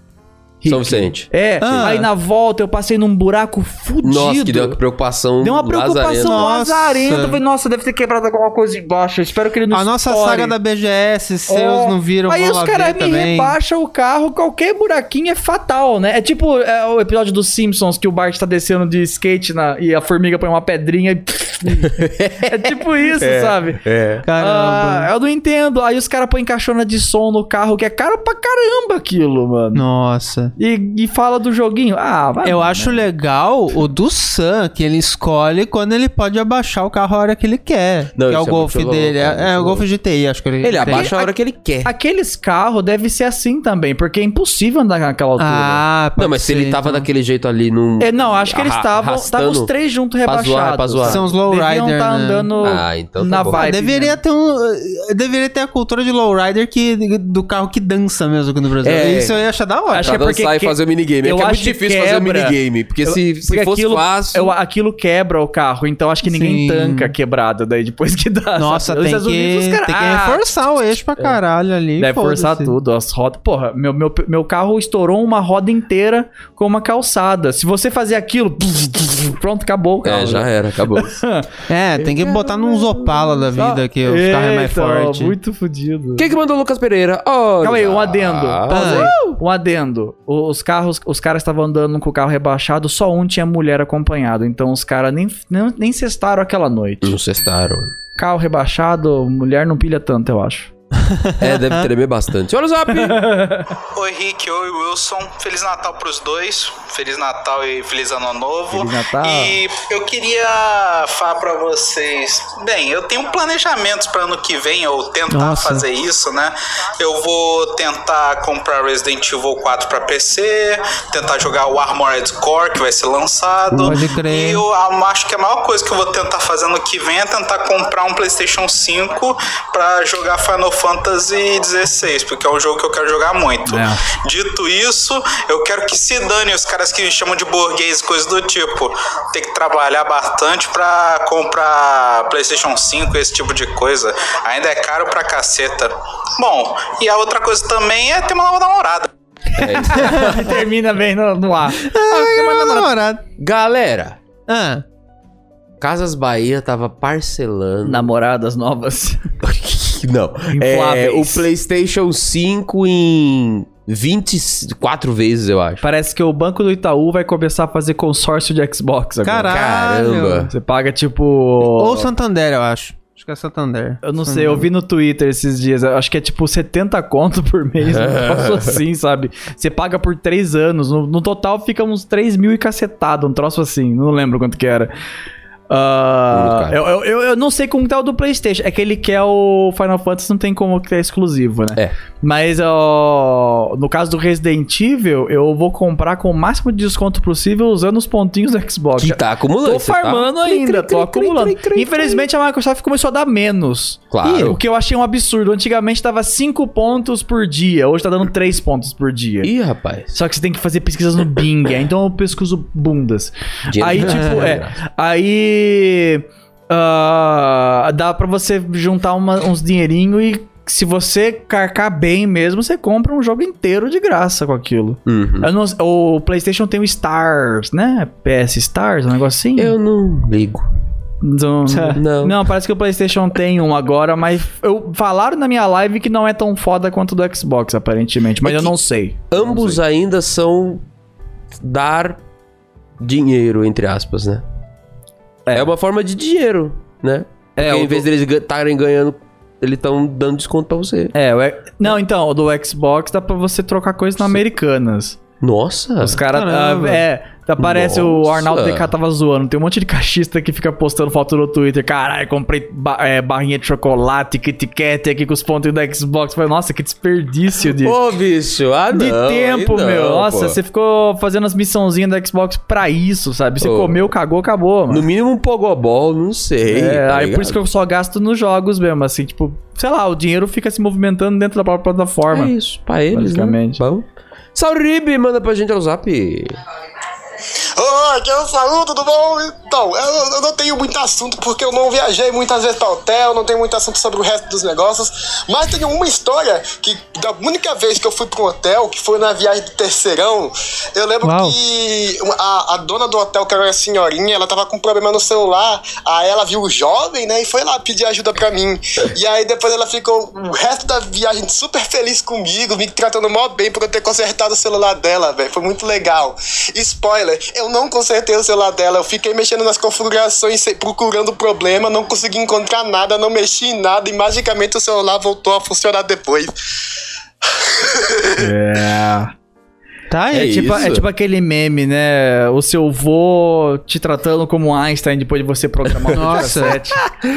Speaker 2: São
Speaker 3: Rick?
Speaker 2: Vicente.
Speaker 3: É,
Speaker 1: Ah.
Speaker 3: aí na volta eu passei num buraco fudido.
Speaker 2: Nossa, que deu uma preocupação.
Speaker 3: Deu uma preocupação
Speaker 2: lazarenta.
Speaker 1: Nossa.
Speaker 3: lazarenta. Eu Falei, nossa, deve ter quebrado alguma coisa embaixo. Eu espero que ele não
Speaker 1: A nossa
Speaker 3: estoure.
Speaker 1: saga da BGS, seus
Speaker 3: É.
Speaker 1: não viram,
Speaker 3: Aí
Speaker 1: vão
Speaker 3: os
Speaker 1: lá
Speaker 3: caras
Speaker 1: ver
Speaker 3: me
Speaker 1: também.
Speaker 3: rebaixam o carro, qualquer buraquinho é fatal, né? É tipo é, o episódio dos Simpsons que o Bart tá descendo de skate na- e a formiga põe uma pedrinha e. é tipo isso, sabe?
Speaker 2: É.
Speaker 1: Caramba.
Speaker 3: Ah, eu não entendo. Aí os caras põem caixona de som no carro, que é caro pra caramba aquilo, mano.
Speaker 1: Nossa.
Speaker 3: E, e fala do joguinho. Ah, vai.
Speaker 1: Eu acho legal o do Sam, que ele escolhe quando ele pode abaixar o carro a hora que ele quer.
Speaker 2: Não,
Speaker 1: que é o
Speaker 2: isso é
Speaker 1: Golf
Speaker 2: muito
Speaker 1: dele.
Speaker 2: louco,
Speaker 1: é, é
Speaker 2: muito
Speaker 1: o Golf GTI, acho que ele.
Speaker 2: Ele
Speaker 1: tem.
Speaker 2: abaixa a hora que ele quer.
Speaker 3: Aqueles carros devem ser assim também, porque é impossível andar naquela altura.
Speaker 1: Ah, pode
Speaker 2: né? Não, mas se
Speaker 1: ser,
Speaker 2: ele tava
Speaker 1: então.
Speaker 2: daquele jeito ali num.
Speaker 3: É, não, acho que eles
Speaker 2: Arra-
Speaker 3: estavam. Estavam os
Speaker 2: arrastando.
Speaker 3: três juntos
Speaker 2: Pra
Speaker 3: rebaixados.
Speaker 2: zoar, pra zoar.
Speaker 1: São os lowrider,
Speaker 3: Deviam tá
Speaker 1: né?
Speaker 3: andando
Speaker 2: Ah, então tá
Speaker 3: na
Speaker 2: bom.
Speaker 1: Ah,
Speaker 3: vibe.
Speaker 1: deveria
Speaker 3: né?
Speaker 1: ter um. eh, Deveria ter a cultura de lowrider que, do carro que dança mesmo aqui no Brasil.
Speaker 2: É.
Speaker 1: Isso eu ia achar da hora.
Speaker 3: Acho
Speaker 2: Pra
Speaker 3: que é porque
Speaker 2: dançar e
Speaker 3: que-
Speaker 2: fazer o minigame. É
Speaker 3: eu
Speaker 2: que é muito
Speaker 3: acho que
Speaker 2: difícil fazer o
Speaker 3: quebra.
Speaker 2: minigame. Porque
Speaker 3: Eu-
Speaker 2: se, se
Speaker 3: porque
Speaker 2: fosse
Speaker 3: aquilo,
Speaker 2: fácil.
Speaker 3: eu- aquilo quebra o carro, então acho que ninguém
Speaker 1: Sim.
Speaker 3: tanca a quebrada daí depois que dá.
Speaker 1: Nossa,
Speaker 3: sabe? Nos
Speaker 1: tem
Speaker 3: Estados
Speaker 1: que,
Speaker 3: Unidos, os caras-
Speaker 1: tem que
Speaker 3: ah,
Speaker 1: reforçar o eixo pra caralho ali.
Speaker 3: Deve
Speaker 1: foda-se.
Speaker 3: forçar tudo, as rodas. Porra, meu, meu, meu carro estourou uma roda inteira com uma calçada. Se você fazer aquilo, pronto, acabou. o
Speaker 2: É,
Speaker 3: carro. né?
Speaker 2: já era, acabou.
Speaker 1: É, tem que botar num Zopala da vida que os carros é mais
Speaker 3: Eita,
Speaker 1: forte.
Speaker 3: Muito fodido.
Speaker 2: Quem que mandou o Lucas Pereira? Olha.
Speaker 3: Calma aí, um adendo. Pausa
Speaker 2: Ah,
Speaker 3: aí. Um adendo. O- Os carros, os caras estavam andando com o carro rebaixado, só um tinha mulher acompanhado. Então os caras nem, nem, nem cestaram aquela noite.
Speaker 2: não cestaram.
Speaker 3: Carro rebaixado, mulher não pilha tanto, eu acho.
Speaker 2: É, deve tremer bastante. Olha o zap! É.
Speaker 9: Oi, Rick. Oi, Wilson. Feliz Natal pros dois. Feliz Natal e feliz Ano Novo.
Speaker 3: Feliz Natal.
Speaker 9: E eu queria falar pra vocês. Bem, eu tenho planejamentos pra ano que vem, ou tentar
Speaker 1: Nossa.
Speaker 9: fazer isso, né? Eu vou tentar comprar Resident Evil 4 pra PC, tentar jogar o Armored Core que vai ser lançado.
Speaker 1: Pode crer.
Speaker 9: E eu acho que a maior coisa que eu vou tentar fazer ano que vem é tentar comprar um PlayStation 5 pra jogar Final Fantasy 16, porque é um jogo que eu quero jogar muito.
Speaker 1: É.
Speaker 9: Dito isso, eu quero que se dane os caras que me chamam de burguês, coisa do tipo. Tem que trabalhar bastante pra comprar PlayStation 5, esse tipo de coisa. Ainda é caro pra caceta. Bom, e a outra coisa também é ter uma nova namorada.
Speaker 3: E termina bem no, no ar.
Speaker 2: Ah,
Speaker 3: Ah,
Speaker 1: Mas namorado.
Speaker 2: Galera,
Speaker 3: né?
Speaker 1: Ah,
Speaker 2: Casas Bahia tava parcelando.
Speaker 3: Namoradas novas.
Speaker 2: Não. É, o
Speaker 3: Infláveis.
Speaker 2: PlayStation 5 em 24 vezes, eu acho.
Speaker 3: Parece que o banco do Itaú vai começar a fazer consórcio de Xbox agora.
Speaker 1: caralho.
Speaker 2: Caramba.
Speaker 3: Você paga tipo.
Speaker 1: Ou Santander, eu acho. Acho que é Santander.
Speaker 3: Eu não sei, eu vi no Twitter esses dias, eu acho que é tipo 70 conto por mês, um
Speaker 2: É.
Speaker 3: troço assim, sabe? Você paga por 3 anos, no, no total fica uns 3 mil e cacetado, um troço assim, não lembro quanto que era. Ah,
Speaker 2: Muito caro.
Speaker 3: eu, eu, eu, eu não sei como tá o do Playstation, é que ele quer o Final Fantasy, não tem como que é exclusivo, né?
Speaker 2: É.
Speaker 3: Mas ó, no caso do Resident Evil, eu vou comprar com o máximo de desconto possível usando os pontinhos do Xbox.
Speaker 2: Que tá acumulando.
Speaker 3: Tô
Speaker 2: você tá-
Speaker 3: farmando ainda, tô acumulando. Infelizmente a Microsoft começou a dar menos.
Speaker 2: Claro.
Speaker 3: Ih, O que eu achei um absurdo. Antigamente tava 5 pontos por dia, hoje tá dando 3 pontos por dia.
Speaker 2: Ih, rapaz.
Speaker 3: Só que você tem que fazer pesquisas no Bing, aí então eu pesquiso bundas.
Speaker 2: Dinheiro
Speaker 3: Aí,
Speaker 2: de graça,
Speaker 3: tipo,
Speaker 2: dinheiro de
Speaker 3: é.
Speaker 2: graça.
Speaker 3: Aí. ah, dá pra você juntar uma- uns dinheirinho e se você carcar bem mesmo, você compra um jogo inteiro de graça com aquilo.
Speaker 2: Uhum.
Speaker 3: Eu não- o PlayStation tem o Stars, né? PS Stars, um negocinho.
Speaker 2: Eu não ligo.
Speaker 3: Não,
Speaker 2: Não.
Speaker 3: não, parece que o PlayStation tem um agora, mas eu falaram na minha live que não é tão foda quanto do Xbox, aparentemente. Mas
Speaker 2: É
Speaker 3: eu
Speaker 2: que
Speaker 3: não sei.
Speaker 2: Ambos ainda são dar dinheiro, entre aspas, né? É, uma forma de dinheiro, né?
Speaker 3: É,
Speaker 2: Porque
Speaker 3: o
Speaker 2: em vez deles estarem ganhando, eles estão dando desconto pra você.
Speaker 3: É, o e- não, então, o do Xbox dá pra você trocar coisa na Americanas.
Speaker 2: Nossa!
Speaker 3: Os caras.
Speaker 1: Caramba.
Speaker 3: é. Aparece o
Speaker 2: Nossa.
Speaker 3: Arnaldo DK tava zoando. Tem um monte de cachista que fica postando foto no Twitter. Caralho, comprei ba- é, barrinha de chocolate, Kit Kat aqui com os pontos do Xbox. Falei, nossa, que desperdício de,
Speaker 2: Ô, bicho! Ah,
Speaker 3: de
Speaker 2: não, aí
Speaker 3: tempo,
Speaker 2: não,
Speaker 3: meu. Nossa,
Speaker 2: pô.
Speaker 3: você ficou fazendo as missãozinhas do Xbox pra isso, sabe? Você
Speaker 2: Ô.
Speaker 3: comeu, cagou, acabou, mano.
Speaker 2: No mínimo um pogobol, não sei.
Speaker 3: É,
Speaker 2: tá
Speaker 3: aí por
Speaker 2: ligado?
Speaker 3: isso que eu só gasto nos jogos mesmo, assim, tipo, sei lá, o dinheiro fica se movimentando dentro da própria plataforma.
Speaker 2: É isso, pra eles, né?
Speaker 3: Basicamente.
Speaker 2: Bom. Sauribe, manda pra gente ao zap.
Speaker 10: Oi, aqui é o Saúl, tudo bom? Então, eu, eu não tenho muito assunto porque eu não viajei muitas vezes pra hotel, não tenho muito assunto sobre o resto dos negócios, mas tenho uma história que da única vez que eu fui pra um hotel, que foi na viagem do terceirão, eu lembro
Speaker 1: Uau.
Speaker 10: que a, a dona do hotel, que era uma senhorinha, ela tava com problema no celular, aí ela viu o jovem, né, e foi lá pedir ajuda pra mim. E aí depois ela ficou o resto da viagem super feliz comigo, me tratando mó bem por eu ter consertado o celular dela, velho. Foi muito legal. Spoiler, eu não consertei o celular dela. Eu fiquei mexendo nas configurações, se- procurando o problema, não consegui encontrar nada, não mexi em nada e magicamente o celular voltou a funcionar depois.
Speaker 1: Tá aí.
Speaker 2: É
Speaker 3: É tipo,
Speaker 2: isso.
Speaker 3: é tipo aquele meme, né? O seu vô te tratando como um Einstein depois de você programar o
Speaker 1: Nossa.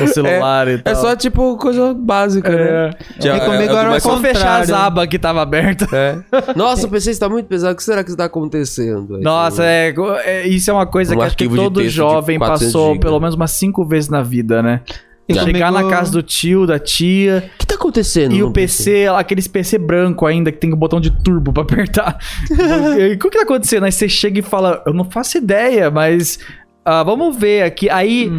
Speaker 3: o celular e tal. É.
Speaker 2: É só, tipo, coisa básica, né?
Speaker 1: E comigo
Speaker 2: do
Speaker 1: era
Speaker 2: mais-
Speaker 1: o
Speaker 3: só fechar as
Speaker 1: é contrário. né?
Speaker 3: abas que tava aberta.
Speaker 2: É. Nossa, o PC está muito pesado. O que será que está acontecendo? Aí,
Speaker 3: Nossa,
Speaker 2: tá
Speaker 3: é, é- isso é uma coisa
Speaker 2: Um
Speaker 3: que acho que
Speaker 2: arquivo de
Speaker 3: todo
Speaker 2: texto de
Speaker 3: jovem
Speaker 2: 400
Speaker 3: passou
Speaker 2: gigas.
Speaker 3: pelo menos umas cinco vezes na vida, né?
Speaker 1: E
Speaker 3: Chegar
Speaker 1: comigo-
Speaker 3: na casa do tio, da tia,
Speaker 2: O que está acontecendo?
Speaker 3: e
Speaker 2: no
Speaker 3: o PC, aqueles PC branco ainda, que tem o botão de turbo pra apertar. E o que tá acontecendo? Aí você chega e fala, eu não faço ideia, mas ah, vamos ver aqui. Aí,
Speaker 2: Hum.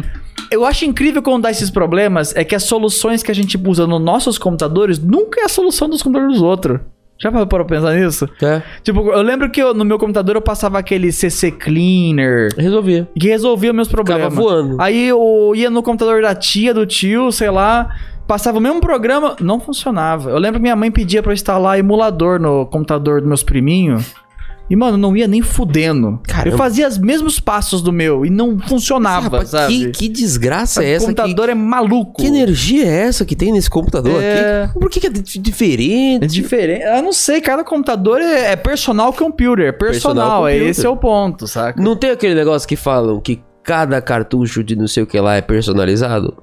Speaker 3: eu acho incrível quando dá esses problemas, é que as soluções que a gente usa nos nossos computadores nunca é a solução dos computadores dos outros. Já parou pra pensar nisso?
Speaker 2: É,
Speaker 3: Tipo, eu lembro que eu- no meu computador eu passava aquele CC Cleaner,
Speaker 2: resolvi.
Speaker 3: que resolvia meus problemas.
Speaker 2: Ficava voando.
Speaker 3: Aí eu ia no computador da tia, do tio, sei lá, passava o mesmo programa, não funcionava. Eu lembro que minha mãe pedia pra eu instalar emulador no computador dos meus priminhos. E, mano, não ia nem fudendo.
Speaker 2: Caramba.
Speaker 3: Eu fazia os mesmos passos do meu e não funcionava,
Speaker 2: Rapaz,
Speaker 3: sabe?
Speaker 2: que, que desgraça é
Speaker 3: o
Speaker 2: essa?
Speaker 3: computador é maluco.
Speaker 2: Que, que energia é essa que tem nesse computador
Speaker 3: É.
Speaker 2: aqui? Por que, que é di-
Speaker 3: É
Speaker 2: diferente?
Speaker 3: diferente. Eu não sei, cada computador é, é personal computer. é
Speaker 2: Personal
Speaker 3: Personal, é
Speaker 2: computer.
Speaker 3: esse é o ponto, saca?
Speaker 2: Não tem aquele negócio que falam que cada cartucho de não sei o que lá é personalizado?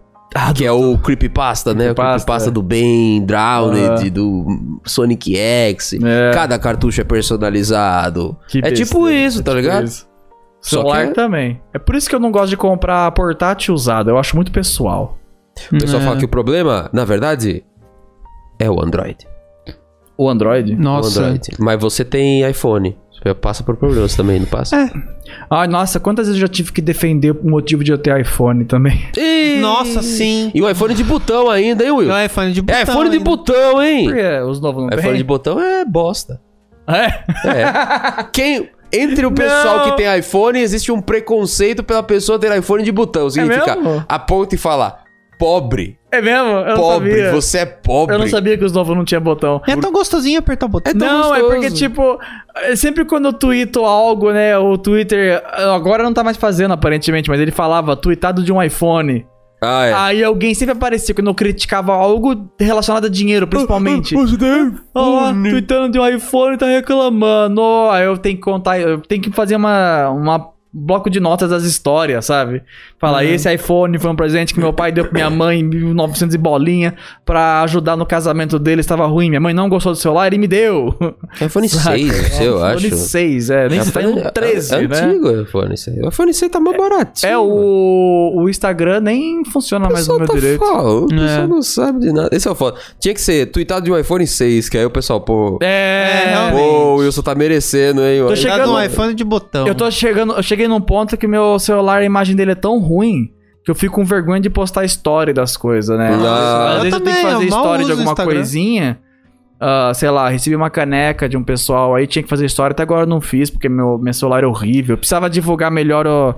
Speaker 2: que é o Creepypasta, né? O
Speaker 3: Ah, Creepypasta. é.
Speaker 2: Creepypasta do Ben, Drowned, do Sonic X.
Speaker 3: É,
Speaker 2: Cada cartucho é personalizado.
Speaker 3: que
Speaker 2: é tipo
Speaker 3: besteira.
Speaker 2: isso, tá ligado?
Speaker 3: Isso.
Speaker 2: Só
Speaker 3: Celular
Speaker 2: que-
Speaker 3: também. É por isso que eu não gosto de comprar portátil usado. Eu acho muito pessoal.
Speaker 2: O pessoal
Speaker 1: É.
Speaker 2: fala que o problema, na verdade, é o Android.
Speaker 3: O Android?
Speaker 2: O
Speaker 1: Nossa.
Speaker 2: Android. Mas você tem iPhone. Você passa por problemas também, não
Speaker 1: É.
Speaker 2: passa?
Speaker 3: É. Ai, nossa, quantas vezes eu já tive que defender o motivo de eu ter iPhone também.
Speaker 2: Ih!
Speaker 1: Nossa, sim.
Speaker 2: E o iPhone de botão ainda, hein, Will?
Speaker 1: É iPhone de
Speaker 2: É
Speaker 1: botão.
Speaker 2: iPhone de
Speaker 1: ainda.
Speaker 2: botão, hein?
Speaker 3: Porque os novos não
Speaker 2: iPhone de
Speaker 3: tem.
Speaker 2: botão é bosta.
Speaker 3: É?
Speaker 2: É. Quem. Entre o pessoal
Speaker 3: Não.
Speaker 2: que tem iPhone, existe um preconceito pela pessoa ter iPhone de
Speaker 1: É
Speaker 2: botão. Significa,
Speaker 3: mesmo?
Speaker 2: aponta e fala, pobre,
Speaker 3: É mesmo? Eu
Speaker 2: pobre,
Speaker 3: não sabia.
Speaker 2: você é pobre.
Speaker 3: Eu não sabia que os novos não tinham botão.
Speaker 1: É tão gostosinho apertar o botão.
Speaker 3: não, é porque, tipo, é sempre quando eu tuito algo, né? O Twitter agora não tá mais fazendo, aparentemente, mas ele falava tweetado de um iPhone.
Speaker 2: Ah, é.
Speaker 3: Aí alguém sempre aparecia quando eu criticava algo relacionado a dinheiro, principalmente.
Speaker 1: Ah,
Speaker 3: Ó, lá, tweetando de um iPhone tá reclamando. Ó, Aí eu tenho que contar, eu tenho que fazer uma, uma bloco de notas das histórias, sabe? Falar,
Speaker 2: Uhum.
Speaker 3: esse iPhone foi um presente que meu pai deu pra minha mãe, 1900 e bolinha, pra ajudar no casamento dele, estava ruim. Minha mãe não gostou do celular, ele me deu.
Speaker 2: É iPhone
Speaker 3: Saca?
Speaker 2: 6, o seu, eu acho.
Speaker 3: iPhone 6, é, nem
Speaker 2: É,
Speaker 3: se tá indo
Speaker 2: é-
Speaker 3: 13,
Speaker 2: é,
Speaker 3: né?
Speaker 2: antigo o iPhone 6. O iPhone 6 tá mais baratinho.
Speaker 3: É, o, o Instagram nem funciona
Speaker 2: O
Speaker 3: mais no
Speaker 2: pessoal
Speaker 3: meu
Speaker 2: tá
Speaker 3: direito.
Speaker 2: foda, o pessoal
Speaker 1: É.
Speaker 2: não sabe de nada. Esse é o foda. Tinha que ser tweetado de um iPhone 6, que aí o pessoal, pô...
Speaker 1: É,
Speaker 3: É,
Speaker 1: realmente.
Speaker 2: pô, o Wilson tá merecendo, hein?
Speaker 3: Tô
Speaker 2: Aí-
Speaker 1: Chegando
Speaker 3: chegando-
Speaker 1: um iPhone de botão.
Speaker 3: Eu tô chegando, eu cheguei num ponto que meu celular, a imagem dele é tão ruim que eu fico com vergonha de postar story das coisas, né?
Speaker 2: Ah.
Speaker 3: Às
Speaker 1: Eu
Speaker 3: vezes eu, tenho que
Speaker 1: também,
Speaker 3: fazer
Speaker 1: eu mal
Speaker 3: story de
Speaker 1: uso
Speaker 3: alguma
Speaker 1: Instagram.
Speaker 3: coisinha. ah, sei lá, recebi uma caneca de um pessoal, aí tinha que fazer história, até agora eu não fiz, porque meu, meu celular é horrível. Eu precisava divulgar melhor o-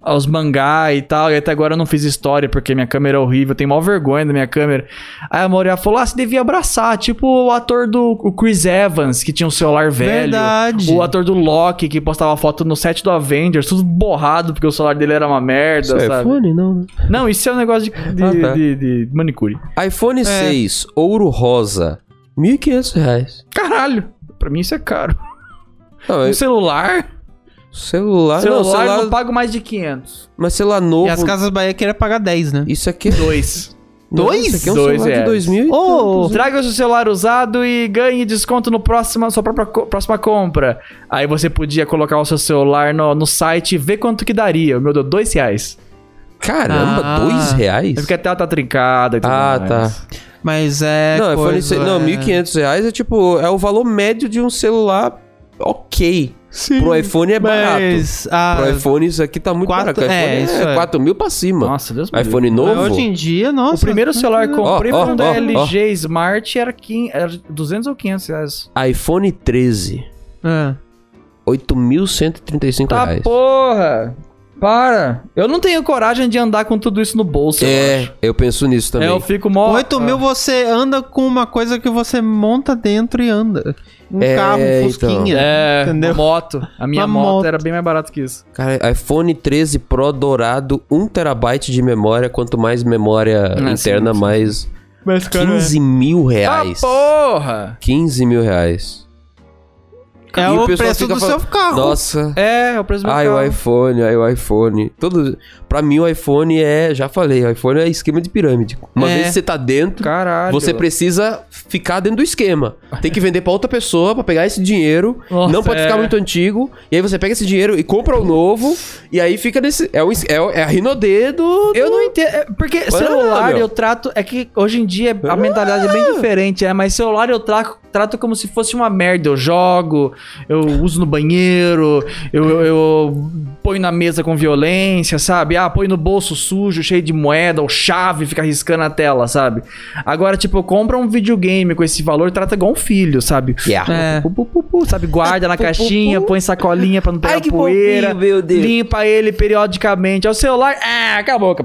Speaker 3: os mangá e tal, e até agora eu não fiz história, porque minha câmera é horrível, eu tenho maior vergonha da minha câmera. Aí a Moriá falou, ah, você devia abraçar, tipo o ator do o Chris Evans, que tinha um celular velho.
Speaker 1: Verdade.
Speaker 3: O ator do Loki, que postava foto no set do Avengers, tudo borrado, porque o celular dele era uma merda,
Speaker 2: Isso é
Speaker 3: sabe?
Speaker 2: iPhone? Não, né?
Speaker 3: Não, isso é um negócio de, É, de,
Speaker 2: Ah, tá.
Speaker 3: de- de manicure.
Speaker 2: iPhone 6, ouro rosa, R$ 1.500 reais.
Speaker 3: Caralho, pra mim isso é caro.
Speaker 2: Não, é
Speaker 3: Um celular? celular,
Speaker 2: celular, Ah, não, celular,
Speaker 3: não pago mais de 500.
Speaker 2: mas celular
Speaker 1: E as
Speaker 2: novo.
Speaker 1: Casas Bahia queriam É, pagar 10, né?
Speaker 2: Isso aqui, é
Speaker 3: Dois.
Speaker 2: Não,
Speaker 1: Dois?
Speaker 2: isso aqui é um
Speaker 3: Dois
Speaker 2: celular de
Speaker 3: reais.
Speaker 2: 2000 e
Speaker 1: Ô,
Speaker 2: tantos.
Speaker 3: Traga o seu celular usado e ganhe desconto no próximo, sua própria co- próxima compra. Aí você podia colocar o seu celular no, no site e ver quanto que daria. O meu deu dois reais.
Speaker 2: Caramba,
Speaker 1: Ah.
Speaker 2: dois reais?
Speaker 3: É porque a tela tá trincada e tudo
Speaker 2: Ah,
Speaker 3: mais.
Speaker 2: tá.
Speaker 1: Mas é.
Speaker 2: não, iPhone
Speaker 1: coisa,
Speaker 2: 6, não,
Speaker 1: é.
Speaker 2: 1.500 reais é tipo, é o valor médio de um celular ok.
Speaker 1: Sim,
Speaker 2: Pro iPhone é barato.
Speaker 1: Mas, ah,
Speaker 2: Pro iPhone isso aqui tá muito
Speaker 1: quatro-
Speaker 2: barato. iPhone
Speaker 1: é, isso
Speaker 2: é,
Speaker 1: é.
Speaker 2: 4 mil pra cima.
Speaker 3: Nossa, Deus me livre.
Speaker 2: iPhone
Speaker 1: mas
Speaker 2: novo?
Speaker 1: Hoje em dia, nossa.
Speaker 3: O primeiro celular que eu comprei
Speaker 2: Ó,
Speaker 3: foi
Speaker 2: ó,
Speaker 3: um da
Speaker 2: ó,
Speaker 3: LG Smart era, 15, era 200 ou 500 reais.
Speaker 2: iPhone 13,
Speaker 1: É.
Speaker 2: 8.135
Speaker 3: Tá
Speaker 2: reais.
Speaker 3: porra! Para! Eu não tenho coragem de andar com tudo isso no bolso, eu acho.
Speaker 2: É, eu penso nisso
Speaker 3: É,
Speaker 2: também.
Speaker 3: eu fico mó... Ah.
Speaker 1: Com 8 mil você anda com uma coisa que você monta dentro e anda. Um
Speaker 2: É,
Speaker 1: carro, um fusquinha.
Speaker 3: É,
Speaker 1: Entendeu?
Speaker 3: uma moto. A minha
Speaker 1: Uma
Speaker 3: moto,
Speaker 1: moto.
Speaker 3: era bem mais barata que isso.
Speaker 2: Cara, iPhone 13 Pro dourado, 1 terabyte de memória. Quanto mais memória
Speaker 3: Ah,
Speaker 2: interna,
Speaker 3: sim, sim.
Speaker 2: mais...
Speaker 1: Mas, cara,
Speaker 2: 15 mil reais.
Speaker 3: porra!
Speaker 2: 15 mil reais.
Speaker 1: é,
Speaker 2: E o
Speaker 1: o
Speaker 2: pessoal
Speaker 1: preço
Speaker 2: fica
Speaker 1: do
Speaker 2: falando,
Speaker 1: seu carro.
Speaker 2: Nossa...
Speaker 3: É, é o preço do meu
Speaker 2: Ai,
Speaker 3: carro.
Speaker 2: o iPhone, ai, o iPhone. Todo... Pra mim, o iPhone é. Já falei, o iPhone é esquema de pirâmide. Uma
Speaker 1: É.
Speaker 2: vez que você tá dentro,
Speaker 3: Caralho.
Speaker 2: você precisa ficar dentro do esquema. Tem que vender pra outra pessoa pra pegar esse dinheiro.
Speaker 3: Nossa,
Speaker 2: não pode
Speaker 3: é.
Speaker 2: ficar muito antigo. E aí você pega esse dinheiro e compra o novo. E aí fica nesse. É, um, es- é, o- é a Rinodê do.
Speaker 3: Eu não entendo. é, Porque celular
Speaker 2: meu. Ah.
Speaker 3: eu trato. É que hoje em dia a mentalidade é bem diferente, é. Mas celular eu traco, trato como se fosse uma merda. Eu jogo, eu uso no banheiro, eu, eu, eu ponho na mesa com violência, sabe? Ah, ponho no bolso sujo, cheio de moeda ou chave, fica riscando a tela, sabe? Agora, tipo, compra um videogame com esse valor, trata igual um filho, sabe?
Speaker 2: Yeah.
Speaker 1: É.
Speaker 3: Pu, pu, pu, pu, sabe? Guarda na caixinha, põe em sacolinha pra não pegar
Speaker 2: Ai, que
Speaker 3: poeira.
Speaker 2: fofinho, meu Deus.
Speaker 3: Limpa ele periodicamente. É o celular. Ah, acabou.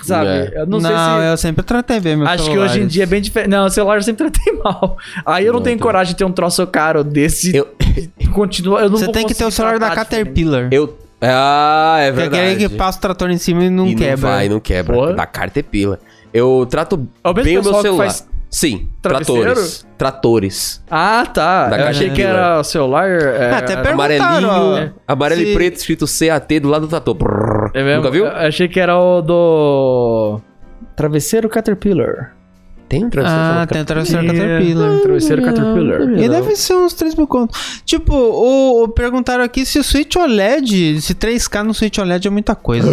Speaker 3: Sabe?
Speaker 2: É.
Speaker 3: Eu
Speaker 1: Não,
Speaker 3: não, sei se.
Speaker 1: eu sempre tratei bem meu
Speaker 3: Acho que
Speaker 1: celular.
Speaker 3: hoje em dia é bem diferente. Não, o celular eu sempre tratei mal. Aí eu não,
Speaker 2: Não,
Speaker 3: tenho
Speaker 2: tá.
Speaker 3: coragem de ter um troço caro desse.
Speaker 2: Eu-
Speaker 3: Continua. Eu não
Speaker 1: Você
Speaker 3: vou
Speaker 1: tem que ter o
Speaker 3: conseguir
Speaker 1: celular da
Speaker 3: tratar diferente.
Speaker 1: Caterpillar.
Speaker 2: Eu. Ah, é
Speaker 1: Que é aquele que
Speaker 2: verdade.
Speaker 1: passa o trator em cima e não
Speaker 2: E
Speaker 1: quebra.
Speaker 2: vai, não quebra.
Speaker 3: Porra.
Speaker 2: Da Caterpillar. Eu trato
Speaker 3: É o mesmo
Speaker 2: bem o meu
Speaker 3: pessoal que
Speaker 2: celular.
Speaker 3: faz
Speaker 2: Sim,
Speaker 3: travesseiro?
Speaker 2: tratores. Tratores.
Speaker 3: Ah, tá.
Speaker 2: Da
Speaker 3: eu achei que
Speaker 2: Caterpillar.
Speaker 3: era o celular. É,
Speaker 1: Ah, até perguntaram, ó.
Speaker 2: Amarelinho, né? amarelo e
Speaker 1: Se-
Speaker 2: preto, escrito CAT do lado do trator. Brrr.
Speaker 3: é mesmo?
Speaker 2: Nunca viu?
Speaker 3: Eu achei que era o do. Travesseiro Caterpillar.
Speaker 2: Tem um travesseiro
Speaker 1: Ah,
Speaker 2: chamado
Speaker 1: tem o travesseiro
Speaker 3: Yeah.
Speaker 1: Caterpillar.
Speaker 3: Travesseiro Caterpillar.
Speaker 1: E deve ser uns 3 mil contos. Tipo, o, o- perguntaram aqui se o Switch OLED, se 3K no Switch OLED é muita coisa.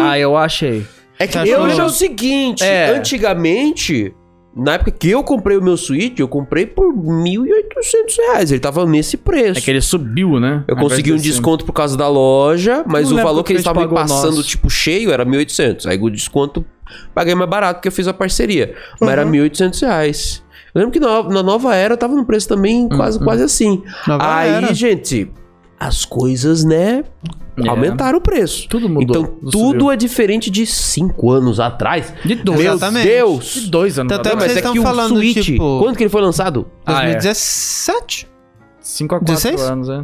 Speaker 3: Ah, eu achei.
Speaker 2: É que
Speaker 1: Tá
Speaker 2: eu
Speaker 1: achando-
Speaker 2: é o seguinte,
Speaker 3: É.
Speaker 2: antigamente, na época que eu comprei o meu Switch, eu comprei por 1.800 reais, ele tava nesse preço.
Speaker 3: É que ele subiu, né?
Speaker 2: Eu consegui um desconto por causa da loja, mas
Speaker 3: Não
Speaker 2: o
Speaker 3: lembro
Speaker 2: valor
Speaker 3: quanto
Speaker 2: que eles
Speaker 3: que a gente
Speaker 2: estavam me
Speaker 3: pagou o
Speaker 2: passando,
Speaker 3: nosso.
Speaker 2: tipo, cheio era 1.800. Aí o desconto paguei mais barato, porque eu fiz a parceria. Mas
Speaker 3: Uhum.
Speaker 2: era 1.800 reais. Eu lembro que na, na nova era tava num preço
Speaker 3: Uhum.
Speaker 2: também quase, quase assim.
Speaker 1: Nova
Speaker 2: Aí,
Speaker 1: era.
Speaker 2: gente, as coisas, né,
Speaker 3: É.
Speaker 2: aumentaram o preço.
Speaker 3: Tudo mudou.
Speaker 2: Então, tudo é diferente de cinco anos atrás.
Speaker 3: De dois.
Speaker 2: Meu
Speaker 1: Exatamente.
Speaker 2: Deus!
Speaker 3: De dois anos.
Speaker 1: Tanto é
Speaker 2: Não,
Speaker 1: que
Speaker 2: mas
Speaker 1: vocês
Speaker 2: é
Speaker 1: estão
Speaker 2: que o
Speaker 1: falando,
Speaker 2: Switch,
Speaker 1: tipo-
Speaker 2: quando que ele foi lançado?
Speaker 3: Ah, é.
Speaker 1: 2017?
Speaker 3: 5 a 4
Speaker 1: 16?
Speaker 3: anos, é.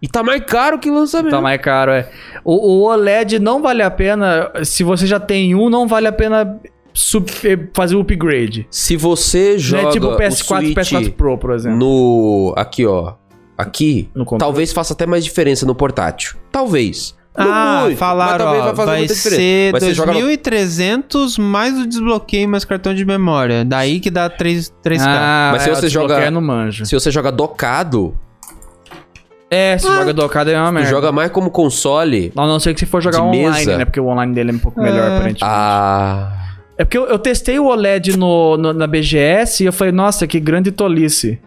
Speaker 2: E tá mais caro que o lançamento.
Speaker 3: Tá mais caro, é. O, o OLED não vale a pena. Se você já tem um, não vale a pena sub- eh, fazer o upgrade.
Speaker 2: Se você joga
Speaker 3: não é tipo
Speaker 2: o
Speaker 3: o PS4 e
Speaker 2: Switch
Speaker 3: PS4 Pro, por exemplo.
Speaker 2: no aqui ó, aqui,
Speaker 3: No computador.
Speaker 2: talvez faça até mais diferença no portátil. Talvez. Não é
Speaker 1: Ah,
Speaker 2: muito, mas
Speaker 1: falaram,
Speaker 2: talvez
Speaker 1: ó, vai,
Speaker 2: muita diferença.
Speaker 1: ser
Speaker 2: Mas você joga no-
Speaker 1: 2.300 mais o desbloqueio mais cartão de memória. Daí que dá 3, 3K.
Speaker 2: Mas se
Speaker 3: é,
Speaker 2: você
Speaker 3: o
Speaker 2: joga-
Speaker 3: desbloqueio eu não manjo.
Speaker 2: Se você joga docado, Ah.
Speaker 3: É, se joga docado é uma
Speaker 2: tu
Speaker 3: merda.
Speaker 2: joga mais como console.
Speaker 3: A não ser que se for jogar
Speaker 2: de
Speaker 3: online,
Speaker 2: mesa.
Speaker 3: né? Porque o online dele é um pouco melhor, aparentemente.
Speaker 2: Ah,
Speaker 3: É porque eu, eu testei o OLED no, no- na BGS e eu falei, nossa, que grande tolice.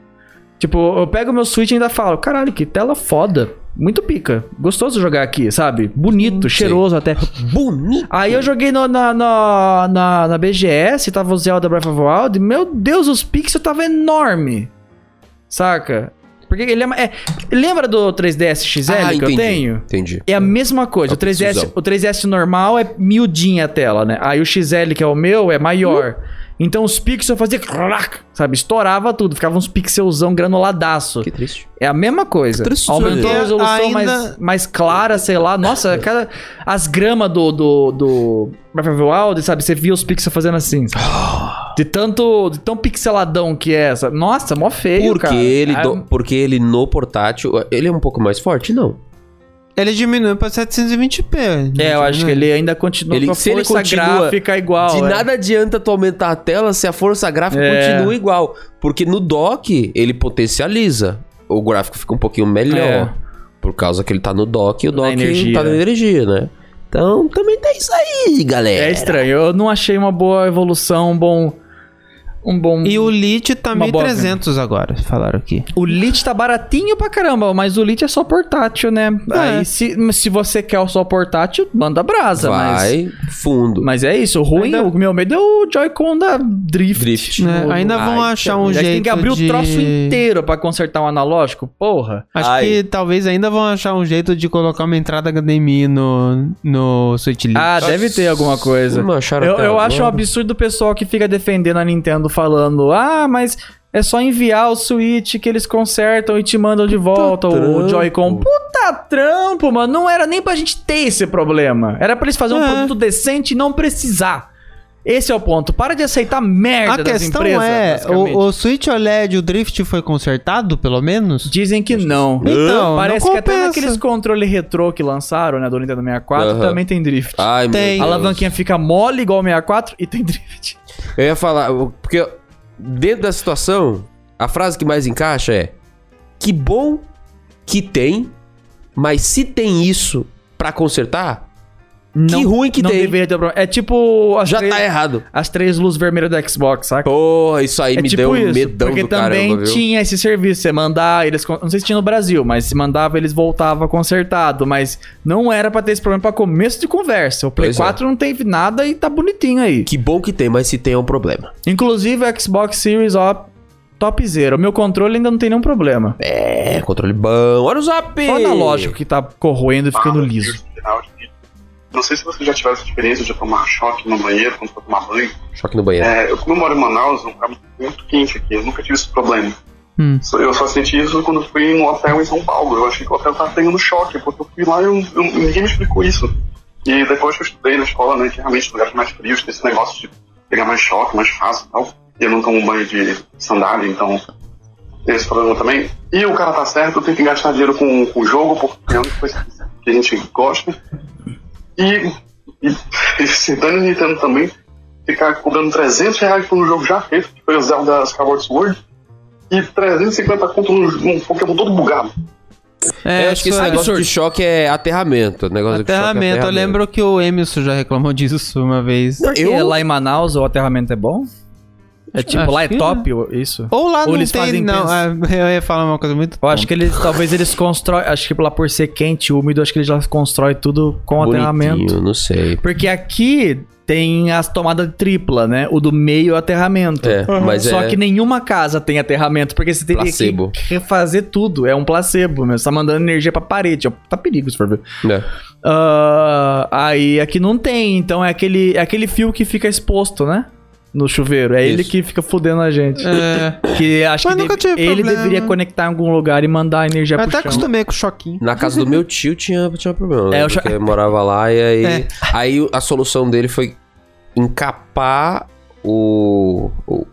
Speaker 3: Tipo, eu pego meu Switch e ainda falo, caralho, que tela foda. Muito pica. Gostoso jogar aqui, sabe? Bonito, cheiroso até.
Speaker 2: Bonito.
Speaker 3: Aí eu joguei no- na, na, na, na BGS, tava o Zelda Breath of the Wild, e, meu Deus, os pixels tava enorme. Saca? Porque ele é, ma- é- lembra do 3DS XL
Speaker 2: Ah,
Speaker 3: é que
Speaker 2: entendi.
Speaker 3: eu tenho?
Speaker 2: Entendi.
Speaker 3: É a mesma coisa.
Speaker 2: É o
Speaker 3: o, 3DS,
Speaker 2: pixelzão.
Speaker 3: o 3DS normal é miudinha a tela, né? Aí o XL, que é o meu, é maior.
Speaker 2: Uhum.
Speaker 3: Então os pixels fazia crack, sabe? Estourava tudo, ficava uns pixelzão granuladaço.
Speaker 2: Que triste.
Speaker 3: É a mesma coisa.
Speaker 2: Que né? tristeza.
Speaker 3: Aumentou a
Speaker 1: É,
Speaker 3: resolução
Speaker 1: ainda-
Speaker 3: mais, mais clara, sei lá.
Speaker 2: É.
Speaker 3: Nossa, cada, as gramas do, do, do Breath of the Wild, sabe? Você via os pixels fazendo assim. sabe? De tanto. De tão pixeladão que é. Sabe? Nossa, mó feio,
Speaker 2: Porque
Speaker 3: cara.
Speaker 2: ele,
Speaker 3: Ah,
Speaker 2: do- porque ele no portátil, ele é um pouco mais forte? Não.
Speaker 1: Ele diminui pra 720p.
Speaker 3: É, eu acho que ele ainda continua
Speaker 2: Ele-
Speaker 3: com a
Speaker 2: se ele
Speaker 3: força
Speaker 2: continua
Speaker 3: gráfica igual.
Speaker 2: De
Speaker 3: é.
Speaker 2: nada adianta tu aumentar a tela se a força gráfica
Speaker 3: É.
Speaker 2: continua igual. Porque no dock, ele potencializa. O gráfico fica um pouquinho melhor. Por causa que ele tá no dock e
Speaker 3: É.
Speaker 2: o
Speaker 3: Na
Speaker 2: dock
Speaker 3: energia.
Speaker 2: tá na energia, né? Então também tem isso aí, galera.
Speaker 3: É estranho. Eu não achei uma boa evolução, um bom. Um bom.
Speaker 1: E o Lite tá
Speaker 3: Uma boa
Speaker 1: 1300 agora, falaram aqui.
Speaker 3: O Lite tá baratinho pra caramba, mas o Lite é só portátil, né?
Speaker 1: É.
Speaker 3: Aí se, se você quer o só portátil, manda brasa, mas.
Speaker 2: Vai fundo.
Speaker 3: Mas é isso, o ruim,
Speaker 1: Ainda-
Speaker 3: o meu medo é o Joy-Con da Drift.
Speaker 2: Drift.
Speaker 1: Né?
Speaker 3: No-
Speaker 1: Ainda vão
Speaker 2: Ai,
Speaker 1: achar
Speaker 2: cara,
Speaker 1: um
Speaker 3: Já
Speaker 1: jeito.
Speaker 3: tem que abrir
Speaker 1: de...
Speaker 3: o troço inteiro pra consertar um analógico, porra.
Speaker 1: Acho
Speaker 2: Ai.
Speaker 1: que talvez ainda vão achar um jeito de colocar uma entrada HDMI no, no Switch Lite.
Speaker 3: Ah, deve ter alguma coisa.
Speaker 2: Não acharam
Speaker 3: Eu,
Speaker 2: até
Speaker 3: eu acho um
Speaker 2: agora.
Speaker 3: absurdo o pessoal que fica defendendo a Nintendo falando: ah, mas é só enviar o Switch que eles consertam e te mandam de volta
Speaker 2: trampo.
Speaker 3: o Joy-Con. Puta trampo, mano. Não era nem pra gente ter esse problema. Era pra eles fazerem um
Speaker 1: É.
Speaker 3: produto decente e não precisar. Esse é o ponto. Para de aceitar merda
Speaker 1: A
Speaker 3: das
Speaker 1: questão
Speaker 3: empresas.
Speaker 1: é,
Speaker 3: basicamente.
Speaker 1: o, o Switch OLED, o Drift foi consertado, pelo menos?
Speaker 3: Dizem que não.
Speaker 1: Então,
Speaker 3: Parece
Speaker 1: não
Speaker 3: que até
Speaker 1: compensa.
Speaker 3: naqueles controles retrô que lançaram, né, do Nintendo 64,
Speaker 2: Aham.
Speaker 3: também tem drift.
Speaker 2: Ai, meu
Speaker 1: Tem.
Speaker 2: Deus.
Speaker 3: A alavanquinha fica mole igual o 64 e tem drift.
Speaker 2: Eu ia falar, eu- porque dentro da situação, a frase que mais encaixa é: Que bom que tem, mas se tem isso pra consertar, que ruim que
Speaker 3: não
Speaker 2: tem.
Speaker 3: deveria ter problema. É tipo as,
Speaker 2: Já
Speaker 3: três,
Speaker 2: tá errado.
Speaker 3: as três luzes vermelhas do Xbox, saca?
Speaker 2: Porra, isso aí
Speaker 3: é
Speaker 2: me
Speaker 3: tipo
Speaker 2: deu um
Speaker 3: isso,
Speaker 2: medão
Speaker 3: porque
Speaker 2: do
Speaker 3: também
Speaker 2: caramba, viu?
Speaker 3: tinha esse serviço, você mandar, eles, con- não sei se tinha no Brasil, mas se mandava eles voltava consertado, mas não era pra ter esse problema pra começo de conversa. O Play
Speaker 2: Pois é.
Speaker 3: 4 não teve nada e tá bonitinho aí.
Speaker 2: Que bom que tem, mas se tem é um problema.
Speaker 3: Inclusive o Xbox Series ó, top zero. O meu controle ainda não tem nenhum problema.
Speaker 2: É, controle bom. Olha o zap!
Speaker 3: Só o analógico que tá corroendo e ficando liso.
Speaker 5: Não sei se vocês já tiveram essa experiência de tomar choque no banheiro, quando for tomar banho.
Speaker 2: Choque no banheiro.
Speaker 5: É, eu, como eu moro em Manaus, é um lugar muito quente aqui, eu nunca tive esse problema.
Speaker 1: Hum.
Speaker 5: Só- Eu só senti isso quando fui num hotel em São Paulo. Eu achei que o hotel tava pegando choque, porque eu fui lá e eu- eu- ninguém me explicou isso. E depois que eu estudei na escola, né, que realmente lugares mais frios, tem esse negócio de pegar mais choque, mais fácil e tal. E eu não tomo banho de sandália, então tem esse problema também. E o cara tá certo, tem que gastar dinheiro com com o jogo, porque é a única coisa que a gente gosta. E, e, e se dane o Nintendo também, ficar cobrando 300 reais por um jogo já feito, que foi o Zelda Skyward Sword, e 350 conto num, num Pokémon todo bugado.
Speaker 1: É,
Speaker 2: eu acho que esse
Speaker 1: isso é
Speaker 2: negócio de choque é aterramento. O negócio de choque é
Speaker 1: Aterramento, eu lembro que o Emerson já reclamou disso uma vez.
Speaker 3: Porque
Speaker 2: eu-
Speaker 3: lá em Manaus o aterramento é bom? É tipo,
Speaker 1: Acho
Speaker 3: lá é
Speaker 1: que
Speaker 3: top isso?
Speaker 1: Ou lá
Speaker 3: Ou
Speaker 1: não
Speaker 3: eles
Speaker 1: tem,
Speaker 3: fazem
Speaker 1: não.
Speaker 3: pensa-
Speaker 1: ah, eu ia falar uma coisa muito.
Speaker 3: Eu acho que eles, talvez eles constroem, acho que lá por ser quente e úmido, acho que eles já constroem tudo com aterramento.
Speaker 2: Bonitinho, não sei.
Speaker 3: Porque aqui tem as tomadas tripla, né? O do meio é o aterramento.
Speaker 2: É, mas
Speaker 3: Só
Speaker 2: é-
Speaker 3: que nenhuma casa tem aterramento, porque você teria
Speaker 2: Placebo.
Speaker 3: que refazer tudo. É um placebo mesmo. Você tá mandando energia pra parede. ó. Tá perigo, se for ver.
Speaker 2: É.
Speaker 3: Ah, aí aqui não tem, então é aquele, é aquele fio que fica exposto, né? No chuveiro. É ele
Speaker 2: Isso.
Speaker 3: que fica fudendo a gente.
Speaker 1: É,
Speaker 3: Que acho
Speaker 1: Mas
Speaker 3: que
Speaker 1: nunca
Speaker 3: deve-
Speaker 1: tive
Speaker 3: ele
Speaker 1: problema.
Speaker 3: deveria conectar em algum lugar e mandar a energia
Speaker 1: eu
Speaker 3: pro
Speaker 1: até
Speaker 3: chão.
Speaker 1: acostumei com o choquinho.
Speaker 2: Na casa do meu tio tinha, tinha problema.
Speaker 3: É,
Speaker 2: É,
Speaker 3: eu já-
Speaker 2: Porque morava lá e aí.
Speaker 1: É.
Speaker 2: Aí a solução dele foi encapar o, o-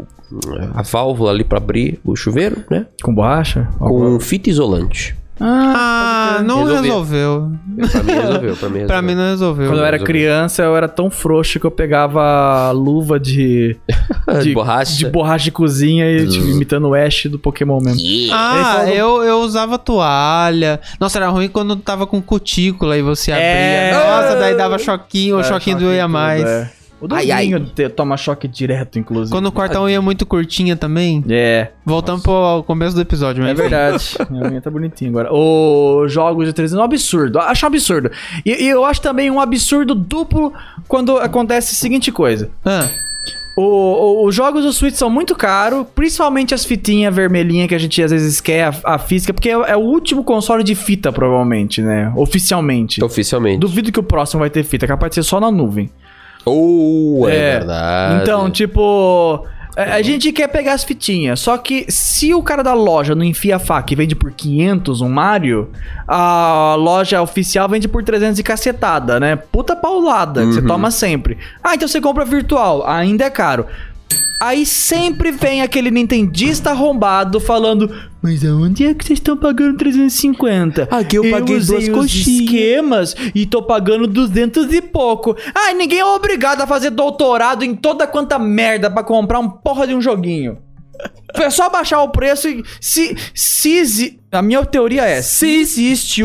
Speaker 2: a válvula ali pra abrir o chuveiro, né?
Speaker 3: Com borracha?
Speaker 2: Com fita isolante.
Speaker 1: Ah, não
Speaker 2: Resolveu.
Speaker 1: resolveu.
Speaker 2: Pra mim resolveu, pra mim resolveu.
Speaker 1: Pra mim não resolveu. né?
Speaker 3: Quando eu era
Speaker 2: Resolvi.
Speaker 3: criança, eu era tão frouxo que eu pegava luva de,
Speaker 2: de,
Speaker 3: de-
Speaker 2: borracha.
Speaker 3: de borracha de cozinha e tipo, imitando o Ash do Pokémon mesmo.
Speaker 1: Ah,
Speaker 3: Ele
Speaker 1: eu, eu usava toalha. Nossa, era ruim quando tava com cutícula e você abria.
Speaker 3: É.
Speaker 1: Nossa, daí dava choquinho, o
Speaker 3: Era
Speaker 1: choquinho
Speaker 3: choque em
Speaker 1: doía
Speaker 3: É, tudo,
Speaker 1: mais.
Speaker 3: é. O
Speaker 2: Ai, ai.
Speaker 3: Domingo te- toma choque direto, inclusive.
Speaker 1: Quando o quarta unha é muito curtinha também.
Speaker 3: É,
Speaker 1: Voltamos pro começo do episódio, mas
Speaker 3: é verdade. A minha tá bonitinha agora. Os jogos de 3 é um absurdo. Acho um absurdo. E, e eu acho também um absurdo duplo quando acontece a seguinte coisa.
Speaker 1: Ah,
Speaker 3: O- o- os jogos do Switch são muito caros, principalmente as fitinhas vermelhinhas que a gente às vezes quer, a, a física, porque é, é o último console de fita, provavelmente, né? Oficialmente.
Speaker 2: Oficialmente.
Speaker 3: Duvido que o próximo vai ter fita, é capaz de ser só na nuvem.
Speaker 2: Ou é,
Speaker 3: É.
Speaker 2: verdade.
Speaker 3: Então, tipo. A a gente quer pegar as fitinhas, só que se o cara da loja não enfia a faca e vende por 500 um Mario, a loja oficial vende por 300 e cacetada, né? Puta paulada que você toma sempre. Ah, então você compra virtual, ainda é caro. Aí sempre vem aquele nintendista arrombado falando: Mas aonde é que vocês estão pagando 350?
Speaker 4: Aqui Ah, eu paguei
Speaker 3: usei
Speaker 4: duas
Speaker 3: os
Speaker 4: coxinhas."
Speaker 3: esquemas e tô pagando 200 e pouco. Ai, ninguém é obrigado a fazer doutorado em toda quanta merda pra comprar um porra de um joguinho. É só baixar o preço e se se exi- a minha teoria é, se existe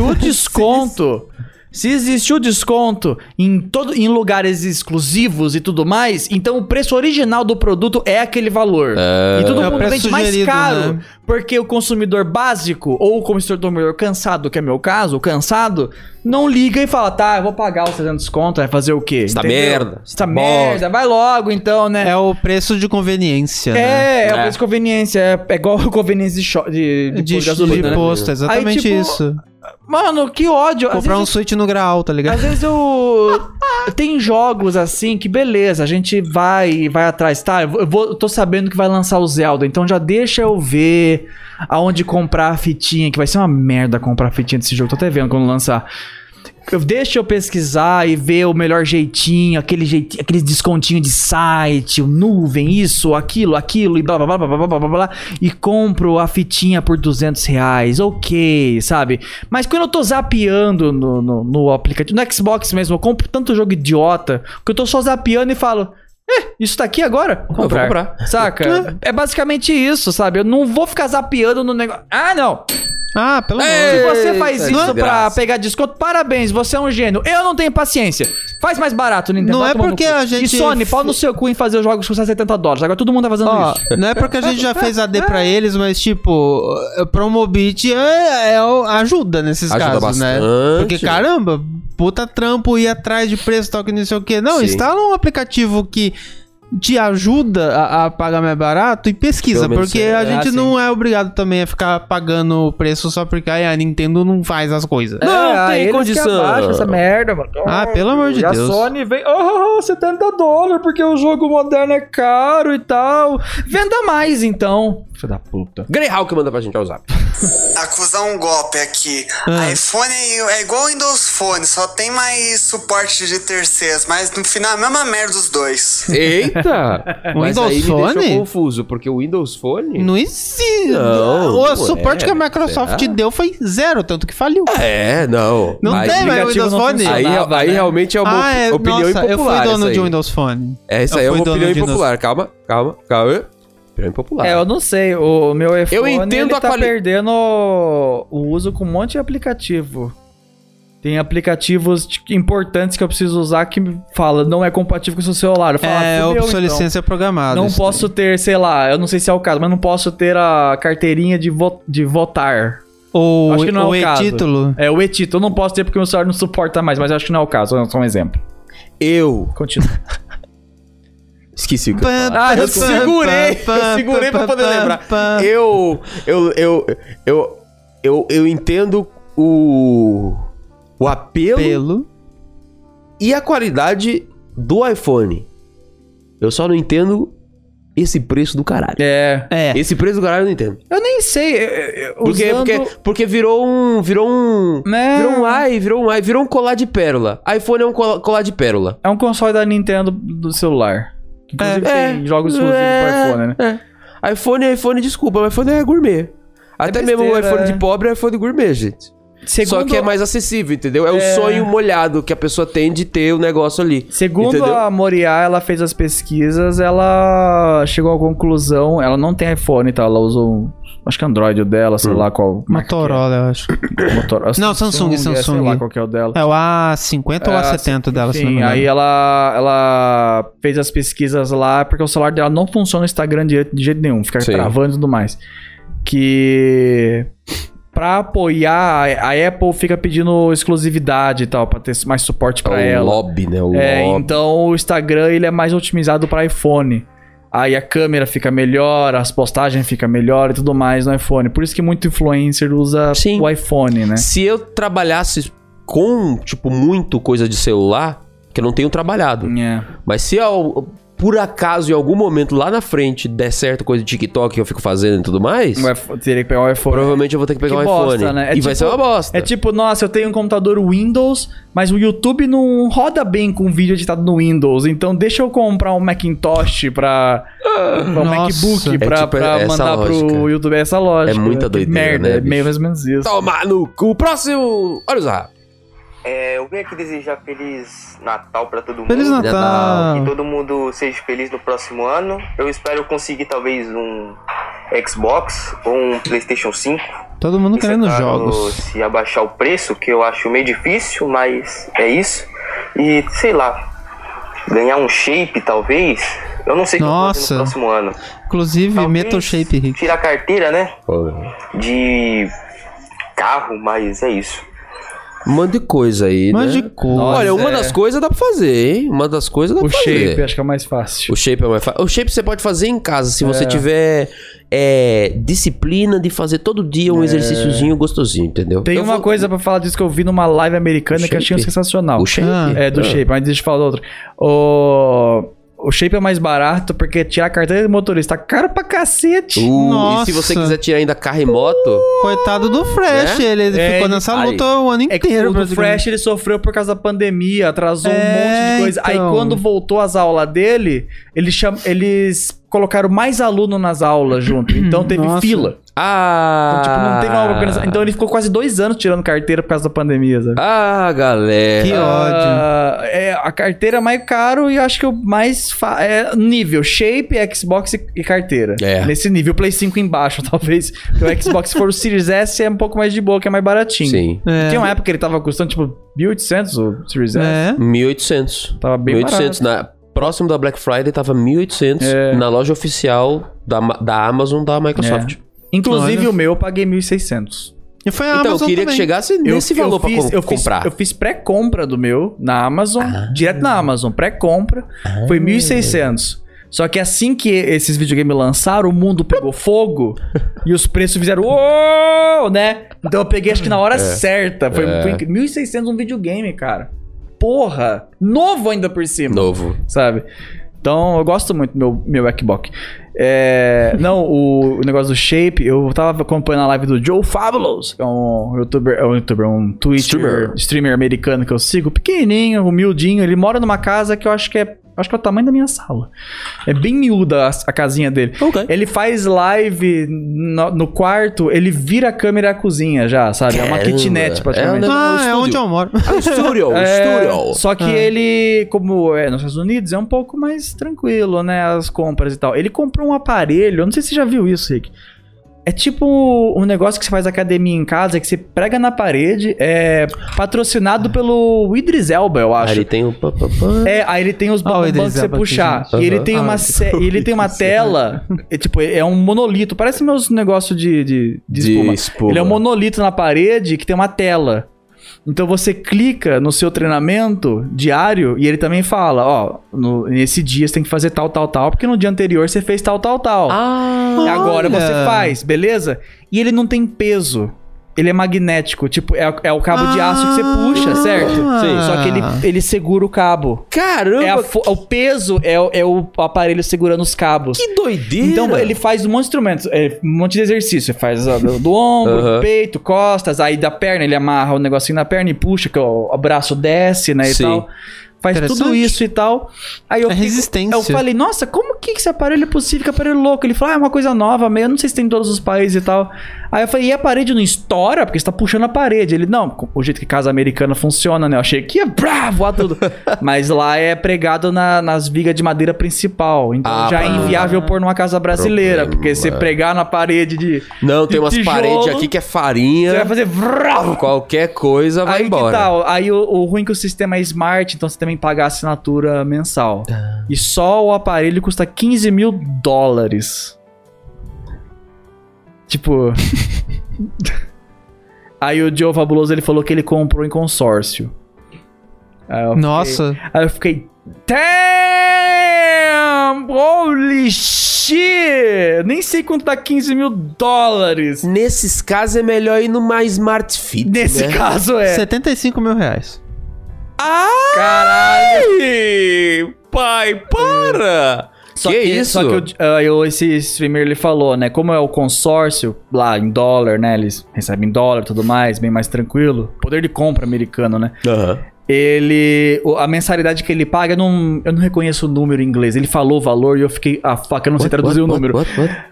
Speaker 3: o desconto, se existe o desconto em todo em lugares exclusivos e tudo mais, então o preço original do produto é aquele valor. E todo
Speaker 1: É o
Speaker 3: mundo
Speaker 1: preço
Speaker 3: vende mais
Speaker 1: sugerido,
Speaker 3: caro,
Speaker 1: né?
Speaker 3: porque o consumidor básico ou o consumidor cansado, que é meu caso, o cansado, não liga e fala: "Tá, eu vou pagar os 300 conto, vai fazer o quê?"
Speaker 2: Essa
Speaker 3: Entendeu?
Speaker 2: merda,
Speaker 3: Essa
Speaker 2: essa
Speaker 3: merda, vai logo então, né?
Speaker 1: é o preço de conveniência, né?
Speaker 3: É, é, o
Speaker 2: É.
Speaker 3: preço de conveniência. É, é igual conveniência de, cho- de, de,
Speaker 1: De,
Speaker 3: pôr
Speaker 1: de,
Speaker 3: gasolina. né?
Speaker 1: posto, é exatamente
Speaker 3: tipo,
Speaker 1: isso.
Speaker 3: Mano, que ódio. Às
Speaker 1: Comprar um
Speaker 3: vezes,
Speaker 1: Switch no grau, tá
Speaker 3: eu-
Speaker 1: ligado?
Speaker 3: às vezes eu. Tem jogos assim que beleza, a gente vai e vai atrás, tá? Eu, vou- eu vou- eu tô sabendo que vai lançar o Zelda, então já deixa eu ver aonde comprar a fitinha, que vai ser uma merda comprar a fitinha desse jogo, tô até vendo quando lançar. Eu- Deixa eu pesquisar e ver o melhor jeitinho, aquele jeitinho, aquele descontinho de site, o nuvem, isso, aquilo, aquilo, e blá blá blá blá blá blá blá blá, e compro a fitinha por 200 reais, ok, sabe? Mas quando eu tô zapeando no, no, no aplicativo, no Xbox mesmo, eu compro tanto jogo idiota, que eu tô só zapeando e falo, eh, isso tá aqui agora?
Speaker 2: Eu vou comprar.
Speaker 3: Saca? é basicamente isso, sabe? Eu não vou ficar zapeando no negócio. Ah, não!
Speaker 1: Ah, pelo
Speaker 3: Se
Speaker 1: menos.
Speaker 3: você faz
Speaker 2: Eita,
Speaker 3: isso pra
Speaker 2: desgraça.
Speaker 3: pegar desconto, parabéns, você é um gênio. Eu não tenho paciência. Faz mais barato, Nintendo.
Speaker 1: Não
Speaker 3: vai
Speaker 1: é
Speaker 3: tomar no
Speaker 1: porque
Speaker 3: cu.
Speaker 1: a gente-
Speaker 3: E Sony, pau no seu cu em fazer os jogos custar 70 dólares. Agora todo mundo tá fazendo
Speaker 1: Ó,
Speaker 3: isso.
Speaker 1: não é porque a gente já fez AD pra eles, mas tipo, Promobit é, é o- ajuda nesses
Speaker 2: Ajuda
Speaker 1: casos, né?
Speaker 2: bastante.
Speaker 1: Porque caramba, puta trampo ir atrás de preço, tal que não sei o que. Não,
Speaker 2: Sim.
Speaker 1: instala um aplicativo que te ajuda a, a pagar mais barato e pesquisa,
Speaker 2: Pelo menos
Speaker 1: porque
Speaker 2: é-
Speaker 1: a
Speaker 2: é
Speaker 1: gente
Speaker 3: assim.
Speaker 1: não é obrigado também a ficar pagando o preço só porque ai, a Nintendo não faz as coisas.
Speaker 3: É,
Speaker 2: tem
Speaker 3: eles que
Speaker 2: condição.
Speaker 3: abaixam essa merda, mano. Então,
Speaker 1: Ah, pelo amor de
Speaker 3: e a
Speaker 1: Deus.
Speaker 3: Sony vem, oh, 70 dólares, porque o jogo moderno é caro e tal. Venda mais, então. Filho da puta.
Speaker 2: Greyhawk manda pra gente ao zap.
Speaker 10: Acusar um golpe aqui.
Speaker 1: Ah.
Speaker 10: iPhone é igual Windows Phone, só tem mais suporte de terceiros, mas no final é a mesma merda dos dois.
Speaker 2: Eita!
Speaker 1: O
Speaker 2: Mas
Speaker 1: Um Windows
Speaker 2: aí me
Speaker 1: Phone?
Speaker 2: deixou confuso, porque o Windows Phone...
Speaker 1: Não existe.
Speaker 2: Não,
Speaker 1: o
Speaker 2: não
Speaker 1: suporte
Speaker 2: é,
Speaker 1: que a Microsoft
Speaker 2: será?
Speaker 1: deu foi zero, tanto que faliu.
Speaker 2: É, não.
Speaker 1: Não
Speaker 2: Mas
Speaker 1: tem, mas o Windows Phone.
Speaker 2: Aí, aí realmente é uma
Speaker 1: ah, é,
Speaker 2: opinião
Speaker 1: nossa,
Speaker 2: impopular.
Speaker 1: eu fui dono
Speaker 2: essa
Speaker 1: de
Speaker 2: aí.
Speaker 1: Windows Phone.
Speaker 2: Essa
Speaker 1: Eu
Speaker 2: aí é
Speaker 1: fui
Speaker 2: uma
Speaker 1: dono
Speaker 2: opinião
Speaker 1: de Windows-
Speaker 2: impopular. Calma, calma, calma. Opinião impopular.
Speaker 3: É, eu não sei. O meu iPhone
Speaker 2: entendo
Speaker 3: ele
Speaker 2: a
Speaker 3: tá
Speaker 2: quali-
Speaker 3: perdendo o o uso com um monte de aplicativo. Tem aplicativos tipo, importantes que eu preciso usar que me fala não é compatível com o seu celular. Eu falo,
Speaker 1: é,
Speaker 3: ah, fudeu,
Speaker 1: obsolescência programada.
Speaker 3: então. Não
Speaker 1: isso
Speaker 3: posso ter, sei lá, eu não sei se é o caso, mas não posso ter a carteirinha de, vo- de votar.
Speaker 1: daí. Ou,
Speaker 3: Acho que não é
Speaker 1: ou
Speaker 3: o caso.
Speaker 1: e-título.
Speaker 3: É, o e-título eu não posso ter porque meu celular não suporta mais, mas eu acho que não é o caso, é só um exemplo.
Speaker 2: Eu
Speaker 3: Continua.
Speaker 2: esqueci o que eu ia falar.
Speaker 3: Ah, eu segurei, eu segurei pra poder lembrar.
Speaker 2: Eu, eu, eu, eu, eu, eu entendo o, o apelo
Speaker 1: Pelo.
Speaker 2: e a qualidade do iPhone. Eu só não entendo esse preço do caralho.
Speaker 3: É.
Speaker 1: É.
Speaker 2: Esse preço do caralho eu não entendo.
Speaker 3: Eu nem sei. eu- eu- eu-
Speaker 2: é Porque,
Speaker 3: usando-
Speaker 2: porque, porque virou um. Virou um.
Speaker 3: Né?
Speaker 2: Virou um ai, virou um ai, virou um colar de pérola. iPhone é um cola- colar de pérola.
Speaker 3: É um console da Nintendo do celular. Inclusive
Speaker 2: É.
Speaker 3: tem jogos exclusivos
Speaker 2: É.
Speaker 3: pro iPhone, né?
Speaker 2: iPhone é iPhone, desculpa, mas iPhone é gourmet. Até mesmo o
Speaker 3: besteira,
Speaker 2: iPhone
Speaker 3: é.
Speaker 2: de pobre é iPhone gourmet, gente. Só
Speaker 3: Segundo-
Speaker 2: que é mais acessível, entendeu? É,
Speaker 3: É.
Speaker 2: o sonho molhado que a pessoa tem de ter o negócio ali.
Speaker 3: Segundo
Speaker 2: entendeu?
Speaker 3: a Moriá, ela fez as pesquisas, ela chegou à conclusão. Ela não tem iPhone, tá? Ela usa um. Acho que Android o dela,
Speaker 2: Hum.
Speaker 3: sei lá qual. é.
Speaker 1: Motorola, eu acho.
Speaker 3: Motorola,
Speaker 1: Não, Samsung,
Speaker 3: é,
Speaker 1: Samsung.
Speaker 3: Sei lá qual que é o dela.
Speaker 1: É o A50 ou
Speaker 3: É,
Speaker 1: A70 dela, se não me
Speaker 3: Sim,
Speaker 1: engano.
Speaker 3: aí ela, ela fez as pesquisas lá, porque o celular dela não funciona no Instagram direito, de jeito nenhum, fica
Speaker 2: Sim.
Speaker 3: travando e tudo mais. Que pra apoiar, a a Apple fica pedindo exclusividade e tal, pra ter mais suporte pra
Speaker 2: É o
Speaker 3: ela.
Speaker 2: lobby, né? O
Speaker 3: É,
Speaker 2: lobby.
Speaker 3: então o Instagram ele é mais otimizado para iPhone. Aí a câmera fica melhor, as postagens ficam melhor e tudo mais no iPhone. Por isso que muito influencer usa
Speaker 2: Sim.
Speaker 3: o iPhone, né?
Speaker 2: Se eu trabalhasse com, tipo, muito coisa de celular, que eu não tenho trabalhado.
Speaker 3: É.
Speaker 2: Mas se eu, por acaso, em algum momento lá na frente der certo coisa de TikTok que eu fico fazendo e tudo mais,
Speaker 3: O iPhone- Um teria que pegar o iPhone.
Speaker 2: provavelmente eu vou ter que pegar
Speaker 3: Que
Speaker 2: um
Speaker 3: bosta,
Speaker 2: iPhone.
Speaker 3: né? É
Speaker 2: e vai
Speaker 3: tipo-
Speaker 2: ser uma bosta.
Speaker 3: É tipo, nossa, eu tenho um computador Windows, mas o YouTube não roda bem com vídeo editado no Windows. Então deixa eu comprar um Macintosh pra. pra um
Speaker 1: Nossa.
Speaker 3: MacBook
Speaker 1: É
Speaker 3: pra,
Speaker 2: Ah. tipo
Speaker 3: pra
Speaker 2: essa
Speaker 3: mandar pro
Speaker 2: lógica.
Speaker 3: YouTube. É essa lógica.
Speaker 2: É
Speaker 3: né?
Speaker 2: muita
Speaker 3: Que
Speaker 2: doideira,
Speaker 3: Merda,
Speaker 2: né,
Speaker 3: é meio mais ou menos isso.
Speaker 2: Toma no cu. Próximo. Olha o Zap.
Speaker 11: É, eu vim aqui desejar Feliz Natal pra todo mundo.
Speaker 1: Feliz
Speaker 11: Que
Speaker 1: Natal!
Speaker 11: todo mundo seja feliz no próximo ano. Eu espero conseguir talvez um Xbox ou um PlayStation 5.
Speaker 1: Todo mundo querendo
Speaker 11: Tentaram
Speaker 1: jogos.
Speaker 11: Se abaixar o preço, que eu acho meio difícil, mas é isso. E sei lá, ganhar um shape talvez. Eu não sei o que eu vou fazer
Speaker 1: Nossa.
Speaker 11: no próximo ano.
Speaker 1: Inclusive,
Speaker 11: Talvez
Speaker 1: Metal Shape, Rick.
Speaker 11: Tirar a carteira, né? De carro, mas é isso.
Speaker 2: Um monte de coisa aí,
Speaker 1: Mas
Speaker 2: né?
Speaker 1: de cor.
Speaker 2: Olha,
Speaker 3: Nossa,
Speaker 2: uma
Speaker 3: é.
Speaker 2: das coisas dá pra fazer, hein? Uma das coisas dá
Speaker 3: O
Speaker 2: pra fazer.
Speaker 3: shape, acho que é o mais fácil.
Speaker 2: O shape é mais fácil. O shape você pode fazer em casa, se você tiver é, disciplina de fazer todo dia um exercíciozinho gostosinho, entendeu?
Speaker 3: é. Tem
Speaker 2: Eu
Speaker 3: uma
Speaker 2: vou-
Speaker 3: coisa pra falar disso que eu vi numa live americana
Speaker 2: O
Speaker 3: que eu achei
Speaker 2: shape?
Speaker 3: sensacional.
Speaker 2: O shape?
Speaker 1: Ah,
Speaker 3: É, do shape, mas deixa eu falar da outra. O... o shape é mais barato porque tirar a carteira de motorista é caro pra cacete.
Speaker 2: Uh, E
Speaker 1: Nossa.
Speaker 2: se você quiser tirar ainda carro e moto,
Speaker 1: Coitado do Fresh,
Speaker 2: Né?
Speaker 1: ele
Speaker 3: É,
Speaker 1: ficou
Speaker 3: ele-
Speaker 1: nessa
Speaker 2: aí.
Speaker 1: luta o ano
Speaker 3: É que
Speaker 1: inteiro.
Speaker 3: o do
Speaker 1: praticamente.
Speaker 3: Fresh ele sofreu por causa da pandemia, atrasou um
Speaker 1: É,
Speaker 3: monte de coisa. Aí
Speaker 1: então.
Speaker 3: quando voltou às aulas dele, ele cham- eles colocaram mais aluno nas aulas junto. Então teve
Speaker 1: Nossa.
Speaker 3: fila.
Speaker 2: ah,
Speaker 3: Então, tipo, não teve uma organização. Então ele ficou quase dois anos tirando carteira por causa da pandemia, sabe?
Speaker 2: Ah, galera.
Speaker 1: Que ódio.
Speaker 3: Ah, é a carteira é mais caro e acho que o mais fa- é nível shape, Xbox e e carteira.
Speaker 2: É.
Speaker 3: Nesse nível, Play 5 embaixo, talvez. Porque o Xbox se for o Series S é um pouco mais de boa, que é mais baratinho.
Speaker 2: Sim.
Speaker 1: É.
Speaker 3: Tinha uma época que ele tava custando tipo 1.800 o Series S.
Speaker 1: É.
Speaker 2: 1800.
Speaker 3: Tava bem
Speaker 2: 1800
Speaker 3: barato. É.
Speaker 2: na próximo da Black Friday tava 1800 na loja oficial da, Ma- da Amazon da Microsoft.
Speaker 3: É. Inclusive
Speaker 1: Olha.
Speaker 3: o meu eu paguei 1.600.
Speaker 1: E foi a
Speaker 2: Então, eu
Speaker 1: Amazon
Speaker 2: queria
Speaker 1: também.
Speaker 2: que chegasse nesse valor pra
Speaker 3: fiz,
Speaker 2: com-
Speaker 3: eu fiz-
Speaker 2: comprar. Ah.
Speaker 3: eu fiz pré-compra do meu na Amazon, direto na Amazon, pré-compra. Foi 1.600. Só que assim que esses videogames lançaram, o mundo pegou fogo e os preços fizeram uou, né? Então eu peguei acho que na hora certa. Foi,
Speaker 2: É.
Speaker 3: foi 1.600 um videogame, cara. Porra! Novo ainda por cima,
Speaker 2: Novo.
Speaker 3: sabe? Então eu gosto muito do meu, meu Xbox. É, não, o, o negócio do shape, eu tava acompanhando a live do Joe Fabulous, que é um youtuber, é um youtuber, um Twitcher,
Speaker 2: Streamer.
Speaker 3: streamer. americano que eu sigo, pequenininho, humildinho, ele mora numa casa que eu acho que é, acho que é o tamanho da minha sala. É bem miúda a, a casinha dele.
Speaker 2: Ok.
Speaker 3: Ele faz live no, no quarto, ele vira a câmera à cozinha já, sabe? É uma
Speaker 2: Caramba.
Speaker 3: kitnet
Speaker 2: É um
Speaker 3: praticamente.
Speaker 2: negócio-
Speaker 1: Ah, é
Speaker 2: estúdio.
Speaker 1: onde eu moro.
Speaker 2: Ah, Studio,
Speaker 3: É,
Speaker 2: Studio.
Speaker 3: Só que
Speaker 1: Ah.
Speaker 3: ele, como é nos Estados Unidos, é um pouco mais tranquilo, né? As compras e tal. Ele comprou um aparelho, eu não sei se você já viu isso, Rick. É tipo um negócio que você faz academia em casa, que você prega na parede, é patrocinado pelo Idris Elba, eu
Speaker 2: Ah,
Speaker 3: acho.
Speaker 2: ele tem o pá, pá, pá.
Speaker 3: É, aí ele tem os
Speaker 1: Ah, o
Speaker 3: botões que
Speaker 1: Idris
Speaker 3: você
Speaker 1: Elba aqui,
Speaker 3: puxar.
Speaker 1: gente.
Speaker 3: E ele
Speaker 2: Aham.
Speaker 3: tem
Speaker 2: Ah, né?
Speaker 3: uma,
Speaker 2: que
Speaker 3: sé- e ele tem uma tela, é, tipo, é um monolito, parece meus negócios de, de, de espuma. Ele é um monolito na parede que tem uma tela. Então você clica no seu treinamento diário e ele também fala, ó, no- nesse dia você tem que fazer tal, tal, tal, porque no dia anterior você fez tal, tal, tal.
Speaker 2: Ah,
Speaker 3: e agora
Speaker 1: olha!
Speaker 3: você faz, beleza? E ele não tem peso. Ele é magnético, tipo, é, é o cabo de aço que você puxa, certo?
Speaker 1: Sim.
Speaker 3: Só que ele, ele segura o cabo.
Speaker 2: caramba,
Speaker 3: É a fo- o peso é, o- é o aparelho segurando os cabos.
Speaker 2: que doideira.
Speaker 3: Então ele faz um monte de instrumentos, é, um monte de exercício. Ele faz ó, do, do ombro,
Speaker 2: Aham.
Speaker 3: do peito, costas, aí da perna, ele amarra o negocinho na perna e puxa, que o, o braço desce, né? E
Speaker 2: Sim.
Speaker 3: tal. Faz tudo
Speaker 1: Interessante.
Speaker 3: isso e tal. Aí eu
Speaker 1: É
Speaker 3: fico-
Speaker 1: resistência.
Speaker 3: Eu falei, é nossa, como que esse aparelho é possível? Que aparelho louco. Ele falou, ah, é uma coisa nova, meio. Eu não sei se tem em todos os países e tal. Aí eu falei, e a parede não estoura? Porque você tá puxando a parede. Ele, não, o jeito que casa americana funciona, né? Eu achei que ia brá, voar tudo. Mas lá é pregado na- nas vigas de madeira principal. Então
Speaker 2: Ah,
Speaker 3: já é
Speaker 2: mano.
Speaker 3: inviável pôr numa casa brasileira.
Speaker 2: Problema.
Speaker 3: Porque se pregar na parede de.
Speaker 2: Não, tem
Speaker 3: de
Speaker 2: umas
Speaker 3: tijolo,
Speaker 2: paredes aqui que é farinha.
Speaker 3: Você vai fazer vrau.
Speaker 2: Qualquer coisa vai
Speaker 3: Aí que tá,
Speaker 2: embora.
Speaker 3: tal? Aí o, o ruim é que o sistema é smart, então você também paga a assinatura mensal. E só o aparelho custa 15 mil dólares. Tipo. aí o Joe Fabuloso ele falou que ele comprou em consórcio. Aí eu fiquei-
Speaker 1: Nossa.
Speaker 3: aí eu fiquei. Damn! Holy shit! Nem sei quanto dá 15 mil dólares.
Speaker 2: Nesses casos é melhor ir numa Smart Fit.
Speaker 3: Nesse
Speaker 2: né?
Speaker 3: caso é.
Speaker 1: 75 mil reais.
Speaker 2: Caralho! Pai, para!
Speaker 3: Só
Speaker 2: que,
Speaker 3: que,
Speaker 2: isso?
Speaker 3: Só que o- ah, eu- esse streamer ele falou, né? Como é o consórcio lá em dólar, né? Eles recebem em dólar e tudo mais, bem mais tranquilo. Poder de compra americano, né?
Speaker 2: Aham.
Speaker 3: Ele. o- A mensalidade que ele paga, eu não, eu não reconheço o número em inglês. Ele falou o valor e eu fiquei. Ah, fuck, eu não sei traduzir o número.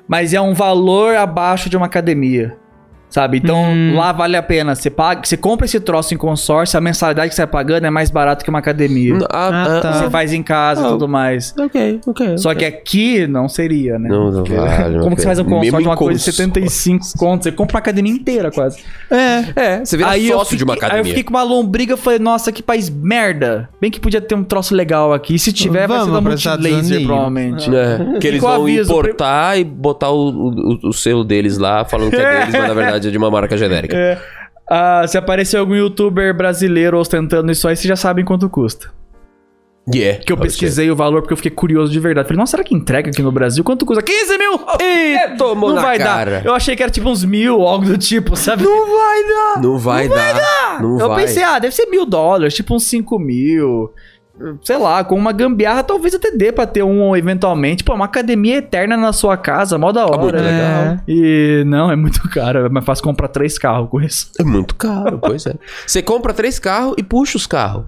Speaker 3: Mas é um valor abaixo de uma academia. Sabe? Então
Speaker 1: Hum.
Speaker 3: lá vale a pena. Você paga, você compra esse troço em consórcio, a mensalidade que você tá pagando é mais barato que uma academia.
Speaker 1: Ah, tá.
Speaker 3: Você faz em
Speaker 2: Ah,
Speaker 3: casa e tudo mais.
Speaker 1: Ok, ok.
Speaker 3: Só que aqui não seria, né?
Speaker 2: Não, não vale,
Speaker 3: Como
Speaker 2: não
Speaker 3: que você faz um
Speaker 2: vale.
Speaker 3: consórcio de
Speaker 2: Mesmo
Speaker 3: uma coisa de
Speaker 2: consórcio.
Speaker 3: 75 contos? Você compra uma academia inteira quase.
Speaker 1: É.
Speaker 2: É, você vira
Speaker 3: Aí eu
Speaker 2: sócio de uma
Speaker 3: fiquei- Aí eu
Speaker 2: academia.
Speaker 3: fiquei com uma lombriga e falei, nossa, que país merda. Bem que podia ter um troço legal aqui. Se tiver,
Speaker 1: Vamos
Speaker 3: vai
Speaker 1: pros
Speaker 3: ser da
Speaker 1: Estados
Speaker 3: Multilaser,
Speaker 1: Unidos.
Speaker 3: provavelmente.
Speaker 2: É, que eles
Speaker 3: Fica o
Speaker 2: vão
Speaker 3: aviso,
Speaker 2: importar e botar o, o, o selo deles lá, falando que é deles, mas na verdade é de uma marca genérica.
Speaker 3: É. Ah, se aparecer algum youtuber brasileiro ostentando isso aí, vocês já sabem quanto custa.
Speaker 2: Yeah.
Speaker 3: Que eu
Speaker 2: Oh, shit.
Speaker 3: pesquisei o valor porque eu fiquei curioso de verdade. Falei, nossa, será que entrega aqui no Brasil? Quanto custa? 15 mil!
Speaker 2: Ih, tomou
Speaker 3: Não
Speaker 2: na
Speaker 3: vai
Speaker 2: cara.
Speaker 3: dar. Eu achei que era tipo uns mil, algo do tipo, sabe?
Speaker 2: Não vai dar. Não
Speaker 3: eu
Speaker 2: vai.
Speaker 3: pensei, ah, deve ser mil dólares, tipo uns cinco mil. Sei lá, com uma gambiarra talvez até dê pra ter um eventualmente. Pô, uma academia eterna na sua casa, mó da hora.
Speaker 2: É muito
Speaker 3: né?
Speaker 2: legal.
Speaker 3: E não, é muito caro, é mais fácil comprar três carros com isso.
Speaker 2: É muito caro, pois é. Você compra três carros e puxa os carros.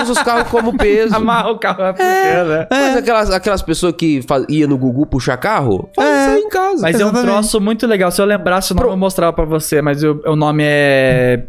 Speaker 2: Usa os carros como peso.
Speaker 3: Amarra o carro, é, né?
Speaker 2: Mas aquelas, aquelas pessoas que faz, ia no Gugu puxar carro, faz isso aí em casa.
Speaker 3: Mas é um
Speaker 1: Exatamente.
Speaker 3: troço muito legal. Se eu lembrasse o nome, eu mostrava pra você, mas eu- o nome é.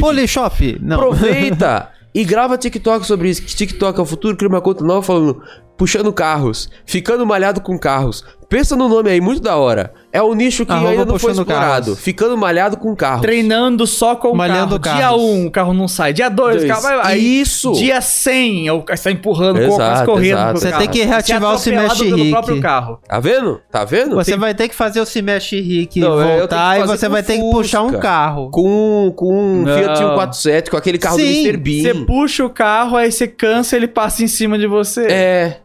Speaker 1: Polishop? Não.
Speaker 2: Aproveita e grava TikTok sobre isso. Que TikTok é o futuro, cria uma conta nova falando, puxando carros, ficando malhado com carros. Pensa no nome aí, muito da hora. É um nicho que
Speaker 1: Arroba
Speaker 2: ainda não foi
Speaker 1: puxando
Speaker 2: explorado.
Speaker 1: carros.
Speaker 2: Ficando malhado com carros.
Speaker 3: Treinando só com o
Speaker 1: Malhando
Speaker 3: carro. Dia
Speaker 1: carros.
Speaker 3: 1, um, o carro não sai. Dia 2, o
Speaker 2: Dois.
Speaker 3: carro vai. Aí,
Speaker 2: Isso!
Speaker 3: Dia 100, é o cara
Speaker 2: tá
Speaker 3: está empurrando o corpo,
Speaker 2: Exato,
Speaker 3: mas correndo.
Speaker 2: exato,
Speaker 3: com o
Speaker 2: Você
Speaker 3: carro.
Speaker 1: tem que reativar o
Speaker 3: Ser atropelado
Speaker 1: Smash
Speaker 3: pelo
Speaker 1: Rick.
Speaker 3: próprio carro.
Speaker 2: Tá vendo? Tá vendo?
Speaker 1: Você vai ter que fazer o se mexe Rick
Speaker 2: Não, é, eu tenho que
Speaker 1: voltar e
Speaker 2: fazer
Speaker 1: você
Speaker 2: com
Speaker 1: vai ter que
Speaker 2: Fusca.
Speaker 1: puxar um carro.
Speaker 2: Com, com um
Speaker 3: Não.
Speaker 2: Fiat 147, com aquele carro
Speaker 1: Sim,
Speaker 2: do Mr. Bean.
Speaker 3: Você puxa o carro, aí você cansa, ele passa em cima de você.
Speaker 2: É.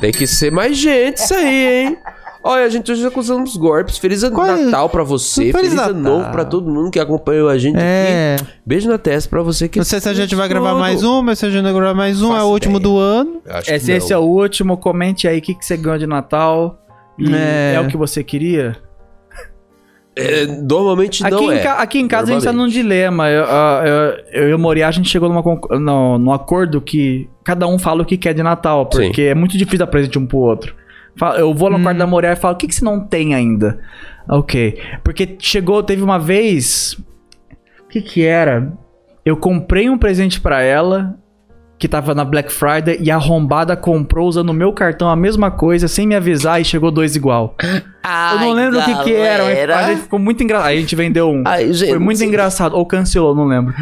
Speaker 2: Tem que ser mais gente isso aí, hein? Olha, gente, hoje acusando os golpes. Feliz ano
Speaker 1: Qual é?
Speaker 2: Natal pra você.
Speaker 1: Feliz
Speaker 2: Feliz, ano
Speaker 1: Natal.
Speaker 2: novo pra todo mundo que acompanhou a gente
Speaker 1: É.
Speaker 2: aqui. Beijo na testa pra você que tá
Speaker 1: Não sei se a gente vai
Speaker 2: tudo.
Speaker 1: gravar mais um, mas se a gente não gravar mais um, é o
Speaker 2: Faço
Speaker 1: último
Speaker 2: ideia.
Speaker 1: do ano.
Speaker 2: Eu acho
Speaker 3: É,
Speaker 2: que
Speaker 3: se esse é
Speaker 2: não.
Speaker 3: o último, comente aí o que, que você ganhou de Natal. E
Speaker 1: É.
Speaker 3: é o que você queria?
Speaker 2: É, normalmente não
Speaker 3: Aqui,
Speaker 2: é.
Speaker 3: em ca- aqui em casa a gente tá num
Speaker 2: Normalmente.
Speaker 3: dilema. Eu, a- eu, eu e o Moriá, a gente chegou numa, conc- no- num acordo que cada um fala o que quer de Natal, porque é muito difícil dar presente um pro outro. Fa- Eu vou no
Speaker 2: Hum.
Speaker 3: quarto da Moriá e falo, o que, que você não tem ainda? Ok. Porque chegou, teve uma vez. O que que era? Eu comprei um presente pra ela, que tava na Black Friday, e a arrombada comprou usando o meu cartão a mesma coisa, sem me avisar, e chegou dois igual. eu não lembro o que que era, mas- mas aí ficou muito engraçado. Aí a gente vendeu um.
Speaker 2: Ai, gente,
Speaker 3: Foi muito engraçado. Ou cancelou, não lembro.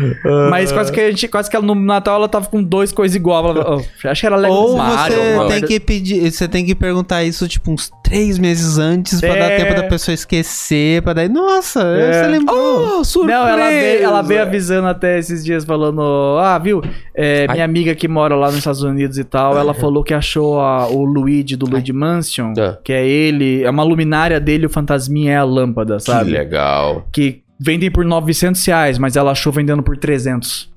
Speaker 3: Mas quase que a gente, quase que ela, no Natal ela tava com dois coisas igual. Ela, oh, acho que era legal.
Speaker 1: Ou
Speaker 3: Mario,
Speaker 1: você
Speaker 3: uma
Speaker 1: tem
Speaker 3: merda.
Speaker 1: que pedir, você tem que perguntar isso tipo uns três meses antes pra dar
Speaker 3: É.
Speaker 1: tempo da pessoa esquecer, pra daí, nossa,
Speaker 3: É.
Speaker 1: você lembrou?
Speaker 3: Não, ela veio, ela veio avisando até esses dias, falando: Ah, viu? É, minha amiga que mora lá nos Estados Unidos e tal, ela falou que achou a- o Luigi do Luigi Mansion,
Speaker 1: Ah.
Speaker 2: Tá.
Speaker 3: que é ele, é uma luminária dele, o fantasminha é a lâmpada,
Speaker 2: Que
Speaker 3: sabe?
Speaker 2: legal.
Speaker 3: Que vendem por 900 reais, mas ela achou vendendo por 300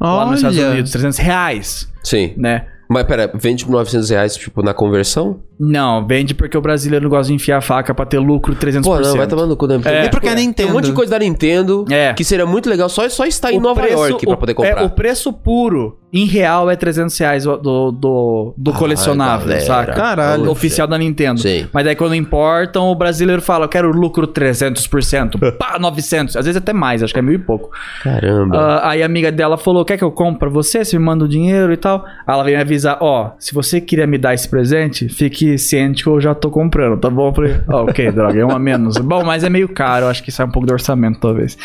Speaker 3: lá nos Estados
Speaker 1: Olha.
Speaker 3: Unidos, 300 reais,
Speaker 2: Sim.
Speaker 3: né?
Speaker 2: Mas pera, vende por 900 reais, tipo, na conversão?
Speaker 3: Não, vende porque o brasileiro gosta de enfiar a faca pra ter lucro 300%.
Speaker 2: Pô, não, vai tomar no cu né? da Nintendo.
Speaker 3: É.
Speaker 1: E porque a
Speaker 2: Tem
Speaker 1: Nintendo?
Speaker 2: um monte de coisa da Nintendo
Speaker 3: É.
Speaker 2: que seria muito legal só, só estar em
Speaker 3: O
Speaker 2: Nova
Speaker 3: preço-
Speaker 2: York pra
Speaker 3: o-
Speaker 2: poder comprar.
Speaker 3: É, o preço puro Em real é 300 reais o- do, do, do colecionável,
Speaker 2: Ah, galera.
Speaker 3: saca?
Speaker 2: Caralho.
Speaker 3: Oficial da Nintendo.
Speaker 2: Sim.
Speaker 3: Mas daí quando importam, o brasileiro fala, eu quero lucro 300%, pá, 900. Às vezes até mais, acho que é mil e pouco.
Speaker 2: Caramba.
Speaker 3: Ah, aí a amiga dela falou: quer que eu compre pra você? Você me manda o dinheiro e tal. Aí ela veio me avisar: ó, se você queria me dar esse presente, fique ciente que eu já tô comprando, tá bom? Eu falei: ó, ok, droga, é um a menos. bom, mas é meio caro, acho que sai um pouco do orçamento, talvez.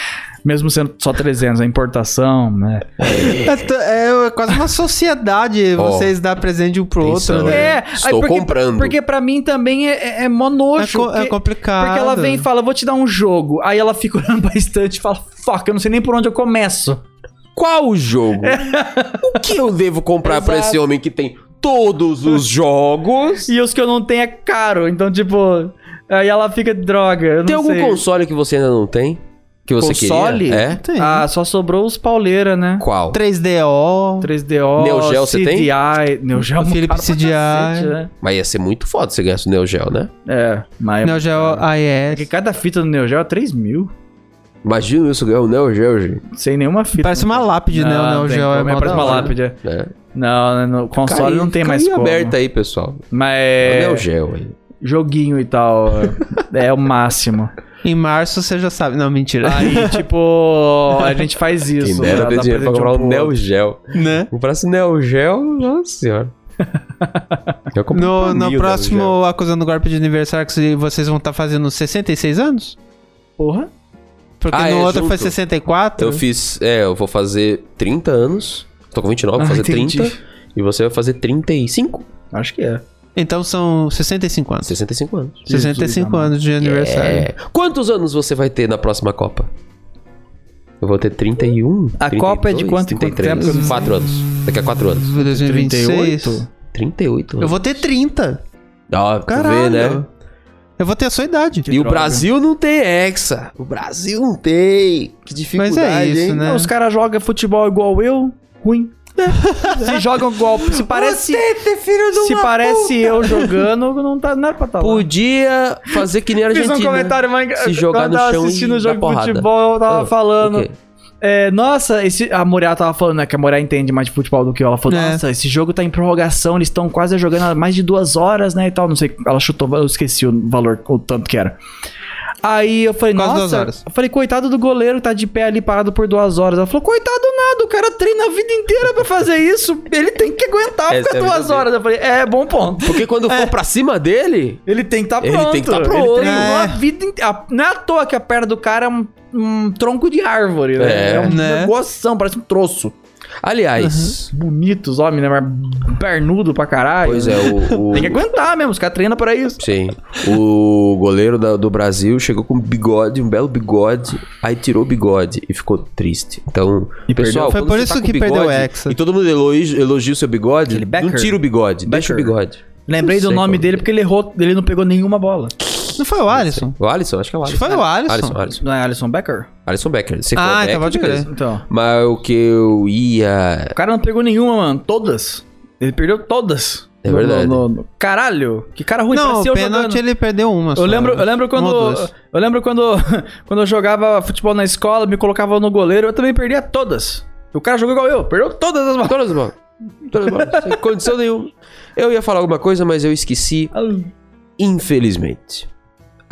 Speaker 3: Mesmo sendo só 300, a importação, né?
Speaker 1: É, t- é quase uma sociedade
Speaker 3: Ó.
Speaker 1: vocês dar presente um pro outro,
Speaker 3: Atenção,
Speaker 1: né?
Speaker 3: é, aí porque- Porque pra mim também é, é, é mó nojo,
Speaker 1: É co- é
Speaker 3: porque-
Speaker 1: complicado.
Speaker 3: Porque ela vem e fala, vou te dar um jogo. Aí ela fica olhando pra estante e fala, fuck, eu não sei nem por onde eu começo. É.
Speaker 2: Qual jogo? o que eu devo comprar pra
Speaker 3: Exato.
Speaker 2: esse homem que tem todos os jogos?
Speaker 3: E os que eu não tenho é caro. Então, tipo, aí ela fica, droga, eu não
Speaker 2: Tem algum
Speaker 3: sei.
Speaker 2: console que você ainda não tem? Que você
Speaker 3: Console?
Speaker 2: queria? É?
Speaker 1: Tem.
Speaker 3: Ah, só sobrou os pauleira, né?
Speaker 2: Qual?
Speaker 1: 3DO.
Speaker 3: 3DO,
Speaker 2: Neo Geo você tem?
Speaker 3: CDI, Neo Geo é um
Speaker 1: Philips
Speaker 3: caro pra
Speaker 1: CDI.
Speaker 2: É.
Speaker 3: cacete, né?
Speaker 2: Mas ia ser muito foda se você ganhasse o Neo Geo, né?
Speaker 3: É, mas...
Speaker 1: Neo Geo ah,
Speaker 3: É
Speaker 1: AES.
Speaker 3: que cada fita do Neo Geo é 3 mil.
Speaker 2: Imagina isso ganhar o Neo Geo, gente.
Speaker 3: Sem nenhuma fita.
Speaker 1: Parece uma lápide, né? O Neo
Speaker 3: tem
Speaker 1: Geo é
Speaker 3: como,
Speaker 1: mó
Speaker 3: parece
Speaker 1: da
Speaker 3: uma
Speaker 1: hora.
Speaker 3: lápide. é.
Speaker 2: É.
Speaker 3: Não, no console
Speaker 2: Cai-
Speaker 3: não tem mais
Speaker 2: cai
Speaker 3: como.
Speaker 2: aberta aí, pessoal.
Speaker 3: Mas
Speaker 2: É... O
Speaker 3: é
Speaker 2: Neo Geo aí.
Speaker 3: joguinho e tal. é é o máximo.
Speaker 1: Em março você já sabe. Não, mentira.
Speaker 3: Aí, tipo, a gente faz isso.
Speaker 2: Quem dera
Speaker 3: né?
Speaker 2: ter
Speaker 3: Dá
Speaker 2: dinheiro pra
Speaker 3: presente
Speaker 2: comprar
Speaker 3: um
Speaker 2: o
Speaker 3: pro
Speaker 2: Neo
Speaker 3: outro.
Speaker 2: Geo.
Speaker 1: Né?
Speaker 2: Comprasse
Speaker 3: é
Speaker 2: Neo Geo, nossa senhora. Eu comprei
Speaker 3: um
Speaker 1: No,
Speaker 2: pra mim o
Speaker 1: no
Speaker 2: Neo Geo.
Speaker 1: próximo Acusando Golpe de Aniversário que vocês vão estar fazendo 66 anos?
Speaker 3: Porra.
Speaker 1: Porque
Speaker 2: Ah,
Speaker 1: no
Speaker 2: é,
Speaker 1: outro foi
Speaker 2: junto.
Speaker 1: 64.
Speaker 2: Eu fiz, é, eu vou fazer 30 anos. Tô com 29, vou
Speaker 3: Ah,
Speaker 2: fazer
Speaker 3: entendi.
Speaker 2: 30. E você vai fazer 35?
Speaker 3: Acho que é.
Speaker 1: Então são 65 anos.
Speaker 2: 65 anos.
Speaker 1: 65
Speaker 3: amado.
Speaker 1: anos de aniversário.
Speaker 2: É. Quantos anos você vai ter na próxima Copa? Eu vou ter 31.
Speaker 3: A Copa é de quanto em quanto
Speaker 2: 33,
Speaker 3: tempo?
Speaker 2: 4 anos. Daqui a 4 anos.
Speaker 1: 2026.
Speaker 3: 38?
Speaker 2: 38 anos.
Speaker 1: Eu vou ter 30.
Speaker 2: né? Ó, tu
Speaker 1: Caralho.
Speaker 2: vê, né?
Speaker 1: Eu vou ter a sua idade.
Speaker 2: e o
Speaker 3: droga.
Speaker 2: Brasil não tem Hexa. O Brasil não tem. Que dificuldade,
Speaker 1: Mas é isso,
Speaker 2: hein?
Speaker 1: né?
Speaker 3: Não, os caras jogam futebol igual eu, ruim. se jogam igual. Se parece. se parece eu jogando, não, tá, não era pra estar lá.
Speaker 2: Podia fazer que nem a
Speaker 3: Fiz
Speaker 2: Argentina.
Speaker 3: um comentário, mas
Speaker 2: Se jogar
Speaker 3: quando
Speaker 2: no
Speaker 3: eu tava
Speaker 2: chão
Speaker 3: assistindo o
Speaker 2: e dar
Speaker 3: jogo de
Speaker 2: porrada.
Speaker 3: futebol, eu tava
Speaker 2: Ah,
Speaker 3: falando.
Speaker 2: ok.
Speaker 3: É, nossa, esse, a Muriel tava falando, né, que a Muriel entende mais de futebol do que eu. Ela falou,
Speaker 1: É.
Speaker 3: nossa, esse jogo tá em prorrogação, eles estão quase jogando há mais de duas horas, né, e tal. Não sei, ela chutou, eu esqueci o valor, o tanto que era. Aí eu falei,
Speaker 1: Quase
Speaker 3: nossa,
Speaker 1: duas horas.
Speaker 3: eu falei, coitado do goleiro que tá de pé ali parado por duas horas. Ela falou, coitado nada, o cara treina a vida inteira pra fazer isso, ele tem que aguentar
Speaker 2: Essa
Speaker 3: ficar
Speaker 2: é a vida
Speaker 3: duas
Speaker 2: dele.
Speaker 3: horas. Eu falei, é, bom ponto. É,
Speaker 2: Porque quando for pra cima dele,
Speaker 3: Ele tem que estar tá
Speaker 2: Ele
Speaker 3: pronto.
Speaker 2: tem que tá pronto.
Speaker 3: Ele treinou
Speaker 1: É.
Speaker 3: a vida inteira. Não é à toa que a perna do cara é um, um tronco de árvore, né?
Speaker 2: É.
Speaker 3: É, um
Speaker 1: Né?
Speaker 3: negoção, parece um troço. Uhum.
Speaker 2: aliás,
Speaker 3: Bonitos, homens, né? Mas Pernudo pra caralho.
Speaker 2: pois é, o, o-
Speaker 3: Tem que aguentar mesmo, os caras treinam pra isso.
Speaker 2: Sim. O goleiro da- do Brasil chegou com um bigode, um belo bigode, aí tirou o bigode e ficou triste. Então,
Speaker 3: E
Speaker 2: pessoal,
Speaker 1: perdeu. Foi
Speaker 2: quando
Speaker 1: por
Speaker 2: você
Speaker 1: isso
Speaker 2: tá com
Speaker 1: que
Speaker 2: bigode
Speaker 1: perdeu o Hexa.
Speaker 2: E todo mundo elogia, elogia o seu bigode,
Speaker 3: Aquele
Speaker 2: não
Speaker 3: Becker.
Speaker 2: tira o bigode, deixa o
Speaker 3: Becker.
Speaker 2: bigode.
Speaker 3: Lembrei
Speaker 2: Não
Speaker 3: do
Speaker 2: sei
Speaker 3: nome
Speaker 2: qual
Speaker 3: dele
Speaker 2: é.
Speaker 3: porque ele errou, ele não pegou nenhuma bola.
Speaker 1: Não foi o Alisson?
Speaker 2: O Alisson, acho que é o Alisson.
Speaker 1: Foi o Alisson.
Speaker 2: Alisson, Alisson.
Speaker 3: Não é Alisson Becker?
Speaker 2: Alisson Becker. Se for
Speaker 1: Ah,
Speaker 2: Becker,
Speaker 1: então pode
Speaker 2: beleza.
Speaker 1: crer.
Speaker 3: Então.
Speaker 2: Mas o que eu ia...
Speaker 3: O cara não pegou nenhuma, mano. Todas. Ele perdeu todas.
Speaker 2: É
Speaker 3: No-
Speaker 2: verdade.
Speaker 3: no- no- Caralho, que cara ruim
Speaker 1: Não,
Speaker 3: parecia
Speaker 1: o
Speaker 3: eu
Speaker 1: pênalti
Speaker 3: jogando.
Speaker 1: ele perdeu uma.
Speaker 3: Eu lembro, eu lembro quando. Eu lembro quando, quando eu jogava futebol na escola, me colocava no goleiro, eu também perdia todas. O cara jogou igual eu, perdeu todas as bolas.
Speaker 2: Todas as bolas. Todas as bolas. Sem condição nenhuma. Eu ia falar alguma coisa, mas eu esqueci. Infelizmente.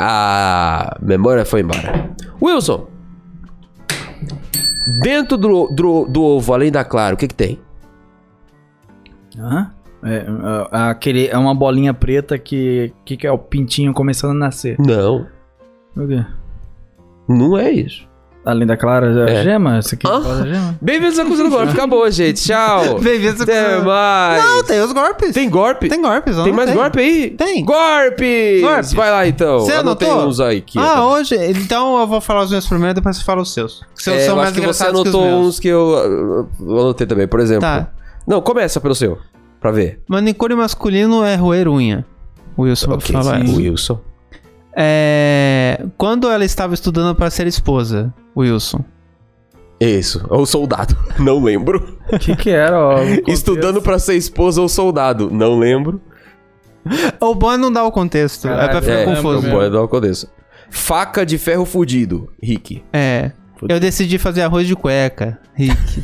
Speaker 2: A memória foi embora. Wilson. Dentro do, do, do ovo, além da Claro, o que que tem?
Speaker 3: Aham. É, ah, aquele, é uma bolinha preta que, que que é o pintinho começando a nascer.
Speaker 2: Não.
Speaker 3: O quê?
Speaker 2: Não é isso.
Speaker 3: Além da clara, a
Speaker 2: É.
Speaker 3: gema? Essa aqui é
Speaker 2: Ah.
Speaker 3: a bola da gema?
Speaker 2: Bem-vindos ao Cozinha do Golpe. Acabou, gente. Tchau.
Speaker 1: Bem-vindo
Speaker 2: Até mais.
Speaker 1: Não, tem os golpes.
Speaker 2: Tem golpe?
Speaker 1: Tem golpes, não
Speaker 2: Tem mais golpe aí?
Speaker 1: Tem.
Speaker 2: Golpes!
Speaker 1: Golpes.
Speaker 2: Vai lá, então.
Speaker 1: Você
Speaker 2: Anotei
Speaker 1: anotou?
Speaker 2: uns aí. Que
Speaker 1: Ah, hoje. Então eu vou falar os meus primeiros, depois você fala os seus. Que seus
Speaker 2: É,
Speaker 1: são
Speaker 2: eu
Speaker 1: mais
Speaker 2: acho que você
Speaker 1: engraçados que os
Speaker 2: anotou
Speaker 1: meus.
Speaker 2: uns que eu uh, anotei também, por exemplo.
Speaker 1: Tá.
Speaker 2: Não, começa pelo seu, pra ver.
Speaker 1: Manicure masculino é roer unha. O Wilson
Speaker 2: Ok,
Speaker 1: vai falar.
Speaker 2: sim.
Speaker 1: essa.
Speaker 2: Wilson.
Speaker 1: É, quando ela estava estudando para ser esposa, Wilson.
Speaker 2: Isso, ou soldado, não lembro.
Speaker 3: O que que era? Ó,
Speaker 2: Estudando pra ser esposa ou soldado, não lembro.
Speaker 1: O bom é não dar o contexto, é pra
Speaker 3: Caralho,
Speaker 1: ficar
Speaker 2: É,
Speaker 3: lembro
Speaker 1: confuso.
Speaker 2: eu vou dar uma coisa. Faca de ferro fudido, Rick.
Speaker 1: É. Eu decidi fazer arroz de cueca, Rick.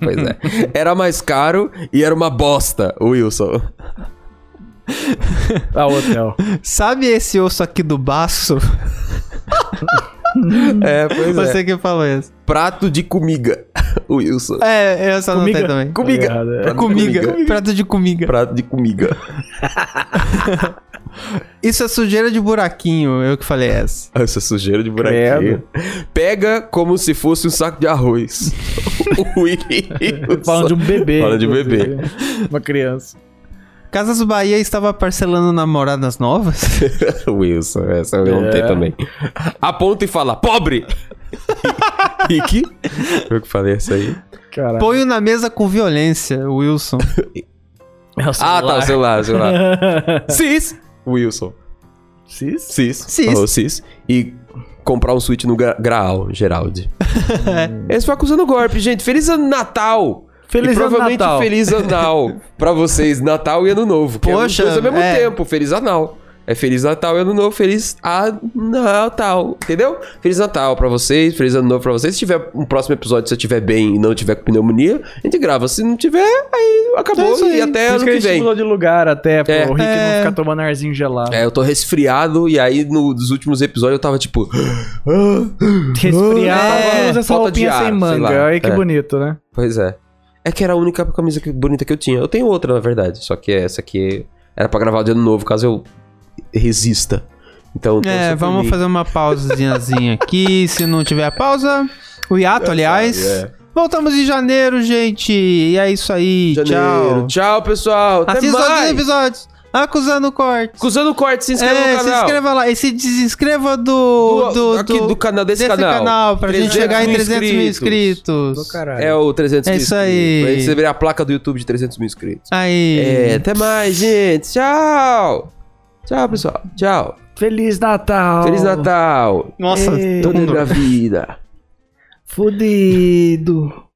Speaker 2: Pois é. Era mais caro e era uma bosta, o Wilson.
Speaker 3: Ah, o hotel.
Speaker 1: Sabe esse osso aqui do baço?
Speaker 2: É, pois
Speaker 1: Você
Speaker 2: é.
Speaker 1: que falou isso.
Speaker 2: Prato de comiga, o Wilson.
Speaker 1: É, eu só não
Speaker 3: Comiga.
Speaker 1: sei também.
Speaker 2: Comiga.
Speaker 3: Tá ligado, é.
Speaker 2: Prato de
Speaker 1: Comiga.
Speaker 2: comiga.
Speaker 1: Prato de comiga.
Speaker 2: Prato de comiga.
Speaker 1: Isso é sujeira de buraquinho, eu que falei essa.
Speaker 2: Ah, Essa sujeira de buraquinho. Pega como se fosse um saco de arroz. o Wilson.
Speaker 3: Falando de um bebê.
Speaker 2: Falando de um
Speaker 3: inclusive.
Speaker 2: bebê.
Speaker 3: Uma criança.
Speaker 1: Casas Bahia estava parcelando namoradas novas?
Speaker 2: Wilson, essa eu não
Speaker 3: É.
Speaker 2: tenho também. Aponta e fala, pobre! Rick? Eu que falei essa aí.
Speaker 3: Caralho.
Speaker 1: Ponho na mesa com violência, Wilson.
Speaker 3: É o
Speaker 2: Ah, tá, o
Speaker 3: celular.
Speaker 2: celular, o celular. Cis! Wilson.
Speaker 3: Cis?
Speaker 2: Cis.
Speaker 1: Cis.
Speaker 2: Falou cis. E comprar um suíte no Gra- Graal, Geraldi. Eles foi acusando o golpe, gente. Feliz ano Natal!
Speaker 3: Feliz
Speaker 2: e
Speaker 3: ano
Speaker 2: provavelmente
Speaker 3: Natal.
Speaker 2: feliz anal pra vocês, Natal e Ano Novo. que é
Speaker 1: Poxa,
Speaker 2: os dois ao mesmo
Speaker 1: é.
Speaker 2: tempo, feliz anal. É feliz Natal e Ano Novo, feliz a Natal, entendeu? Feliz Natal pra vocês, feliz Ano Novo pra vocês. Se tiver um próximo episódio, se eu tiver bem e não tiver com pneumonia, a gente grava. Se não tiver, aí acabou e até
Speaker 3: Por Então é isso
Speaker 2: ano
Speaker 3: que a
Speaker 2: que
Speaker 3: gente
Speaker 2: vem.
Speaker 3: mudou de lugar até, pô.
Speaker 2: É.
Speaker 3: O Rick
Speaker 1: É.
Speaker 3: não ficar tomando arzinho gelado.
Speaker 2: É, eu tô resfriado e aí no- nos últimos episódios eu tava tipo.
Speaker 3: Resfriar,
Speaker 2: É,
Speaker 3: usa essa
Speaker 2: falta de
Speaker 3: roupinha
Speaker 2: ar,
Speaker 3: sem
Speaker 2: sei
Speaker 3: manga.
Speaker 2: lá.
Speaker 3: Olha que
Speaker 2: É.
Speaker 3: bonito, né?
Speaker 2: Pois é. É que era a única camisa que- bonita que eu tinha. Eu tenho outra, na verdade. Só que essa aqui era pra gravar de ano novo, caso eu resista. Então, então
Speaker 1: É,
Speaker 2: essa foi
Speaker 1: vamos
Speaker 2: minha.
Speaker 1: fazer uma pausazinhazinha aqui. Se não tiver pausa, o hiato, aliás.
Speaker 2: é.
Speaker 1: Voltamos em janeiro, gente. E é isso aí.
Speaker 2: Janeiro. Tchau,
Speaker 1: Tchau.
Speaker 2: pessoal. Até
Speaker 1: Assista todos os
Speaker 2: mais.
Speaker 1: episódios. Acusando cortes.
Speaker 2: Acusando o corte, se inscreva
Speaker 1: É,
Speaker 2: no
Speaker 1: se
Speaker 2: canal.
Speaker 1: inscreva lá. E se desinscreva do.
Speaker 2: Do-
Speaker 1: Do,
Speaker 2: aqui do canal- desse canal.
Speaker 1: pra gente
Speaker 2: 300
Speaker 1: chegar em
Speaker 2: mil
Speaker 1: 300 mil inscritos.
Speaker 2: É o 300
Speaker 1: É
Speaker 2: mil
Speaker 1: isso
Speaker 2: inscritos.
Speaker 1: aí.
Speaker 2: Vai receber a placa do YouTube de 300 mil inscritos.
Speaker 1: Aí.
Speaker 2: É, até mais, gente. Tchau. Tchau, pessoal. Tchau.
Speaker 3: Feliz Natal.
Speaker 2: Feliz Natal.
Speaker 1: Nossa,
Speaker 3: Ei,
Speaker 1: tô
Speaker 2: Toda
Speaker 1: com dor.
Speaker 2: a vida.
Speaker 3: Fudido.